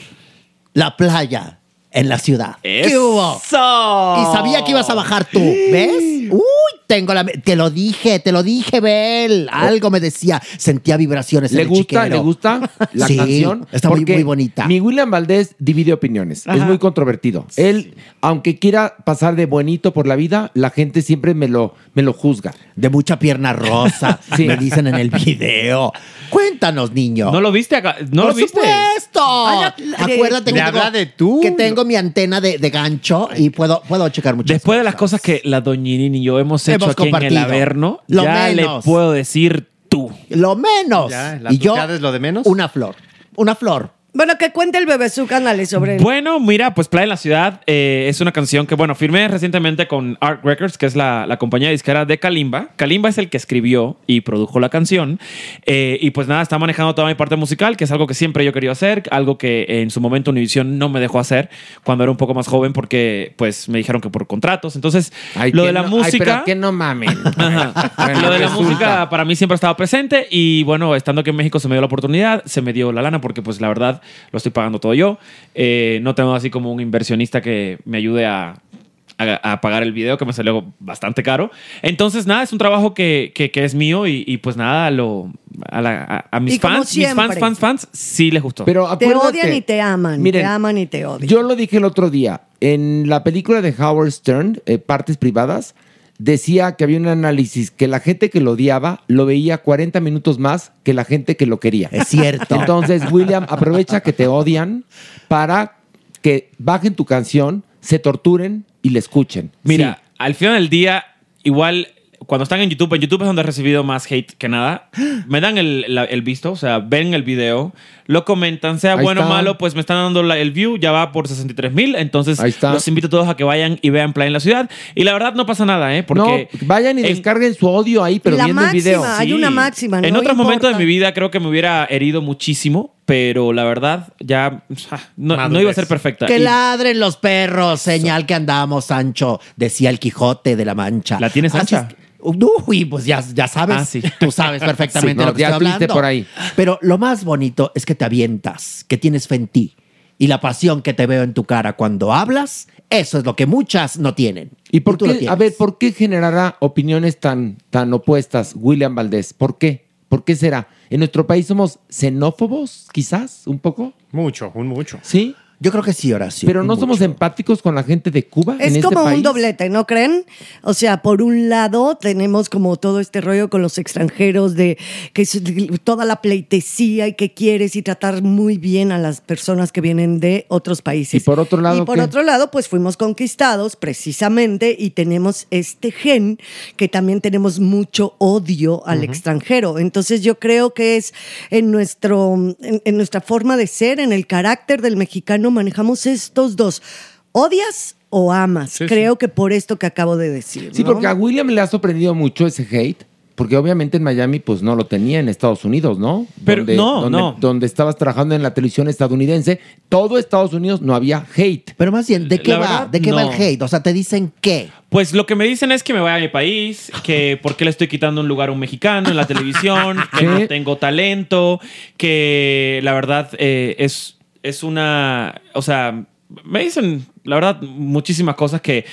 La playa en la ciudad. ¿Qué hubo? Y sabía que ibas a bajar tú, ¿ves? Uy, tengo la... Te lo dije, te lo dije, Bel. Algo me decía. Sentía vibraciones en
¿Le
el
gusta?
chiquero.
¿Le gusta la
Sí,
canción?
está muy,
Porque
muy bonita.
Mi William Valdés divide opiniones. Es
Ajá.
muy controvertido. Él, aunque quiera pasar de buenito por la vida, la gente siempre me lo, me lo juzga.
De mucha pierna rosa,
Sí.
me dicen en el video. Cuéntanos, niño.
¿No lo viste acá? ¿No
Por
lo viste?
supuesto.
Ah, la- de-
Acuérdate
Le
que,
habla
tengo,
de tú.
que tengo mi antena de, de gancho y puedo, puedo checar muchas
Después de las cosas que la doñinini y yo hemos hecho
Hemos
aquí en el
compartido.
Averno,
Lo
ya
menos.
le puedo decir tú.
Lo menos.
Ya,
la tucada es
lo de menos. Una flor. Una flor.
Bueno, que cuente el bebé su canal sobre él.
Bueno, mira, pues Playa en la Ciudad eh, es una canción que, bueno, firmé recientemente con Art Records, que es la, la compañía disquera de Kalimba. Kalimba es el que escribió y produjo la canción. Eh, y pues nada, está manejando toda mi parte musical, que es algo que siempre yo quería hacer, algo que en su momento Univision no me dejó hacer cuando era un poco más joven, porque pues me dijeron que por contratos. Entonces, lo
que
de la
no- ay,
música.
pero que no mamen.
Ajá. Lo de la música para mí siempre ha estado presente y bueno, estando aquí en México se me dio la oportunidad, se me dio la lana porque pues la verdad lo estoy pagando todo yo. Eh, no tengo así como un inversionista que me ayude a, a- a pagar el video que me salió bastante caro. Entonces nada, es un trabajo que, que- que es mío y, y, pues nada, lo, a, la- a- a mis
Y como
fans, mis fans,
siempre.
fans, fans, sí les gustó.
te odian y te aman.
Miren,
te aman y te odian.
Yo lo dije el otro día. En la película de Howard Stern, eh, Partes Privadas, decía que había un análisis que la gente que lo odiaba lo veía 40 minutos más que la gente que lo quería.
Es cierto.
Entonces, William, aprovecha que te odian para que bajen tu canción, se torturen y la escuchen.
Mira, al final del día, igual cuando están en YouTube, en YouTube es donde he recibido más hate que nada. Me dan el, la- el visto, o sea, ven el video, lo comentan, sea
Ahí
bueno o
está.
malo, pues me están dando la- el view, ya va por 63 mil. Entonces,
Ahí está.
los invito a todos a que vayan y vean Play en la ciudad. Y la verdad, no pasa nada, ¿eh? Porque.
no, vayan y descarguen su odio ahí, pero
La
viendo
máxima,
el video.
hay
Sí.
una máxima,
en
no
otros momentos de
importa.
mi vida creo que me hubiera herido muchísimo, pero la verdad ya o sea, no, no iba a ser perfecta.
Que
Y-
ladren los perros, señal que andamos, Sancho, decía el Quijote de la Mancha. ¿La tienes ancha? Uy, pues ya, ya sabes,
Ah, sí.
tú sabes perfectamente
Sí, no,
lo que
ya
estoy
estuviste
hablando.
por ahí.
Pero lo más bonito es que te avientas, que tienes fe en ti y la pasión que te veo en tu cara cuando hablas, eso es lo que muchas no tienen.
¿Y por
tú lo
qué,
tienes.
a ver, ¿por qué generará opiniones tan, tan opuestas William Valdés? ¿Por qué? ¿Por qué será? ¿En nuestro país somos xenófobos, quizás, un poco?
Mucho, un mucho.
¿Sí?
Yo creo que sí, Horacio.
¿Pero no somos empáticos con la gente de Cuba
Es
en este
como un
país?
doblete, ¿no creen? O sea, por un lado tenemos como todo este rollo con los extranjeros de que es toda la pleitesía y que quieres y tratar muy bien a las personas que vienen de otros países.
Y por otro lado,
Y por
¿qué?
otro lado, pues fuimos conquistados precisamente y tenemos este gen que también tenemos mucho odio al extranjero. Entonces yo creo que es en, nuestro, en, en nuestra forma de ser, en el carácter del mexicano, manejamos estos dos. ¿Odias o amas? creo que por esto que acabo de decir.
Sí,
¿no?
porque a William le ha sorprendido mucho ese hate, porque obviamente en Miami pues no lo tenía en Estados Unidos, ¿no?
Pero no,
donde,
no.
Donde estabas trabajando en la televisión estadounidense, todo Estados Unidos no había hate.
Pero más bien, ¿de
qué La va? verdad, ¿De qué va no. el hate?
O sea, te dicen qué.
Pues lo que me dicen es que me vaya a mi país, que por qué le estoy quitando un lugar a un mexicano en la televisión, que no tengo talento, que la verdad eh, es, es una... O sea, me dicen, la verdad, muchísimas cosas que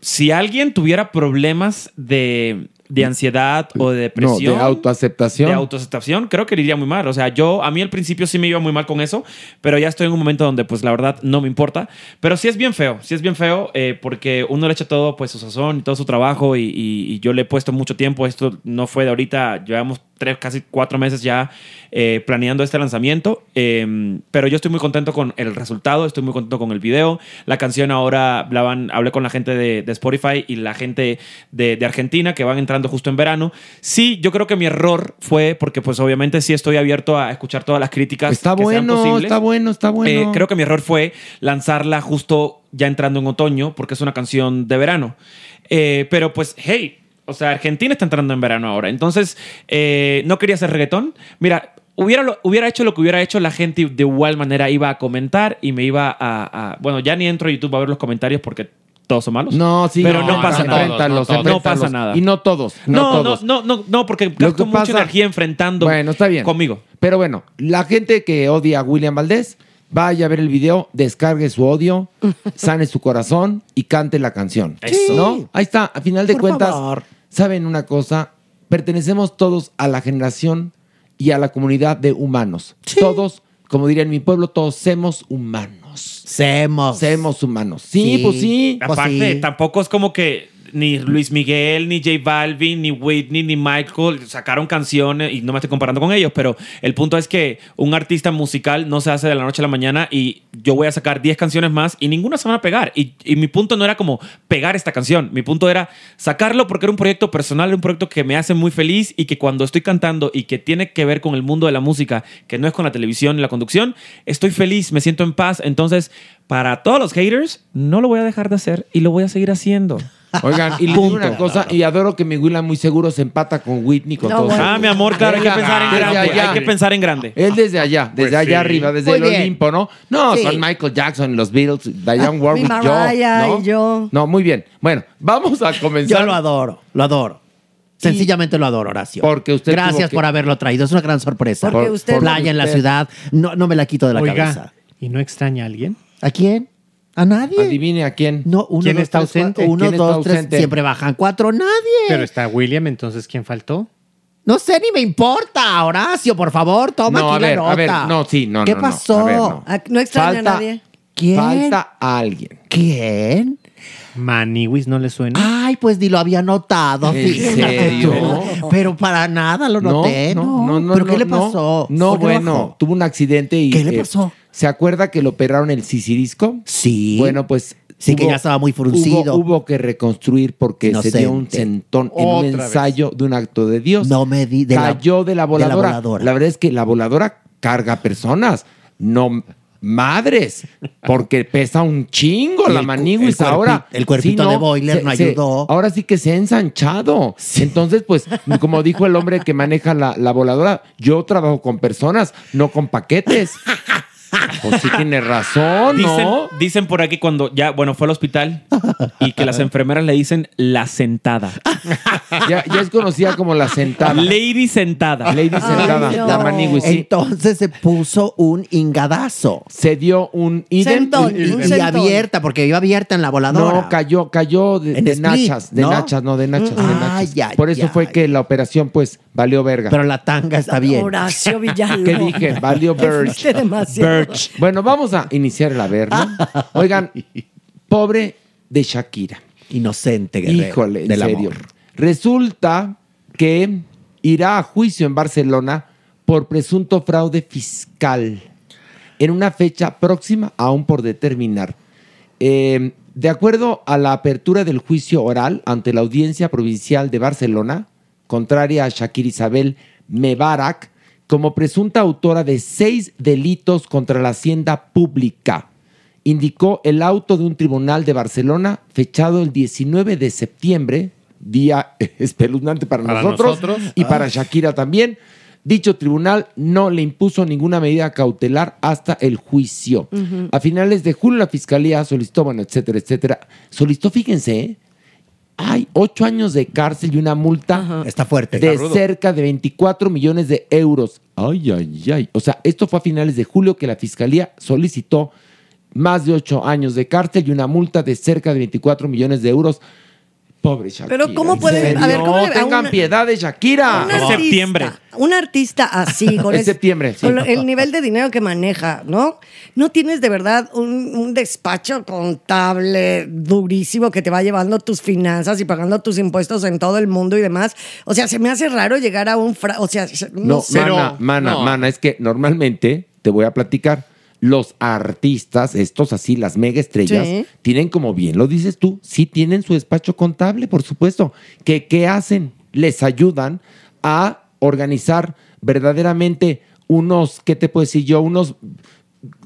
si alguien tuviera problemas de, de ansiedad o de
No,
depresión...
de autoaceptación.
De autoaceptación, creo que le iría muy mal. O sea, yo a mí al principio sí me iba muy mal con eso, pero ya estoy en un momento donde, pues la verdad, no me importa. Pero sí es bien feo, sí es bien feo, eh, porque uno le echa todo, pues su sazón y todo su trabajo, y, y- y yo le he puesto mucho tiempo. Esto no fue de ahorita, llevamos tres, casi cuatro meses ya eh, planeando este lanzamiento. eh, pero yo estoy muy contento con el resultado, estoy muy contento con el video. La canción ahora la van, hablé con la gente de, de Spotify y la gente de, de Argentina que van entrando justo en verano. Sí, yo creo que mi error fue porque, pues obviamente, sí estoy abierto a escuchar todas las críticas.
Está
que sean
bueno,
posibles.
está bueno, está bueno.
Eh, creo que mi error fue lanzarla justo ya entrando en otoño, porque es una canción de verano. Eh, pero pues, hey, o sea, Argentina está entrando en verano ahora. Entonces, eh, no quería hacer reggaetón. Mira, hubiera, lo- hubiera hecho lo que hubiera hecho, la gente de igual manera iba a comentar y me iba a... a- bueno, ya ni entro a YouTube a ver los comentarios porque todos son malos.
No, sí,
pero
no,
no,
no,
pasa nada.
enfréntalos,
no
enfréntalos.
pasa nada.
Y no todos, no
no,
todos.
no, no, no, no, porque
Lo
gasto
que
mucha
pasa-
energía enfrentando
Bueno, está bien.
conmigo.
Pero bueno, la gente que odia a William Valdés, vaya a ver el video, descargue su odio, sane su corazón y cante la canción.
Eso.
¿No? Ahí está, a final de
Por
cuentas,
favor.
¿saben una cosa? Pertenecemos todos a la generación y a la comunidad de humanos. Todos, como diría en mi pueblo, todos somos humanos.
Semos.
Semos humanos. Sí, pues sí.
Aparte, tampoco es como que ni Luis Miguel, ni J Balvin, ni Whitney, ni Michael sacaron canciones y no me estoy comparando con ellos, pero el punto es que un artista musical no se hace de la noche a la mañana y yo voy a sacar 10 canciones más y ninguna se van a pegar. Y, y mi punto no era como pegar esta canción, mi punto era sacarlo porque era un proyecto personal, un proyecto que me hace muy feliz y que cuando estoy cantando y que tiene que ver con el mundo de la música, que no es con la televisión y la conducción, estoy feliz, me siento en paz. Entonces, para todos los haters, no lo voy a dejar de hacer y lo voy a seguir haciendo.
Oigan, y les digo una cosa, y adoro que mi William muy seguro se empata con Whitney, con todos.
Ah, mi amor, claro, hay que
Venga,
pensar en
desde
grande.
allá.
Hay que pensar en grande.
Él desde allá, desde
Pues
allá
sí.
arriba, desde
Muy
el
bien.
Olimpo, ¿no? No,
Sí.
son Michael Jackson, los Beatles,
Ah,
Diane
Mi
Warwick, yo,
Mariah
¿no?
y yo.
No, muy bien. Bueno, vamos a comenzar.
Yo lo adoro, lo adoro. Sencillamente lo adoro, Horacio.
Porque usted tuvo
Gracias
que-
por haberlo traído. Es una gran sorpresa.
Porque Por- usted- por-
Playa en la
usted-
ciudad. No, no me la quito de la
Oiga,
cabeza.
¿y no extraña a alguien?
¿A quién? ¿A nadie?
Adivine a quién.
No, uno,
¿Quién
dos,
está
tres, cua-
ausente?
Uno,
¿Quién está
dos, tres,
ausente?
siempre bajan cuatro. Nadie.
Pero está William, entonces ¿quién faltó?
No sé, ni me importa, Horacio, por favor, toma
No,
aquí
a
la
ver,
nota.
a ver, no, sí, no,
¿Qué
no, no,
pasó?
a ver, no.
Ah, No extraña
Falta-
a nadie.
¿Quién?
Falta alguien.
¿Quién?
Maniwis no le suena.
Ay, pues ni lo había notado,
¿En
fíjate
serio?
tú. Pero para nada lo
No,
noté,
no,
¿no?
no, no,
¿Pero
no,
qué le
no.
pasó?
No,
¿Por qué
bueno,
bajó?
tuvo un accidente y.
¿Qué le
eh,
pasó?
¿Se acuerda que le operaron el sisirisco?
Sí.
Bueno, pues.
Sí, que ya estaba muy fruncido.
Hubo, hubo que reconstruir porque se
Inocente.
dio un sentón en un
Otra
ensayo de un acto de Dios.
No me di. de la-
Cayó de la
de la
voladora.
voladora.
La verdad es que la voladora carga personas, no madres, porque pesa un chingo la maniguis
el cuerpi-
ahora.
el cuerpito de boiler no ayudó.
ahora sí que se ha ensanchado. Entonces, pues, como dijo el hombre que maneja la, la voladora, yo trabajo con personas, no con paquetes. Pues sí tiene razón,
Dicen,
¿no?
dicen por aquí cuando ya, bueno, fue al hospital y que las enfermeras le dicen la sentada.
Ya, ya es conocida como la sentada.
Lady sentada.
Lady
Ay,
sentada.
no.
La manigui, sí.
Entonces se puso un ingadazo.
Se dio un
Sentón,
y- un
y,
sentón.
abierta, porque iba abierta en la voladora.
No, cayó, cayó de,
En
de
split,
nachas, de
¿no?
nachas, no, de nachas, de
Ah,
nachas.
ya,
Por eso
ya,
fue que la operación, pues, valió verga.
Pero la tanga está bien. Horacio Este Villalobos.
¿Qué dije? Valió
Este
Te
Birch.
fuiste demasiado.
Birch. Bueno, vamos a iniciar el haber, ¿no? Oigan, pobre de Shakira.
Inocente, guerrero,
Híjole, en
del
serio.
amor.
Resulta que irá a juicio en Barcelona por presunto fraude fiscal en una fecha próxima aún por determinar. Eh, de acuerdo a la apertura del juicio oral ante la Audiencia Provincial de Barcelona, contraria a Shakir Isabel Mebarak, como presunta autora de seis delitos contra la hacienda pública, indicó el auto de un tribunal de Barcelona fechado el 19 de septiembre, día espeluznante para,
Para
nosotros,
nosotros.
y
Ah.
para Shakira también. Dicho tribunal no le impuso ninguna medida cautelar hasta el juicio.
Ujú.
A finales de julio la fiscalía solicitó, bueno, etcétera, etcétera. Solicitó, fíjense, ¿eh? Ay, ocho años de cárcel y una multa.
Está fuerte.
De
Está rudo.
cerca de 24 millones de euros. Ay, ay, ay. O sea, esto fue a finales de julio que la fiscalía solicitó más de ocho años de cárcel y una multa de cerca de 24 millones de euros. Pobre Shakira.
Pero ¿cómo
¿en
puede- a ver,
serio?
¿cómo le- a
tengan
una-
piedad de Shakira.
un artista, Un artista así, con,
En
es-
septiembre, sí.
con lo- el nivel de dinero que maneja, ¿no? No tienes de verdad un, un despacho contable durísimo que te va llevando tus finanzas y pagando tus impuestos en todo el mundo y demás. O sea, se me hace raro llegar a un... fra- o sea, se- no,
No,
sé.
mana, mana,
No.
mana, es que normalmente te voy a platicar. Los artistas, estos así, las mega estrellas,
Sí.
tienen como bien lo dices tú, sí tienen su despacho contable, por supuesto. Que, ¿Qué hacen? Les ayudan a organizar verdaderamente unos, ¿qué te puedo decir yo? Unos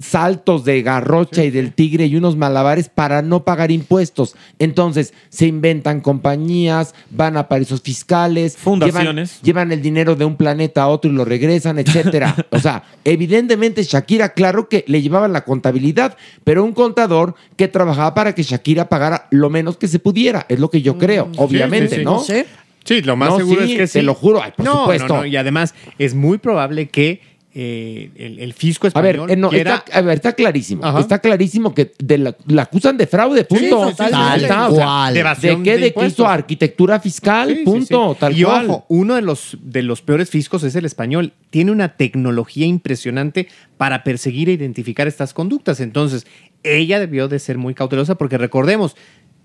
saltos de garrocha y del tigre y unos malabares para no pagar impuestos. Entonces, se inventan compañías, van a paraísos fiscales,
Fundaciones.
Llevan, llevan el dinero de un planeta a otro y lo regresan, etcétera. o sea, evidentemente Shakira, claro que le llevaban la contabilidad, pero un contador que trabajaba para que Shakira pagara lo menos que se pudiera, es lo que yo creo, obviamente,
Mm. Sí, sí, sí.
¿no?
Sí, lo más
No,
seguro
sí,
es que sí.
te lo juro, ay, por
no,
supuesto.
No, no, y además es muy probable que eh, el, el fisco
A ver,
español
eh, no,
quiera...
está, a ver, está clarísimo.
Ajá.
Está clarísimo que de la, la acusan de fraude, punto.
Sí, sí, sí, sí,
Ahí
sí.
está,
Tal
o sea,
cual. De evasión
¿De qué?
de
¿De que hizo
impuestos.
arquitectura fiscal?
Sí, sí,
punto,
sí.
tal
y
cual.
ojo, uno de los, de los peores fiscos es el español. Tiene una tecnología impresionante para perseguir e identificar estas conductas. Entonces, ella debió de ser muy cautelosa porque recordemos,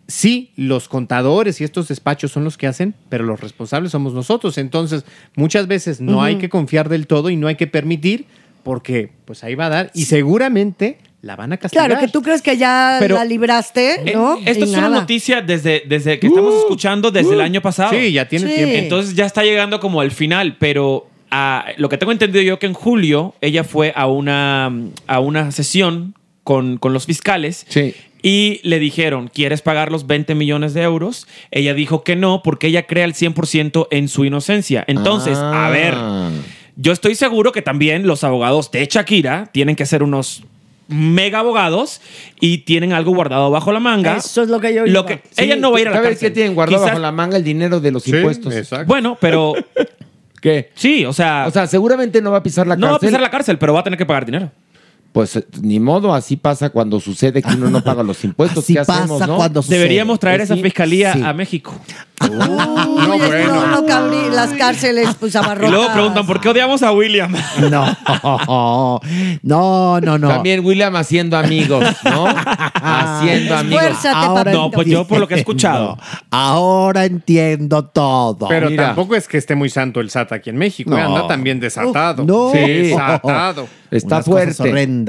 sí, los contadores y estos despachos son los que hacen, pero los responsables somos nosotros. Entonces, muchas veces no
Ujú.
hay que confiar del todo y no hay que permitir porque pues ahí va a dar y seguramente la van a castigar.
Claro, que tú crees que ya
Pero-
la libraste,
Eh,
¿no?
Esto
Y
es una
nada.
noticia desde, desde que estamos escuchando desde el año pasado.
Uh, Sí, ya tiene Sí. tiempo.
Entonces ya está llegando como al final, pero ah, lo que tengo entendido yo que en julio ella fue a una, a una sesión con, con los fiscales. Y le dijeron, ¿quieres pagar los 20 millones de euros? Ella dijo que no, porque ella cree al 100% en su inocencia. Entonces, a ver, yo estoy seguro que también los abogados de Shakira tienen que ser unos mega abogados y tienen algo guardado bajo la manga.
Eso es lo que yo
Lo
iba.
que- ella no va a ir a la
¿Sabes
cárcel.
qué tienen guardado
Quizás-
bajo la manga el dinero de los
Sí,
impuestos?
exacto. Bueno, pero.
¿Qué?
Sí, o sea.
O sea, seguramente no va a pisar la
No va a
cárcel.
pisar la cárcel, pero va a tener que pagar dinero.
Pues eh, ni modo, así pasa cuando sucede que uno no Pues paga los impuestos. ¿Qué hacemos, no?
Deberíamos traer esa fiscalía a México.
Uy, es Bruno Cabri- las cárceles, pues
Y
abarrotadas.
luego preguntan, ¿por qué odiamos a William?
No. No, no, no.
También William haciendo amigos, ¿no? haciendo amigos.
Esfuérzate, papito. No, pues yo por lo que he escuchado. Ahora entiendo todo.
Pero
Mira.
tampoco es que esté muy santo el SAT aquí en México. eh,
No.
Anda también desatado.
Uf, no.
Sí, desatado.
Está fuerte,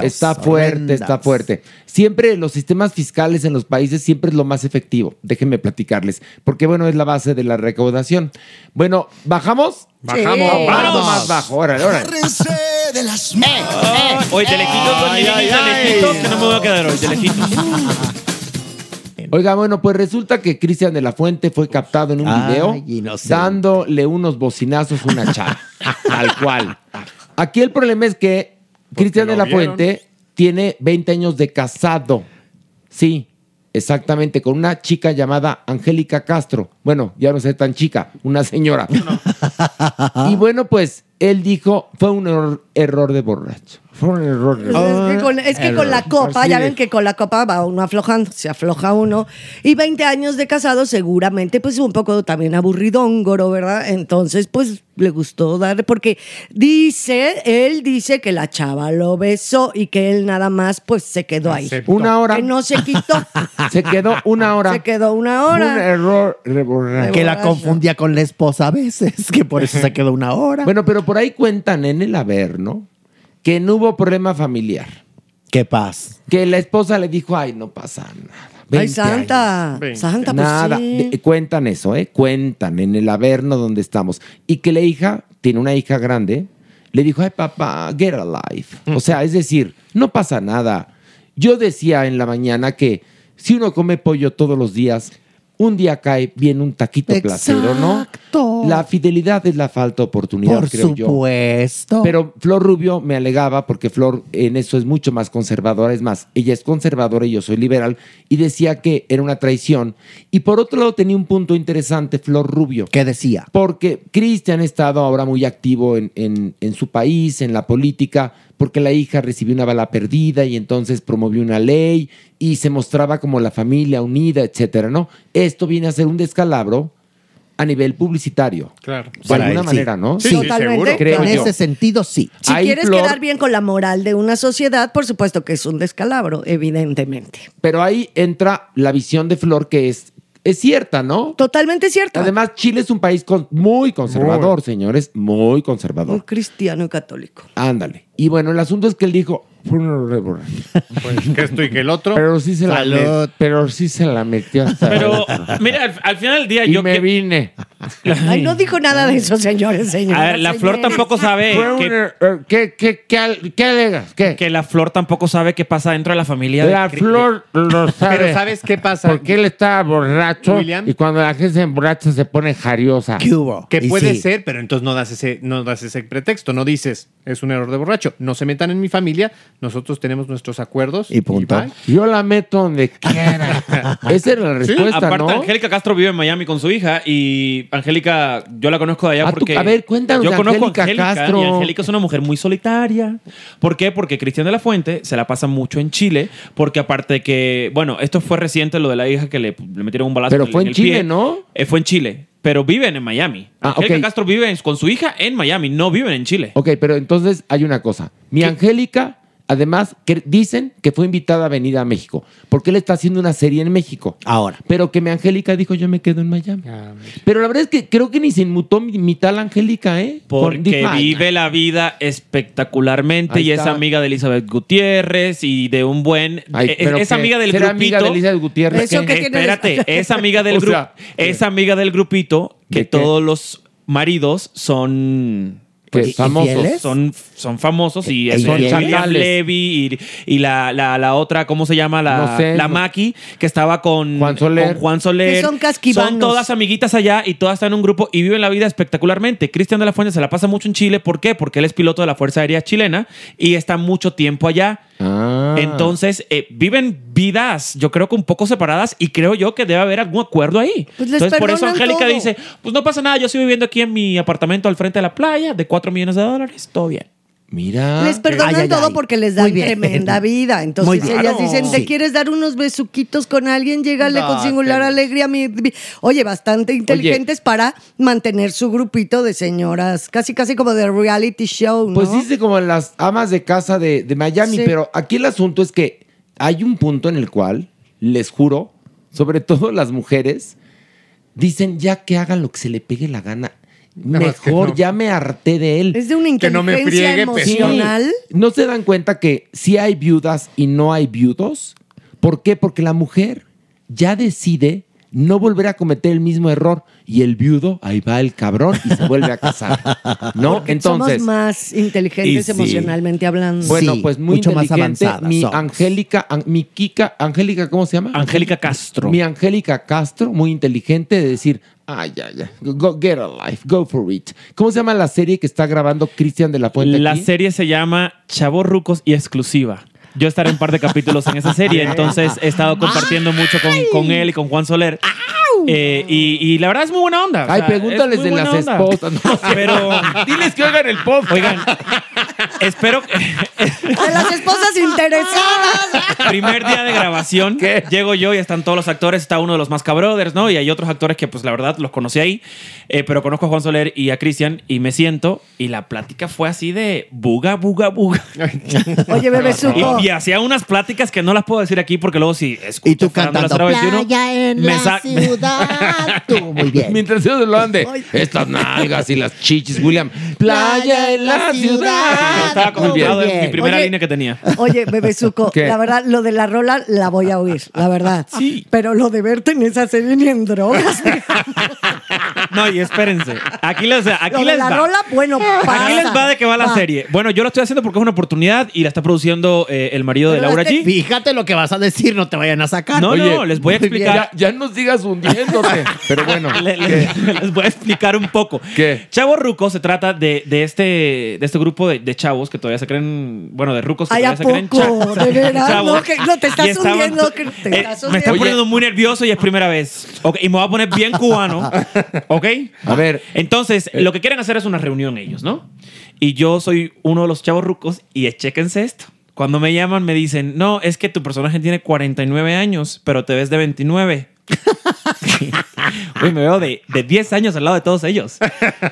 está fuerte, está fuerte. Siempre los sistemas fiscales en los países siempre es lo más efectivo. Déjenme platicarles, porque bueno, es la base de la recaudación. Bueno, ¿bajamos?
Bajamos.
Vamos.
Vamos.
más bajo, órale, órale.
Agárrense de las manos.
Hoy te le quito,
Ay,
doña
ay,
Vicky, te le
ay.
quito, que no me voy a quedar hoy, te le quito.
Oiga, bueno, pues resulta que Cristian de la Fuente fue captado en un
Ay,
video
inocente.
dándole unos bocinazos a una chava, tal cual. Aquí el problema es que Cristian de
lo
la
vieron.
Fuente tiene 20 años de casado. Sí, exactamente, con una chica llamada Angélica Castro. Bueno, ya no sé tan chica, una señora. Y bueno, pues él dijo, fue un error, error de borracho. Fue un error de
Pues Es que con, es que con la copa,
Ah, Así
ya
es.
ven que con la copa va uno aflojando, se afloja uno. Y 20 años de casado, seguramente, pues un poco también aburridóngoro, ¿verdad? Entonces, pues le gustó darle, porque dice, él dice que la chava lo besó y que él nada más, pues se quedó ahí.
Una hora.
Que no se quitó.
Se quedó una hora.
Se quedó una hora.
Un error de borracho.
Que la confundía con la esposa a veces, que por eso se quedó una hora.
Bueno, pero por ahí cuentan en el Averno que no hubo problema familiar.
Qué paz.
Que la esposa le dijo, ay, no pasa nada. 20
Ay, Santa. Santa, pues
Nada.
sí.
De- cuentan eso, ¿eh? Cuentan en el Averno donde estamos. Y que la hija, tiene una hija grande, le dijo, ay, papá, get a life. O sea, es decir, no pasa nada. Yo decía en la mañana que si uno come pollo todos los días, un día cae bien un taquito placero, ¿no? La fidelidad es la falta de oportunidad,
Por
creo
supuesto.
yo. Pero Flor Rubio me alegaba, porque Flor en eso es mucho más conservadora, es más, ella es conservadora y yo soy liberal, y decía que era una traición. Y por otro lado tenía un punto interesante, Flor Rubio.
¿Qué decía?
Porque Cristian ha estado ahora muy activo en, en- en su país, en la política, porque la hija recibió una bala perdida y entonces promovió una ley y se mostraba como la familia unida, etcétera, ¿no? Esto viene a ser un descalabro a nivel publicitario.
Claro.
De alguna manera, ¿no?
Sí, Totalmente.
Creo
en
yo.
ese sentido, sí.
Si
Ahí,
quieres
Flor-
quedar bien con la moral de una sociedad, por supuesto que es un descalabro, evidentemente.
Pero ahí entra la visión de Flor que es, es cierta, ¿no?
Totalmente cierta.
Además, Chile es un país con- muy conservador, señores, muy conservador.
Un cristiano y católico.
Ándale. Y bueno, el asunto es que él dijo, "Fue un error de borracho".
Pues que esto y que el otro.
pero sí se la met- pero sí se la metió hasta
Pero, mira, al, al final del día
y
yo...
me
que-
vine.
Ay, no dijo nada de eso, señores, señores.
A ver, la Flor tampoco sabe...
Fue un error. er, ¿Qué, qué, qué, al- qué alegas? ¿Qué?
Que la Flor tampoco sabe qué pasa dentro de la familia. de
La
Cri-
flor lo sabe.
Pero ¿sabes
qué pasa?
Porque él estaba borracho
William.
y cuando la gente se emborracha se pone jariosa.
Que puede
ser
ser, pero entonces no das ese, no das ese pretexto, no dices, es un error de borracho, no se metan en mi familia, nosotros tenemos nuestros acuerdos. Y punto.
Yo la meto donde quiera. Esa era la respuesta,
Aparte,
¿no?
Angélica Castro vive en Miami con su hija y Angélica, yo la conozco de allá
Ah, tú-
porque.
a ver, cuéntanos
Yo
de
conozco a
Angélica
Angélica
Castro.
y Angélica es una mujer muy solitaria. ¿Por qué? Porque Cristian de la Fuente se la pasa mucho en Chile, porque aparte de que, bueno, esto fue reciente lo de la hija que le, le metieron un balazo.
Pero fue en
el
Chile,
pie.
¿no?
Eh, fue en Chile, pero viven en Miami.
Ah,
Angélica
ok.
Castro vive en- con su hija en Miami, no viven en Chile.
Ok, pero entonces hay una cosa. Mi Angélica, además, que dicen que fue invitada a venir a México, porque él está haciendo una serie en México.
Ahora.
Pero que mi Angélica dijo, yo me quedo en Miami. pero la verdad es que creo que ni se inmutó mi, mi tal Angélica, ¿eh? Con-
Porque
dijo, "Ay,
vive la vida espectacularmente
Ahí
y es
está.
amiga de Elizabeth Gutiérrez y de un buen...
Ay,
e-
pero
es
qué,
amiga del
¿será
grupito...
amiga de Elizabeth Gutiérrez? Eso que tiene-
Espérate, es amiga del
O
grupo...
sea, eh.
Es amiga del grupito que todos los maridos son... pues,
¿Qué, famosos? ¿Infieles?
Son, son famosos y
E-
es
son
el William
chacales.
Levy y, y la, la, la otra, ¿cómo se llama? La,
No sé,
la
no-
Maki, que estaba con Juan
Soler.
Con Juan Soler.
Que son casquivanos.
Son todas amiguitas allá y todas están en un grupo y viven la vida espectacularmente. Cristian de la Fuente se la pasa mucho en Chile. ¿Por qué? Porque él es piloto de la Fuerza Aérea Chilena y está mucho tiempo allá.
Ah.
Entonces, eh, viven vidas, yo creo que un poco separadas y creo yo que debe haber algún acuerdo ahí.
Pues les
Entonces, por eso
perdonan
Angélica
todo.
dice, pues no pasa nada, yo sigo viviendo aquí en mi apartamento al frente de la playa de 4 millones de dólares, todo bien.
Mira.
les perdonan
Ah, Ay, ay,
todo
ay.
porque les dan
Muy bien.
tremenda vida.
Muy
Entonces
bien.
ellas
Claro.
dicen, ¿te
Sí.
quieres dar unos besuquitos con alguien? Llégale con
No,
singular
te-
alegría. a Mi... mi-". Oye, bastante inteligentes para mantener su grupito de señoras, casi casi como de reality show, ¿no?
Pues dice como las amas de casa de, de Miami,
Sí.
pero aquí el asunto es que hay un punto en el cual, les juro, sobre todo las mujeres, dicen ya que haga lo que se le pegue la gana.
más que
Mejor,
no.
ya me harté de él.
Es de una Que no me inteligencia friegue, pues, emocional.
Sí. ¿No se dan cuenta que si hay viudas y no hay viudos? ¿Por qué? Porque la mujer ya decide no volver a cometer el mismo error y el viudo, ahí va el cabrón y se vuelve a casar. ¿No?
Porque
Entonces,
somos más inteligentes
Y sí.
emocionalmente hablando.
bueno, pues muy
mucho más
inteligente.
avanzadas
mi
somos.
Angélica, An- mi Kika, Angélica, ¿cómo se llama? Angélica Castro. Mi Angélica Castro, muy inteligente de decir, ay, ya, ya, go, get a life, go for it. ¿Cómo se llama la serie que está grabando Cristian de la Puente?
La
aquí?
serie se llama Chavos Rucos y Exclusiva. Yo estaré en un par de capítulos en esa serie, entonces he estado compartiendo mucho con, con él y con Juan Soler. Eh, y, y la verdad es muy buena onda.
Ay, pregúntales de las esposas.
Pero
diles que oigan el podcast.
Oigan, espero que
A las esposas interesadas.
primer día de grabación llego yo y están todos los actores, está uno de los más cabrothers, ¿no? Y hay otros actores que pues la verdad los conocí ahí, eh, pero conozco a Juan Soler y a Cristian y me siento y la plática fue así de buga, buga, buga.
Oye, bebezuco.
Y, y hacía unas pláticas que no las puedo decir aquí porque luego si escucho
Y tú
Farándula
cantando
021,
playa en
me
la
sa-
ciudad. Tú, muy bien.
Mientras ellos lo ande, estas nalgas y las chichis, William. Playa en la ciudad.
Estaba
Muy bien.
concentrado en mi primera línea que tenía.
Oye, bebezuco,
¿Qué?
la verdad, lo de la rola la voy a oír, la verdad. Sí. Pero lo de verte en esa serie ni en drogas.
No, y espérense. Aquí les, aquí
lo de
les
la
va.
rola, bueno, pasa.
Aquí les va de que va la serie. Bueno, yo lo estoy haciendo porque es una oportunidad y la está produciendo eh, el marido de
Pero
Laura
este-
G.
Fíjate lo que vas a decir, no te vayan a sacar.
No, no, les voy a
Muy bien.
explicar.
Ya, nos digas hundiéndote. Pero bueno.
les voy a explicar un poco. Chavo Ruco se trata de, de este, de este grupo de, de chavos que todavía se creen, bueno, de rucos que
Ay, ¿a
todavía se creen
poco?
cha-
¿De veras?
chavos.
No, que- no, te
Y
estás
estaban-
hundiendo. que- te
eh,
estás
me está
hundiendo.
poniendo muy nervioso y es primera vez. Ok, y me voy a poner bien cubano. ¿Ok?
A ver.
Entonces, lo que quieren hacer es una reunión ellos, ¿no? Y yo soy uno de los chavos rucos y eh, chéquense esto. Cuando me llaman me dicen, no, es que tu personaje tiene 49 años, pero te ves de 29. Uy, me veo de, de 10 años al lado de todos ellos.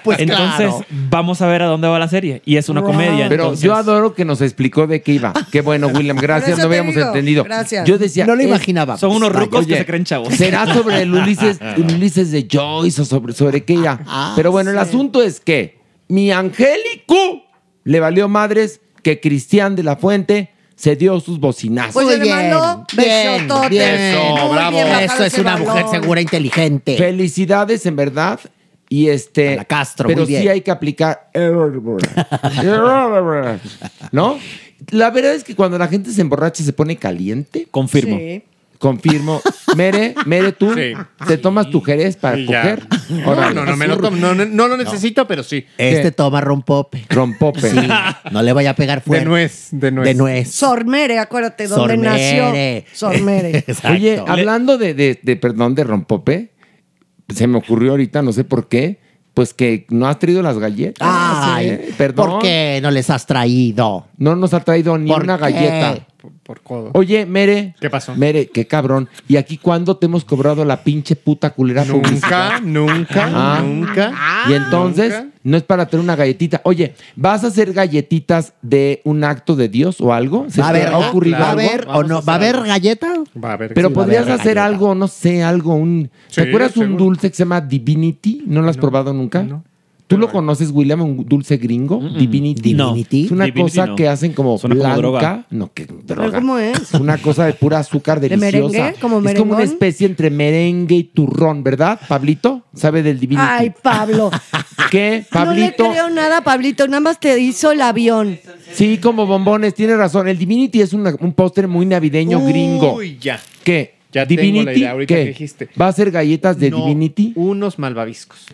Pues
Entonces,
claro.
vamos a ver a dónde va la serie. Y es una
Wow.
comedia.
Pero
entonces-
yo adoro que nos explicó de qué iba. Qué bueno, William. Gracias,
eso
no
te
habíamos
digo,
entendido.
gracias.
Yo decía.
No lo
eh,
imaginábamos. Son unos rucos que se creen chavos.
¿Será sobre el Ulises, el Ulises de Joyce o sobre, sobre qué irá?
Ah,
Pero bueno, el asunto es que mi Angélico le valió madres que Cristian de la Fuente se dio sus bocinazos.
Pues yo le mando
bien,
besototes.
bien.
Muy
Eso, bravo.
bajado
Eso es
ese
una mujer
balón.
segura, e inteligente.
Felicidades, en verdad. Y este.
Castro,
pero
muy bien.
sí hay que aplicar. ¿No? La verdad es que cuando la gente se emborracha se pone caliente.
Confirmo.
Sí.
Confirmo. Mere, Mere, tú te tomas tu jerez para
ya.
coger.
No,
Órale.
no, no, me lo tomo. No, no, no lo necesito, pero sí.
Este toma rompope.
Rompope.
Sí, no le vaya a pegar fuerte.
De nuez, de nuez.
De nuez.
Sormere, acuérdate, ¿dónde
Sormere.
nació? Sormere.
Oye, hablando de, de- de- perdón, de rompope, se me ocurrió ahorita, no sé por qué, pues que no has traído las galletas.
Ay,
¿eh? Perdón.
¿Por qué no les has traído?
No nos ha traído ni
¿Por
una
qué?
galleta. Oye, Mere. ¿Qué pasó? Mere, qué cabrón. ¿Y aquí cuándo te hemos cobrado la pinche puta culera
Nunca,
publicidad?
nunca,
Ah.
nunca.
Y entonces, no es para tener una galletita. Oye, ¿vas a hacer galletitas de un acto de Dios o algo? ¿Se
¿Va a
te
haber,
ha ocurrido
¿va a
algo?
haber o no? ¿Va a haber galleta?
Va a haber.
Pero
Sí, va a
podrías
haber
hacer
galleta.
algo, no sé, algo, un...
Sí,
¿Te acuerdas un
seguro.
dulce que se llama Divinity? ¿No lo has probado nunca? ¿Tú lo conoces, William, un dulce gringo? Divinity.
No.
Es una
Divinity
cosa
no.
que hacen como
Suena como
blanca.
droga.
No, que droga.
¿Cómo es?
Una cosa de pura azúcar
¿De
deliciosa. es
merengue? ¿Como
como una
merengón?
especie entre merengue y turrón, ¿verdad, Pablito? ¿Sabe del Divinity?
Ay, Pablo.
¿Qué?
No
Pablito.
le creo nada, Pablito. Nada más te hizo el avión.
sí, como bombones, tiene razón. El Divinity es una- un póster muy navideño gringo.
Uy, ya.
¿Qué?
Ya tengo la idea ahorita
¿Qué?
que dijiste.
¿Va a ser galletas de
No,
Divinity?
Unos malvaviscos.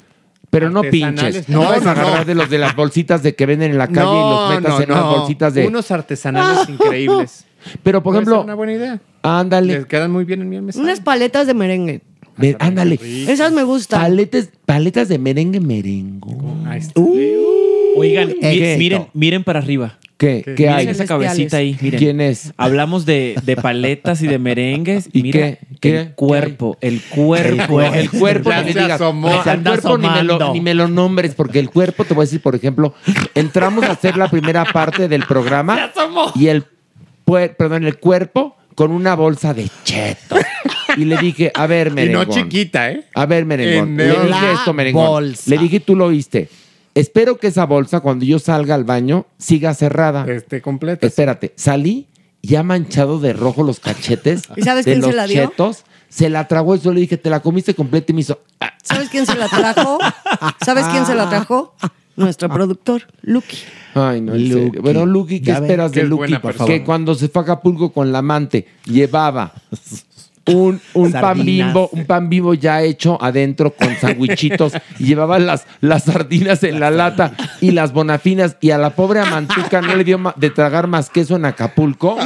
Pero no
Artesanales.
pinches.
No,
No, vas
no,
a agarrar
no.
de los de las bolsitas de que venden en la calle y los metas en unas bolsitas de.
Unos artesanales increíbles.
Pero, por
Puede ser
ejemplo,
una buena idea.
ándale.
Les quedan muy bien en mi mesa.
Unas paletas de merengue.
Ve, ándale.
Esas me gustan.
Paletes, paletas de merengue merengo.
Ahí está.
Uh,
Oigan, mi-
Éxito.
miren, miren para arriba.
¿Qué? ¿Qué
miren
hay?
esa cabecita ahí. Miren.
¿Quién es?
Hablamos de, de paletas y de merengues. ¿Y
qué? ¿Qué?
El cuerpo, el cuerpo.
cuerpo, el cuerpo ni me digas, o sea, el cuerpo ni me, lo, ni me lo nombres, porque el cuerpo, te voy a decir, por ejemplo, entramos a hacer la primera parte del programa y el, puer- perdón, el cuerpo con una bolsa de cheto. Y le dije, a ver,
Y no
merengón.
chiquita, ¿eh?
A ver, merengón.
En
Le
neón.
dije
La
esto, merengón.
bolsa.
Le dije, tú lo oíste. Espero que esa bolsa, cuando yo salga al baño, siga cerrada. Esté completa. Espérate, salí ya manchado de rojo los cachetes.
¿Y sabes
de
quién se
los
la dio?
chetos. Se la tragó y yo le dije, te la comiste completa y me hizo. "Ah".
¿Sabes quién se la trajo? ¿Sabes quién se la trajo? Nuestro productor, Lucky.
Ay, no, en
Lucky.
serio. Bueno, Lucky, ¿qué
Ya ven
esperas
que
de
es
Lucky?
buena persona.
Que cuando se fue a Acapulco con la amante, llevaba un, un pan
Sardinas.
bimbo, un pan bimbo ya hecho adentro con sandwichitos, y llevaba las, las sardinas en la lata y las bonafinas, y a la pobre amantuca no le dio ma- de tragar más queso en Acapulco.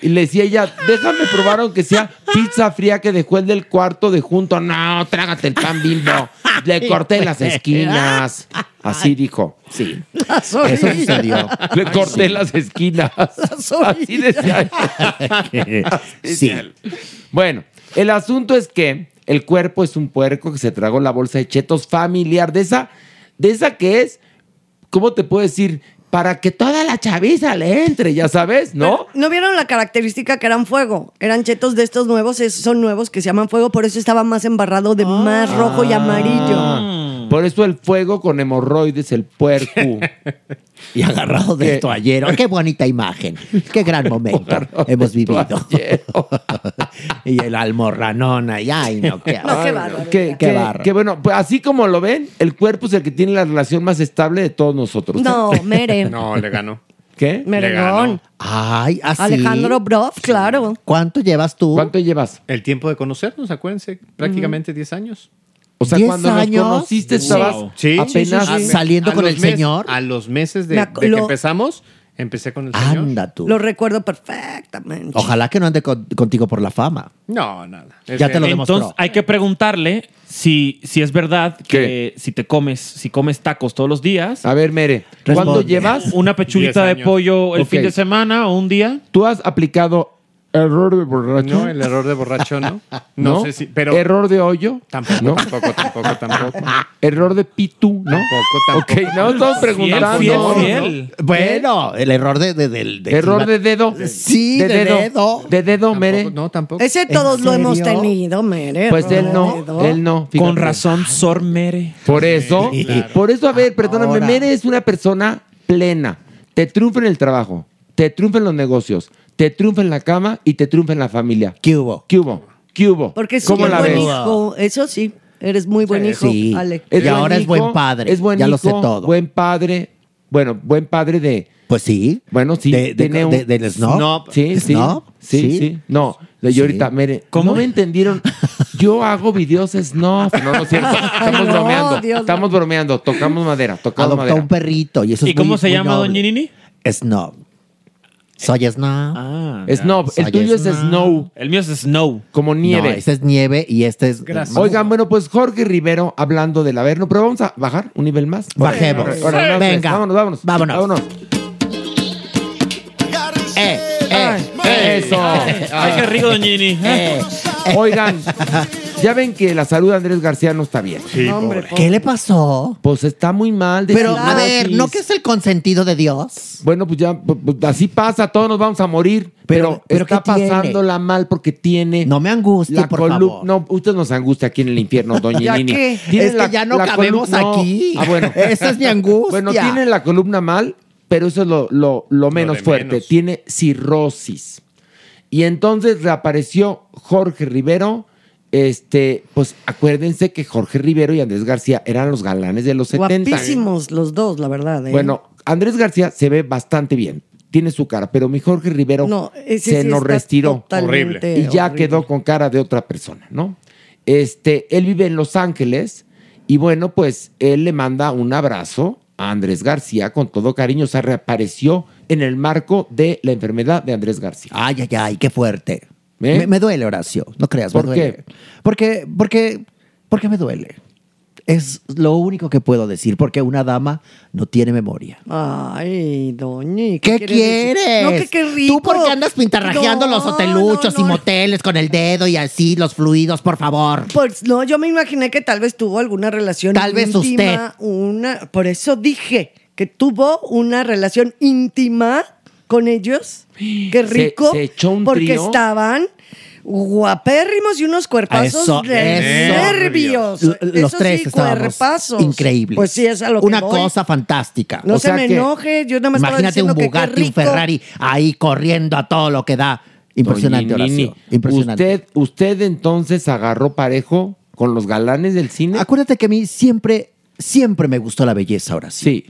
Y le decía ella, déjame probar aunque sea pizza fría que dejó el del cuarto de junto. No, trágate el pan bimbo. Le corté las esquinas. Así dijo. Sí.
Las
Eso
orillas.
sucedió. Ah, Le
Ay,
corté
sí.
las esquinas.
Las orillas.
Así decía. sí. Bueno, el asunto es que el cuerpo es un puerco que se tragó la bolsa de chetos familiar. De esa, de esa que es, ¿cómo te puedo decir? Para que toda la chaviza le entre, ya sabes, ¿no?
¿No vieron la característica que eran fuego? Eran chetos de estos nuevos, es- son nuevos que se llaman fuego, por eso estaba más embarrado de más rojo y amarillo.
Ah, Por eso el fuego con hemorroides, el puerco.
y agarrado del toallero. Qué bonita imagen. Qué gran momento hemos vivido. y el almorranona. Y ay, no, qué,
No, qué
bárbaro.
Que,
Qué
que-
bárbaro.
que bueno, pues así como lo ven, el cuerpo es el que tiene la relación más estable de todos nosotros.
No, Mere.
No, le ganó. ¿Qué?
Merengón.
Ay, así.
Alejandro Broff, claro.
¿Cuánto llevas tú?
¿Cuánto llevas?
El tiempo de conocernos, acuérdense, prácticamente 10 años.
O sea, ¿Diez cuando nos años? conociste estabas apenas saliendo con
los
el
mes-
señor.
A los meses de,
Me
de
ac-
que
lo-
empezamos, empecé con el señor.
Anda tú.
Lo recuerdo perfectamente.
Ojalá que no ande con- contigo por la fama.
No, nada.
Ya te lo demostró.
Entonces hay que preguntarle si, si es verdad que si te comes, si comes tacos todos los días.
A ver, Mere, ¿cuándo Responde. llevas?
Una pechulita
Diez
de
años.
pollo el
Ok.
fin de semana o un día.
¿Tú has aplicado error de borracho?
No, el error de borracho no. No, sé si, pero
¿Error de hoyo?
Tampoco,
¿No?
tampoco, tampoco, tampoco.
¿Error de pitu? ¿No?
Tampoco,
Ok, no, estamos
Fiel,
preguntando.
fiel,
¿no?
fiel.
Bueno, el error de, de- del- de-
¿Error de dedo?
Sí, de dedo.
¿De dedo, Mere?
No, tampoco.
Ese todos lo hemos tenido, Mere.
Pues él no,
Rodo.
él no.
Con razón, Sor Mere.
Por eso, eh, por eso, a ver, perdóname,
Ahora.
Mere es una persona plena. Te triunfa en el trabajo, te triunfa en los negocios, te triunfa en la cama y te triunfa en la familia.
¿Qué hubo?
¿Qué hubo? ¿Qué hubo?
Porque es
¿Cómo
un
la
buen
ves?
hijo. Eso sí, eres muy buen hijo,
Sí.
Ale.
Es
Y ahora es buen
hijo,
padre,
Es buen
ya lo sé
hijo,
todo.
Buen padre. Bueno, buen padre de.
Pues sí.
Bueno, sí.
De- de-
tiene un
de- del snob.
Sí, sí.
Snob,
Sí,
sí.
sí. No, yo
Sí.
ahorita, mire, ¿cómo me entendieron? Yo hago videos snob. No, no es cierto. Estamos
no,
bromeando.
Dios, no.
estamos bromeando. Tocamos madera. Tocamos
Adoptó
madera.
un perrito. ¿Y, eso es
¿Y cómo se llama,
doña
doña
Nini?
Snob. Soy Snob.
Snob. El
Soy
tuyo es
snob.
snow.
El mío es snow.
Como nieve.
No, este es nieve y este es.
Oigan, bueno, pues Jorge Rivero hablando del Averno, pero vamos a bajar un nivel más.
Bajemos.
Ahora, ahora, ahora,
Venga.
Vámonos, vámonos.
Vámonos.
Vámonos. eh, Eso.
Ay, qué rico, Doñini.
Eh.
Oigan, ya ven que la salud de Andrés García no está bien.
No, hombre, pobre. ¿Qué le pasó?
Pues está muy mal. de
Pero, a
cirrosis.
ver, ¿no que es el consentido de Dios?
Bueno, pues ya, pues, pues, así pasa, todos nos vamos a morir. Pero,
pero
está
¿qué tiene?
pasándola mal porque tiene. No
me angustia, por favor.
No, usted nos angustia aquí en el infierno, doña
¿Ya
Nini.
qué?
Tiene
Es que ya no
colu-
cabemos aquí.
Ah, bueno.
Esa es mi angustia.
Bueno, tiene la columna mal, pero eso es lo, lo- lo menos fuerte. Tiene cirrosis. Y entonces reapareció Jorge Rivero. Este, pues acuérdense que Jorge Rivero y Andrés García eran los galanes de los 70.
Guapísimos los dos, la verdad. ¿eh?
Bueno, Andrés García se ve bastante bien. Tiene su cara, pero mi Jorge Rivero
No, ese
se
sí
nos
está
retiró.
totalmente Horrible.
Y ya
horrible.
quedó con cara de otra persona, ¿no? Este, él vive en Los Ángeles y bueno, pues él le manda un abrazo a Andrés García con todo cariño. O sea, reapareció en el marco de la enfermedad de Andrés García. ¿Eh?
Ay, ay, ay, qué fuerte. Me, me duele, Horacio. No creas, me
¿Por
duele. Porque, porque, porque me duele. Es lo único que puedo decir, porque una dama no tiene memoria.
Ay, doña.
¿Qué,
quieres
quieres?
decir? No, que qué rico.
¿Tú por qué andas pintarrajeando
No,
los hoteluchos y moteles con el dedo y así los fluidos, por favor?
Pues no, yo me imaginé que tal vez tuvo alguna relación
Tal vez
íntima, Una, por eso dije que tuvo una relación íntima con ellos. Qué
Se-
rico.
se echó un
porque
trío.
estaban guapérrimos y unos cuerpazos
Eso,
de
eso.
nervios.
L- los
Eso
tres
sí,
estábamos
cuerpazos.
increíbles.
Pues sí, es a lo que
Una
voy.
cosa fantástica.
No se me enoje, yo nada más estaba
Imagínate
diciendo
un
que qué
Bugatti, un
rico.
Ferrari ahí corriendo a todo lo que da. Impresionante,
Doña Nini,
Horacio. Impresionante.
¿Usted, ¿Usted entonces agarró parejo con los galanes del cine?
Acuérdate que a mí siempre, siempre me gustó la belleza, Horacio. Sí.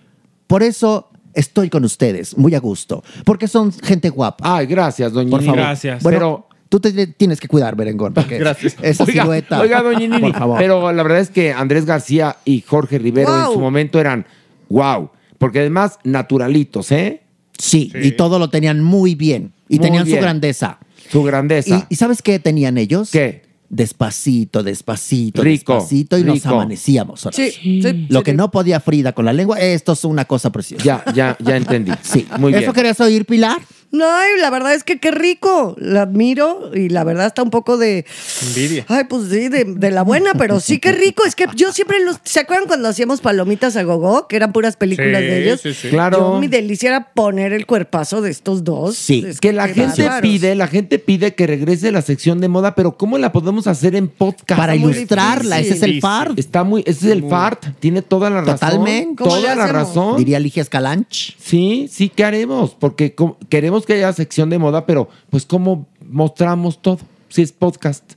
Por eso estoy con ustedes, muy a gusto. Porque son gente guapa.
Ay, gracias, doña
Por
Nini.
favor.
Gracias.
Bueno,
Pero-
tú te tienes que cuidar, Berengón. porque
Gracias.
Esa
oiga,
silueta.
Oiga, doña Nini,
Por favor.
Pero la verdad es que Andrés García y Jorge Rivero en
Guau.
su momento eran wow. Porque además, naturalitos, ¿eh?
Sí, y todo lo tenían muy bien. Y
Muy
tenían
bien.
su grandeza.
Su grandeza.
¿Y, y sabes qué tenían ellos? ¿Qué? Despacito, despacito,
Rico,
despacito. Y nos
rico.
amanecíamos. Horacio.
Sí, sí,
Lo
sí,
que
sí.
no podía Frida con la lengua, esto es una cosa preciosa.
Ya, ya, ya entendí. Sí, muy
¿Eso querías oír, Pilar?
No, y la verdad es que qué rico. La admiro y la verdad está un poco de.
Envidia.
Ay, pues sí, de, de la buena, pero sí qué rico. Es que yo siempre los. ¿Se acuerdan cuando hacíamos palomitas a gogo? Que eran puras películas
Sí,
de ellos.
sí, sí. Claro.
Yo mi delicia era poner el cuerpazo de estos dos.
Sí,
Es
que la
qué
gente
bárbaros.
pide, la gente pide que regrese la sección de moda, pero ¿cómo la podemos hacer en podcast?
Para Está muy ilustrarla, ese es el difícil. fart.
Está muy, ese es el
Muy-
fart, tiene toda la razón.
Totalmente. ¿Cómo le
Toda la
hacemos?
razón.
Diría Ligia Escalanch.
Sí, sí, ¿qué haremos? Porque co- queremos que haya sección de moda, pero pues ¿cómo mostramos todo? Si es podcast.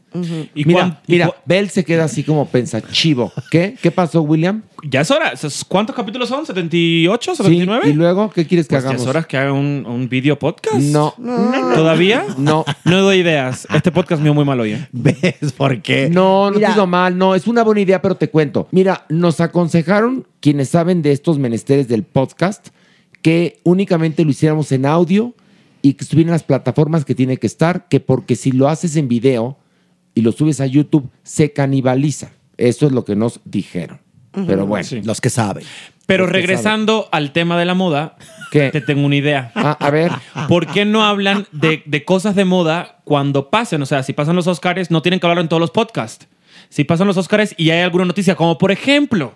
¿Y
mira,
cuán- y
mira,
cua-
Bell se queda así como pensativo. ¿Qué? ¿Qué pasó, William?
Ya es hora. ¿Sabes ¿Cuántos capítulos son? ¿78? ¿79?
¿Y luego qué quieres que
Pues ya
hagamos?
es hora que haga un, un video podcast.
No.
¿Todavía?
No.
No doy ideas. Este podcast mío muy mal hoy.
¿Ves por qué?
No, no
Mira.
te hizo mal, no, es una buena idea, pero te cuento. Mira, nos aconsejaron quienes saben de estos menesteres del podcast que únicamente lo hiciéramos en audio y que estuviera en las plataformas que tiene que estar, que porque si lo haces en video y lo subes a YouTube, se canibaliza. Eso es lo que nos dijeron.
Ujú.
Pero bueno.
Sí.
Los que saben.
Pero
Los que
regresando al tema de la moda, te tengo una idea.
Ah, a ver.
¿Por qué no hablan de, de cosas de moda cuando pasen? O sea, si pasan los Oscars, no tienen que hablar en todos los podcasts. Si pasan los Oscars y hay alguna noticia, como por ejemplo,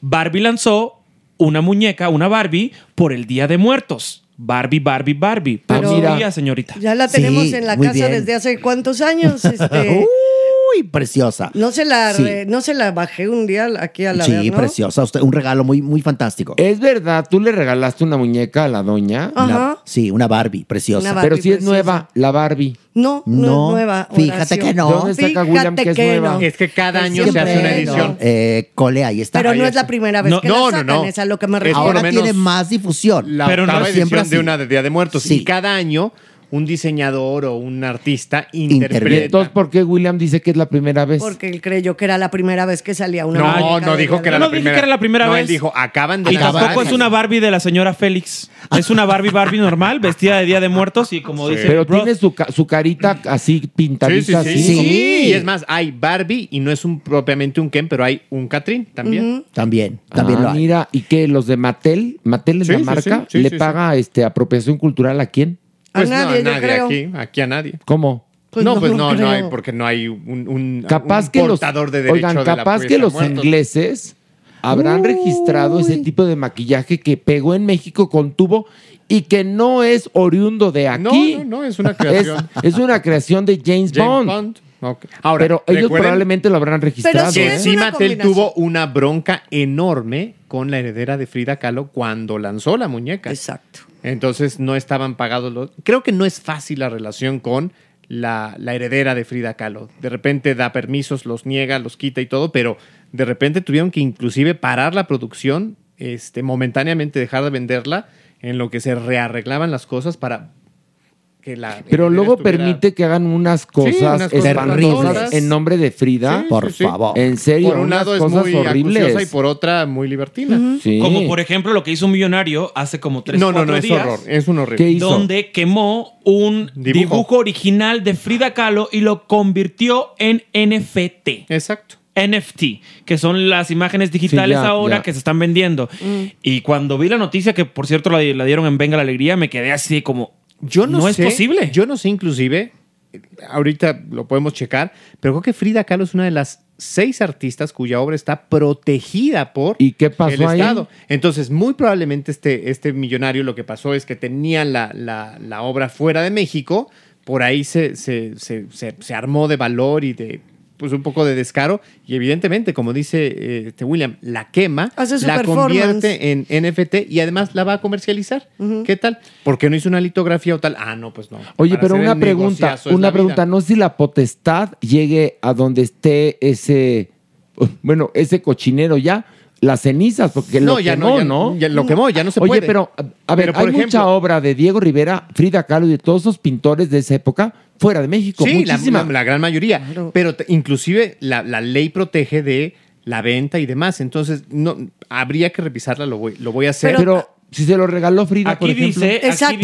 Barbie lanzó una muñeca, una Barbie, por el Día de Muertos. Barbie, Barbie, Barbie.
Ah,
Por
Pero-
su día, señorita.
Ya la tenemos en la casa desde hace cuántos años.
Uh.
Este,
Uy, preciosa.
no, se la
Sí.
re- no se la bajé un día aquí a la
Sí,
ver, ¿no?
preciosa. Usted, un regalo muy, muy fantástico.
Es verdad, tú le regalaste una muñeca a la doña.
Ajá.
sí, una Barbie preciosa.
Una Barbie
pero si es nueva, la Barbie.
No, no,
No,
es nueva.
fíjate
Horacio.
que no.
¿Dónde saca
Fíjate
William que es nueva?
no.
Es que cada
Es
año se hace una
siempre,
edición.
Eh, cole, ahí está.
Pero
Ahí
no es
está.
la primera vez
No,
que
no,
la sacan,
no, no.
es a lo que me
Es
refiero.
por lo
Ahora
menos
tiene más difusión.
la
pero
octava
no es
edición
siempre así.
de una de Día de Muertos.
Sí.
Y cada año un diseñador o un artista
Y
interpreta.
entonces, ¿por qué William dice que es la primera vez?
Porque él creyó que era la primera vez que salía una
No,
muñeca
no
de
dijo
la-
que era, la
dije
primera.
que era la primera
No,
vez.
él dijo, acaban de
Y
lanzar.
tampoco es una Barbie de la señora Félix. Es una Barbie Barbie normal, vestida de Día de Muertos y como dice...
Pero
Roth,
tiene su, ca- su carita así pintadita.
Sí, sí,
así,
sí.
como-
Y es más, hay Barbie y no es un, propiamente un Ken, pero hay un Catrín también.
También,
también lo hay.
Ah, Mira, y que los de Mattel, Mattel es
Sí,
la
sí,
marca,
sí, sí,
le
sí,
paga este apropiación cultural a quién?
Pues no,
nadie, yo creo.
aquí, aquí a nadie.
¿Cómo? Pues
no,
no
pues
lo
no,
creo.
no hay, porque no hay un, un-
Capaz
un
que los
portador de derecho
Oigan,
de la
capaz que
pureza
los
muertos.
ingleses habrán registrado ese tipo de maquillaje que pegó en México con tubo y que no es oriundo de aquí.
No, no, no, es una creación.
Es, es una creación de James,
James
Bond.
Bond. Ok. Ahora,
Pero ellos
recuerden-
probablemente lo habrán registrado.
que
¿eh?
sí, Mattel tuvo una bronca enorme con la heredera de Frida Kahlo cuando lanzó la muñeca.
Exacto.
Entonces no estaban pagados los. Creo que no es fácil la relación con la, la heredera de Frida Kahlo. De repente da permisos, los niega, los quita y todo, pero de repente tuvieron que inclusive parar la producción, este, momentáneamente dejar de venderla, en lo que se rearreglaban las cosas para que la.
Pero
heredera
luego
estuviera-
permite que hagan unas cosas
unas cosas
espantosas
horribles.
en nombre de Frida.
Sí, Por sí, sí. favor.
En serio,
Por un
unas
lado es
cosas
muy acuciosa y
horribles.
por otra muy libertina.
Sí.
Como por ejemplo lo que hizo un millonario hace como tres
No, no,
cuatro
no, es
días,
horror, es un horrible.
¿Qué hizo?
Donde quemó un dibujo.
Dibujo.
original de Frida Kahlo y lo convirtió en NFT.
Exacto.
NFT, que son las imágenes digitales
ya,
ahora
ya.
que se están vendiendo. Y cuando vi la noticia, que por cierto la, la dieron en Venga la Alegría, me quedé así como,
Yo no,
No es
sé,
posible.
Yo no sé, inclusive, ahorita lo podemos checar, pero creo que Frida Kahlo es una de las seis artistas cuya obra está protegida por el
pasó ahí?
Estado. Entonces, muy probablemente este, este millonario lo que pasó es que tenía la, la- la obra fuera de México, por ahí se, se- se- se- se armó de valor y de pues un poco de descaro y evidentemente como dice eh, este William la quema
Hace su
la
performance.
convierte en NFT y además la va a comercializar qué tal ¿Por qué no hizo una litografía o tal? Ah, no, pues no.
Oye,
Para
pero
hacer
una
el
pregunta,
negociazo es la
una
vida.
pregunta, no sé si la potestad llegue a donde esté ese, bueno, ese cochinero ya, las cenizas, porque
No,
lo
ya
quemó,
no, ya
¿no?
no, ya lo quemó, ya no se
Oye,
puede.
pero, a- a ver,
Pero, por
hay mucha
ejemplo-
obra de Diego Rivera, Frida Kahlo y de todos esos pintores de esa época fuera de México,
Sí, la,
muchísima.
la- la gran mayoría. Pero te- inclusive la, la ley protege de la venta y demás. Entonces, no habría que revisarla, lo voy, lo voy a hacer.
pero, si se lo regaló Frida, por ejemplo.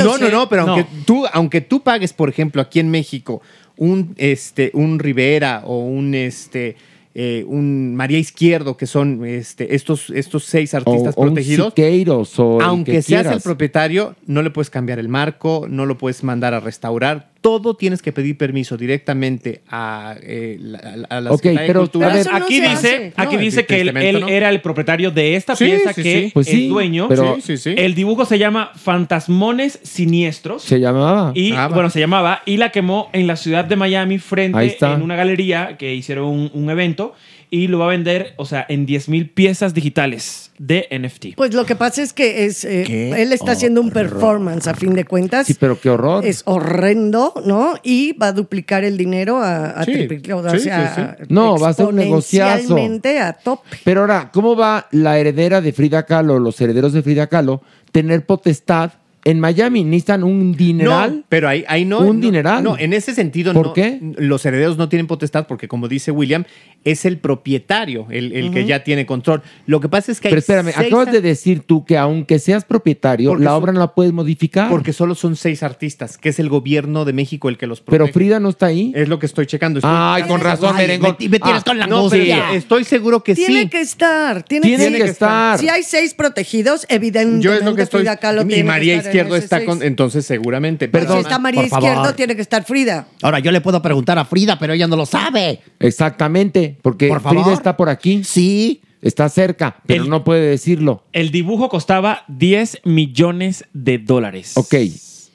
no, no, no, pero Aunque, tú, aunque tú pagues, por ejemplo, aquí en México, un, este, un Rivera o un, este, eh, un María Izquierdo, que son este, estos, estos seis artistas
o, o un
protegidos,
Siqueiros o el
aunque
que
seas el
quieras.
propietario, no le puedes cambiar el marco, no lo puedes mandar a restaurar. Todo tienes que pedir permiso directamente a, eh, la, a- a la
Ok,
Secretaría
pero,
de Cultura.
a ver,
aquí dice, aquí dice que él, él era el propietario de esta
Sí,
pieza
sí,
que
sí. Pues
es
sí,
dueño.
pero- Sí, sí, sí.
El dibujo se llama Fantasmones Siniestros.
Se llamaba.
Y
Ah,
bueno, se llamaba y la quemó en la ciudad de Miami
Ahí
frente
está.
en una galería que hicieron un, un evento y lo va a vender, o sea, en 10 mil piezas digitales de NFT.
Pues lo que pasa es que es, eh,
Qué
él está haciendo un performance a fin de cuentas.
Sí, pero qué horror.
Es horrendo, ¿no? Y va a duplicar el dinero a, a
Sí,
triplicar, o
sí, sí,
sea,
sí. No, va a ser un negociazo.
exponencialmente a tope.
Pero ahora, ¿cómo va la heredera de Frida Kahlo, los herederos de Frida Kahlo, tener potestad en Miami? Necesitan un dineral.
No, pero ahí, ahí no.
Un
no,
dineral.
No, en ese sentido
¿Por
no,
qué?
Los herederos no tienen potestad porque, como dice William, es el propietario el, el que
Ujú.
ya tiene control. Lo que pasa es que hay
Pero espérame,
seis
acabas de decir tú que aunque seas propietario,
Porque
la
so-
obra no la puedes modificar.
Porque solo son seis artistas, que es el gobierno de México el que los protege.
Pero Frida no está ahí.
Es lo que estoy checando. Estoy-
Ay, con razón,
Ay,
merengón.
me- me tienes
Ah,
con la
no,
angustia.
pero-
Sí, Estoy seguro que
tiene
sí.
que estar, tiene,
Tiene que estar.
Si hay seis protegidos, evidentemente
Yo es lo que estoy.
Frida Kahlo tiene
Y
que
María
estar en
Izquierdo
ese
está
seis.
con. Entonces, seguramente.
Pero si está María Izquierdo, tiene que estar Frida.
Ahora, yo le puedo preguntar a Frida, pero ella no lo sabe.
Exactamente, porque
Por favor.
Frida está por aquí.
Sí.
Está cerca, pero no puede decirlo.
El dibujo costaba 10 millones de dólares.
Ok.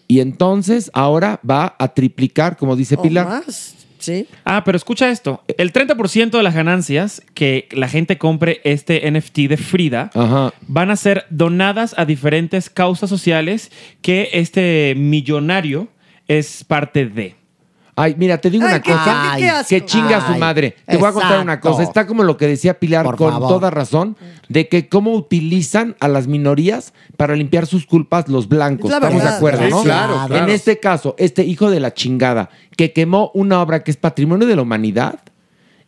Y entonces ahora va a triplicar, como dice
O
Pilar.
más, sí.
Ah, pero escucha esto. El 30% de las ganancias que la gente compre este NFT de Frida van a ser donadas a diferentes causas sociales que este millonario es parte de.
Ay, mira, te digo
Ay,
una
qué-
cosa
qué- qué asco.
que chinga a su
Ay,
madre. Te voy a contar una
exacto.
cosa. Está como lo que decía Pilar con
favor.
toda razón, de que cómo utilizan a las minorías para limpiar sus culpas los
Es
blancos.
la
Estamos de
verdad.
acuerdo,
Sí,
¿no?
claro, claro.
En este caso, este hijo de la chingada que quemó una obra que es patrimonio de la humanidad,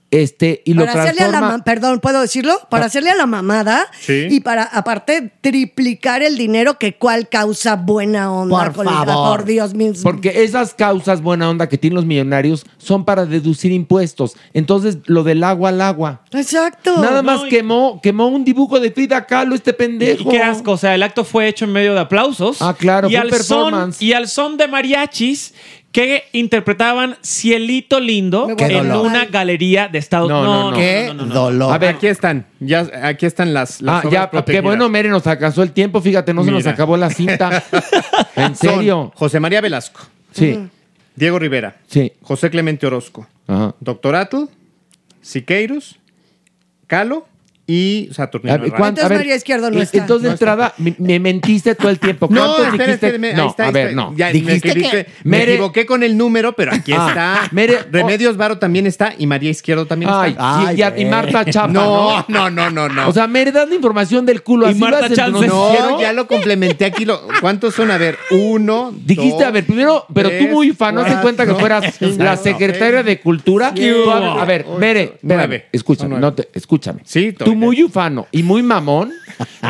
este, y lo
para hacerle a la
transforma. Ah.
ma- perdón, ¿puedo decirlo? Para hacerle a la mamada
Sí.
y para aparte triplicar el dinero que cual causa buena onda
Por
con la-
favor.
por Dios mismo.
Porque esas causas buena onda que tienen los millonarios son para deducir impuestos. Entonces, lo del agua al agua.
Exacto.
Nada
No,
más quemó, quemó un dibujo de Frida Kahlo este
Y
pendejo.
qué asco, o sea, el acto fue hecho en medio de aplausos. Ah,
claro,
y
fue
al
un performance.
Son, y al son de mariachis que interpretaban Cielito Lindo
voy a
en
dolor.
una galería de Estados Unidos.
dolor. A ver, aquí están. Ya, aquí están las. las
Ah, ya,
obras protegidas.
qué bueno, Mere, nos alcanzó el tiempo. Fíjate, no se nos
Mira.
acabó la cinta. en
Son
serio.
José María Velasco.
Sí. Ujú.
Diego Rivera.
Sí.
José Clemente Orozco.
Ajá.
Doctorato, Siqueiros, Calo y Saturnino.
A ver,
Alvarado.
¿cuán- a ver, eh, Entonces, de entrada, me, me mentiste todo el tiempo.
No,
¿Cuántos
espera,
dijiste?
espérame, ahí
no,
está,
a
ahí
ver,
está.
no.
Ya, me, equivoqué, me
Mere-
equivoqué con el número, pero aquí
Ah,
está. Remedios Varo también está y María Izquierdo también
Ay,
está.
sí, y a- y Marta Chapa,
No,
¿no?
no, no, no, no.
O sea, Mere, dando información del culo.
y
así vas
Marta
en tu
Chance.
noticiero.
No, ya lo complementé aquí. Lo, ¿Cuántos son? A ver, uno.
Dijiste,
dos,
a ver, primero, pero tú
tres,
muy fan, no se cuenta que
cuatro,
fueras
cinco,
la secretaria de Cultura.
¿Qué
Tú, a,
hubo?
ver, a ver, Mere, espérame,
nueve.
escúchame, no te, escúchame. tú muy ufano y muy mamón.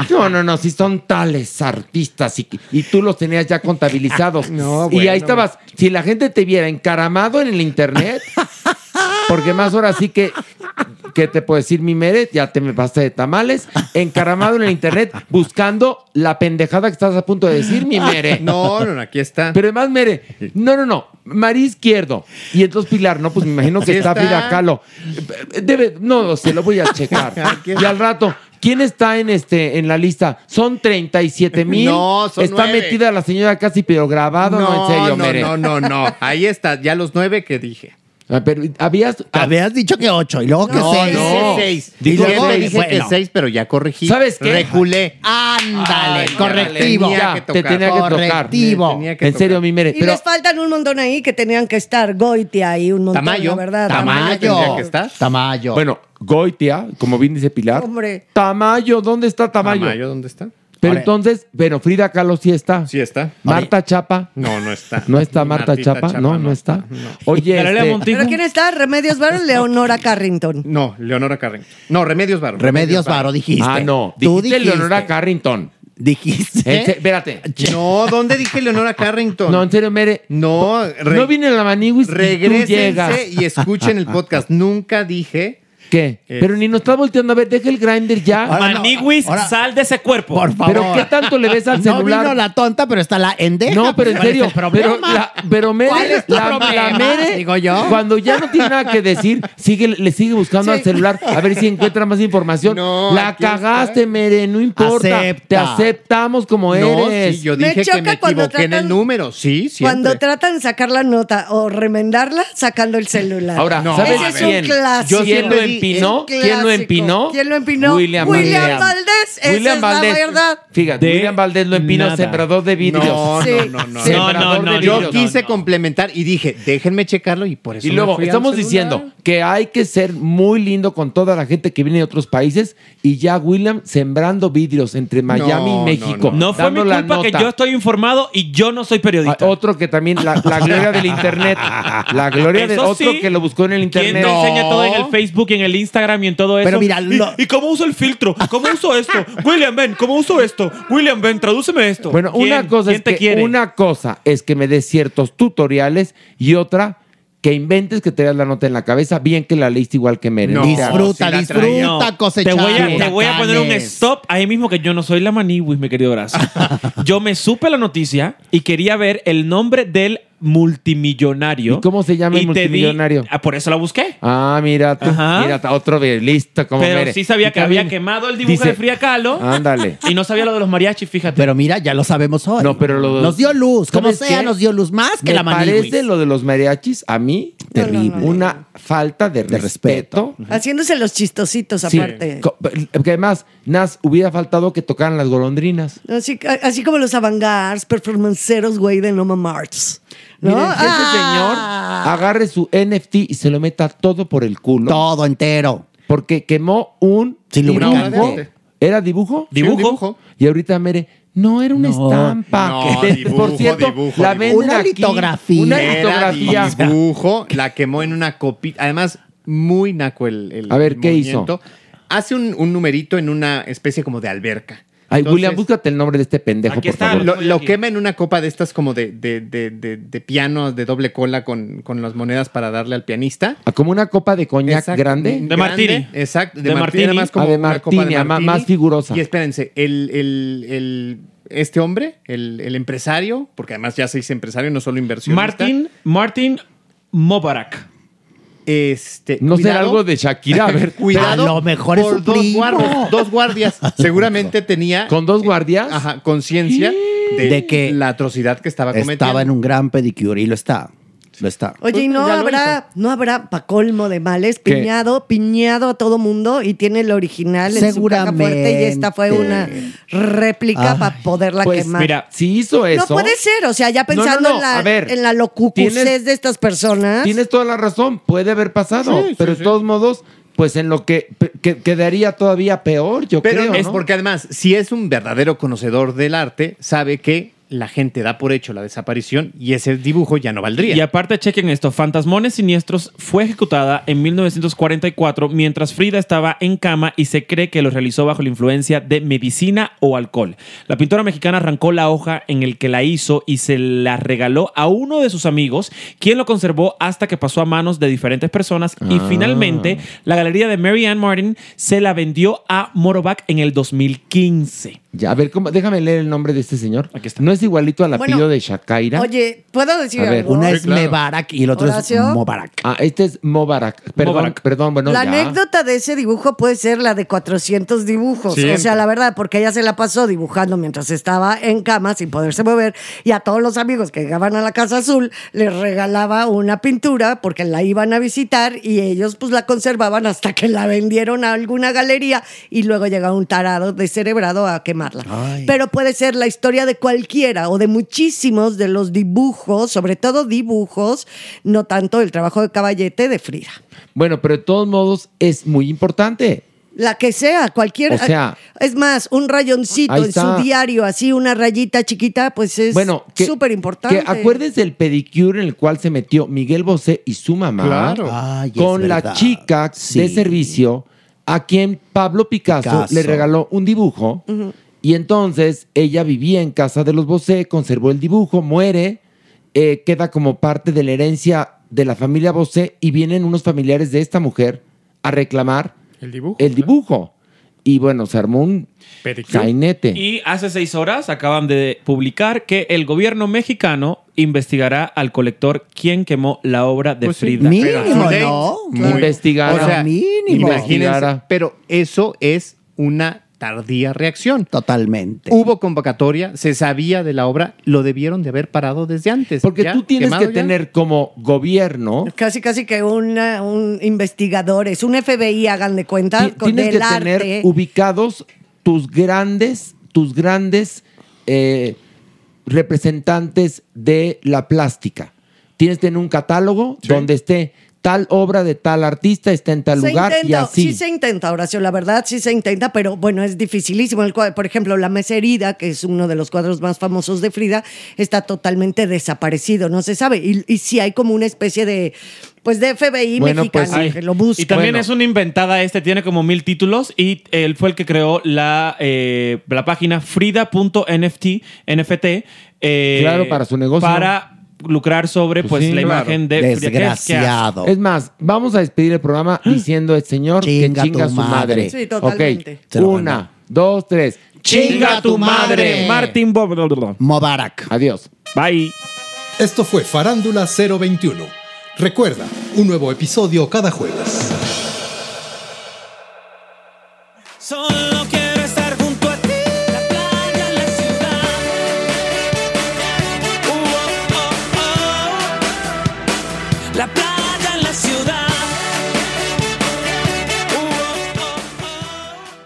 No, no, no, si son tales artistas y, y tú los tenías ya contabilizados.
No,
y
bueno,
ahí estabas, si la gente te viera encaramado en el internet, Porque más ahora sí que, ¿qué te puedo decir, mi Meret? Ya te me pasaste de tamales, encaramado en el internet, buscando la pendejada que estás a punto de decir, mi Mere.
No, no, no, aquí está.
Pero además, Mere, no, no, no, Marí Izquierdo. Y entonces Pilar, no, pues me imagino que
Sí
está,
está.
Frida Kahlo. Debe, no, se lo voy a checar. Y al rato, ¿quién está en este en la lista? Son 37 mil.
No, son
Está
nueve.
metida la señora casi, pero grabado, no, en serio,
no,
Mere.
no, no, no. Ahí está, ya los nueve que dije.
Ah, Pero habías.
Habías dicho que ocho y luego que
No,
seis.
no. seis.
Y
Dije
luego-
seis, dije que
bueno.
seis, pero ya corregí.
¿Sabes qué?
Reculé.
Ándale,
Ay,
correctivo.
tenía que
Te
tocar.
tenía que tocar.
Correctivo.
En serio, mi Mere.
Y
Pero
les faltan un montón ahí que tenían que estar. Goitia y un montón,
Tamayo.
la verdad.
Tamayo tendría que estar.
Tamayo.
Bueno, Goitia, como bien dice Pilar.
Hombre.
Tamayo, ¿dónde está Tamayo?
Tamayo, ¿dónde está?
Pero
Ahora-
entonces, pero Frida Kahlo sí está. Sí
está.
Marta Chapa.
No, no está.
No está Marta
Martita
Chapa.
Chapa,
No, no,
no.
está. Oye, este,
¿Pero quién está? Remedios Varo, Leonora Carrington.
No, Leonora Carrington. No, Remedios Varo.
Remedios Varo, dijiste.
Ah, no.
Tú
dijiste
dijiste.
Leonora Carrington.
Dijiste.
En se- espérate.
No, ¿dónde dije Leonora Carrington?
No, en serio, Mere.
No,
no viene la maniguis. y tú llegas.
Regrésense y escuchen el podcast. ¿eh? Nunca dije.
¿Qué? Pero ni nos está volteando a ver. Deja el grinder ya.
Maniguis, sal de ese cuerpo.
Por Pero ¿qué tanto le ves al celular?
No vino la tonta, pero está la endeja.
No, pero en
¿Cuál es
serio,
el problema?
pero, la, pero Mere,
¿Cuál es tu
la,
problema?
la Mere,
Digo yo.
cuando ya no tiene nada que decir, sigue, le sigue buscando al celular a ver si encuentra más información. la
aquí está.
cagaste, Mere, no importa.
Acepta.
Te aceptamos como
No,
eres.
sí, yo
Me
dije que
choca
me
cuando
equivoqué en el
tratan-
número. Sí, siempre.
Cuando tratan de sacar la nota o remendarla, sacando el celular.
Ahora,
no,
¿sabes
ese es
quién?
un clásico.
Yo
¿Quién lo
siempre di-
empinó?
un
¿Quién lo
clásico.
empinó?
¿Quién lo empinó?
William,
William Valdés, esa es la verdad.
Fíjate,
De
William Valdés lo empinó,
nada.
sembrador de vidrios.
No, no, no, no.
Sembrador de
Yo
vidrios.
quise complementar y dije, déjenme checarlo y por eso.
Y
me
luego
fui al
estamos
celular.
diciendo que hay que ser muy lindo con toda la gente que viene de otros países y ya William sembrando vidrios entre Miami
no,
y México.
No fue mi
dando la
culpa que
nota. Ah,
yo estoy informado y yo no soy periodista.
otro que también, la, la gloria del internet. La gloria de
Eso
otro
sí.
que lo buscó en el internet.
¿Quién te enseña todo en el Facebook, en el Instagram y en todo eso?
Pero mira,
¿Y,
lo-
y cómo uso el filtro? ¿Cómo uso esto? William, ven, ¿cómo uso esto? William, ven, tradúceme esto.
Bueno,
¿Quién-
una cosa,
quién
es
te
que,
quiere?
una cosa es que me des ciertos tutoriales y otra que inventes que te veas la nota en la cabeza, bien que la leíste igual que Mere.
No,
O sea,
sí la traía. No, Te voy, a, te voy a poner un stop ahí mismo que yo no soy la maniwis, mi querido Horacio. yo me supe la noticia y quería ver el nombre del multimillonario.
¿Y cómo se llama el
Y te di-
multimillonario?
Ah, por eso la busqué.
Ah, mira tú.
Ajá.
Mira, otro bien, listo como
Pero
Mere.
sí sabía
Y
que
también
había quemado el dibujo
dice- Ah,
de Frida Kahlo.
Ándale.
Y no sabía lo de los mariachis, fíjate.
Pero mira, ya lo sabemos hoy.
No, pero lo-
Nos dio luz. Como
¿Sabes
sea,
qué?
nos dio luz más que
Me
la manigüis.
parece lo de los mariachis a mí terrible. Una falta de, respeto.
Haciéndose los chistositos
Sí.
aparte.
Co- Que además, Nas, hubiera faltado que tocaran las golondrinas.
Así, así como los avantgards, performanceros, güey, de Noma Marts. ¿No?
Miren, que ese señor
Ah.
agarre su NFT y se lo meta todo por el culo. Todo entero. Porque quemó un dibujo.
lubricante. Una obra de arte.
¿Era dibujo?
Sí, un dibujo.
Y ahorita, mire, no era una estampa.
No,
De-
dibujo,
por cierto,
dibujo,
la
dibujo.
venden aquí. Una litografía.
Era dibujo, la quemó en una copita. Además, muy naco el, el-
A ver,
el
¿qué hizo?
movimiento. Hace un, un numerito en una especie como de alberca.
Ay,
Entonces,
William, búscate el nombre de este pendejo, por favor.
Lo, lo quema en una copa de estas como de, de, de, de- de piano de doble cola con, con las monedas para darle al pianista.
Ah, Como una copa de coñac
Exacto,
grande.
grande, Exacto, de, martini. nada más como
Ah, de
una copa de
martini, ah, ma-
martini.
más figurosa.
Y espérense, el, el- el- este hombre, el, el empresario, porque además ya se dice empresario, no solo inversionista.
Martin, Martin Mobarak.
Este,
No será
cuidado.
algo de Shakira, a ver.
cuidado. por dos guardias. Dos guardias. Seguramente tenía.
¿Con dos guardias?
Ajá, conciencia de,
De
que la atrocidad que estaba cometiendo.
Estaba en un gran pedicure y lo está. Lo está.
Oye,
Pues,
¿y no
Ya lo
habrá, no habrá pa' colmo de males,
¿Qué?
piñado, piñado a todo mundo y tiene el original en su caja fuerte y esta fue una réplica
Ay.
para poderla
Pues
quemar.
mira, si hizo eso.
No puede ser, o sea, ya
No, no,
pensando
no,
en la,
a ver,
en la locucucez
tienes-
de estas personas.
Tienes toda la razón, puede haber pasado,
Sí, sí,
pero de
sí.
todos modos, pues en lo que, pe- que- quedaría todavía peor, yo
Pero
creo.
es
¿no?
porque además, si es un verdadero conocedor del arte, sabe que la gente da por hecho la desaparición y ese dibujo ya no valdría.
Y aparte, chequen esto: Fantasmones Siniestros fue ejecutada en 1944 mientras Frida estaba en cama y se cree que lo realizó bajo la influencia de medicina o alcohol. La pintora mexicana arrancó la hoja en el que la hizo y se la regaló a uno de sus amigos, quien lo conservó hasta que pasó a manos de diferentes personas y
Ah.
finalmente la galería de Mary Ann Martin se la vendió a Morovac en el 2015.
Ya, a ver, ¿cómo? déjame leer el nombre de este señor. ¿No es igualito al
Bueno,
apellido de Shakaira?
Oye, ¿puedo decir
A ver,
algo?
una es Sí, claro. Mebarak
y el
otro es Horacio.
Mobarak.
Ah, este es Mobarak. Perdón, perdón, bueno,
la
ya.
anécdota de ese dibujo puede ser la de 400 dibujos.
Siempre.
O sea, la verdad, porque ella se la pasó dibujando mientras estaba en cama sin poderse mover y a todos los amigos que llegaban a la Casa Azul les regalaba una pintura porque la iban a visitar y ellos pues la conservaban hasta que la vendieron a alguna galería y luego llegaba un tarado descerebrado a quemarla. Pero puede ser la historia de cualquiera o de muchísimos de los dibujos, sobre todo dibujos, no tanto el trabajo de caballete de Frida.
Bueno, pero de todos modos es muy importante.
La que sea, cualquier.
O sea-
es más, un rayoncito
Ahí
en su
está.
diario, así una rayita chiquita, pues es
Bueno, que-
súper importante.
Que acuérdense del pedicure en el cual se metió Miguel Bosé y su mamá
Claro.
Ay, es
con la
verdad.
chica de
Sí.
servicio a quien Pablo Picasso,
Picasso.
le regaló un dibujo
Ujú.
y entonces ella vivía en casa de los Bosé, conservó el dibujo, muere, eh, queda como parte de la herencia de la familia Bosé y vienen unos familiares de esta mujer a reclamar
El dibujo.
el dibujo. Y bueno, se armó un sainete.
Y hace seis horas acaban de publicar que el gobierno mexicano investigará al colector quien quemó la obra de
Pues sí,
Frida.
mínimo,
Pero-
¿no?
Muy-
Investigar.
O sea,
mínimo.
imagínense, pero eso es una tardía reacción.
Totalmente.
Hubo convocatoria, se sabía de la obra, lo debieron de haber parado desde antes.
Porque tú tienes que tener como gobierno
Casi, casi que una- un investigador, es un FBI, hagan de cuenta, con
tienes
el
que
arte.
tener ubicados tus grandes, tus grandes eh, representantes de la plástica. Tienes que tener un catálogo donde esté tal obra de tal artista, está en tal
Se
lugar y
intenta,
así.
Sí se intenta, Horacio, la verdad sí se intenta, pero bueno, es dificilísimo. El cuadro, por ejemplo, La Meserida, que es uno de los cuadros más famosos de Frida, está totalmente desaparecido, no se sabe. Y, y sí hay como una especie de, pues, de FBI
pues
mexicano
ay.
que lo busca.
Y también es una inventada este, tiene como mil títulos y él fue el que creó la, eh, la página frida.nft, NFT. eh,
Claro, para su negocio.
Para lucrar sobre pues,
Sí,
la
claro.
imagen de Frida. ¿Qué es? ¿Qué hace?
Es más, vamos a despedir el programa
¡Ah!
diciendo este señor
Chinga
que chinga
tu
su madre.
madre. Sí, totalmente.
Ok,
Se lo
Una, dos, tres.
Chinga tu madre.
Martín Bob.
Mobarak.
Adiós.
Bye.
Esto fue Farándula 021. Recuerda, un nuevo episodio cada jueves.
Solo quiero estar junto a ti. La playa, la ciudad. Uh, oh, oh, oh. La playa, la ciudad. Uh, oh, oh.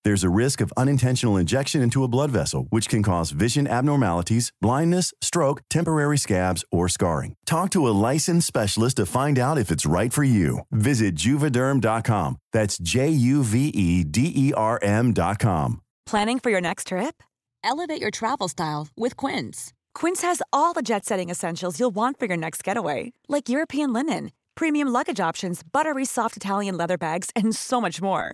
There's a risk of unintentional injection into a blood vessel, which can cause vision abnormalities, blindness, stroke, temporary scabs, or scarring. Talk to a licensed specialist to find out if it's right for you. Visit juvederm.com. That's J U V E D E R M.com.
Planning for your next trip? Elevate your travel style with Quince. Quince has all the jet setting essentials you'll want for your next getaway, like European linen, premium luggage options, buttery soft Italian leather bags, and so much more.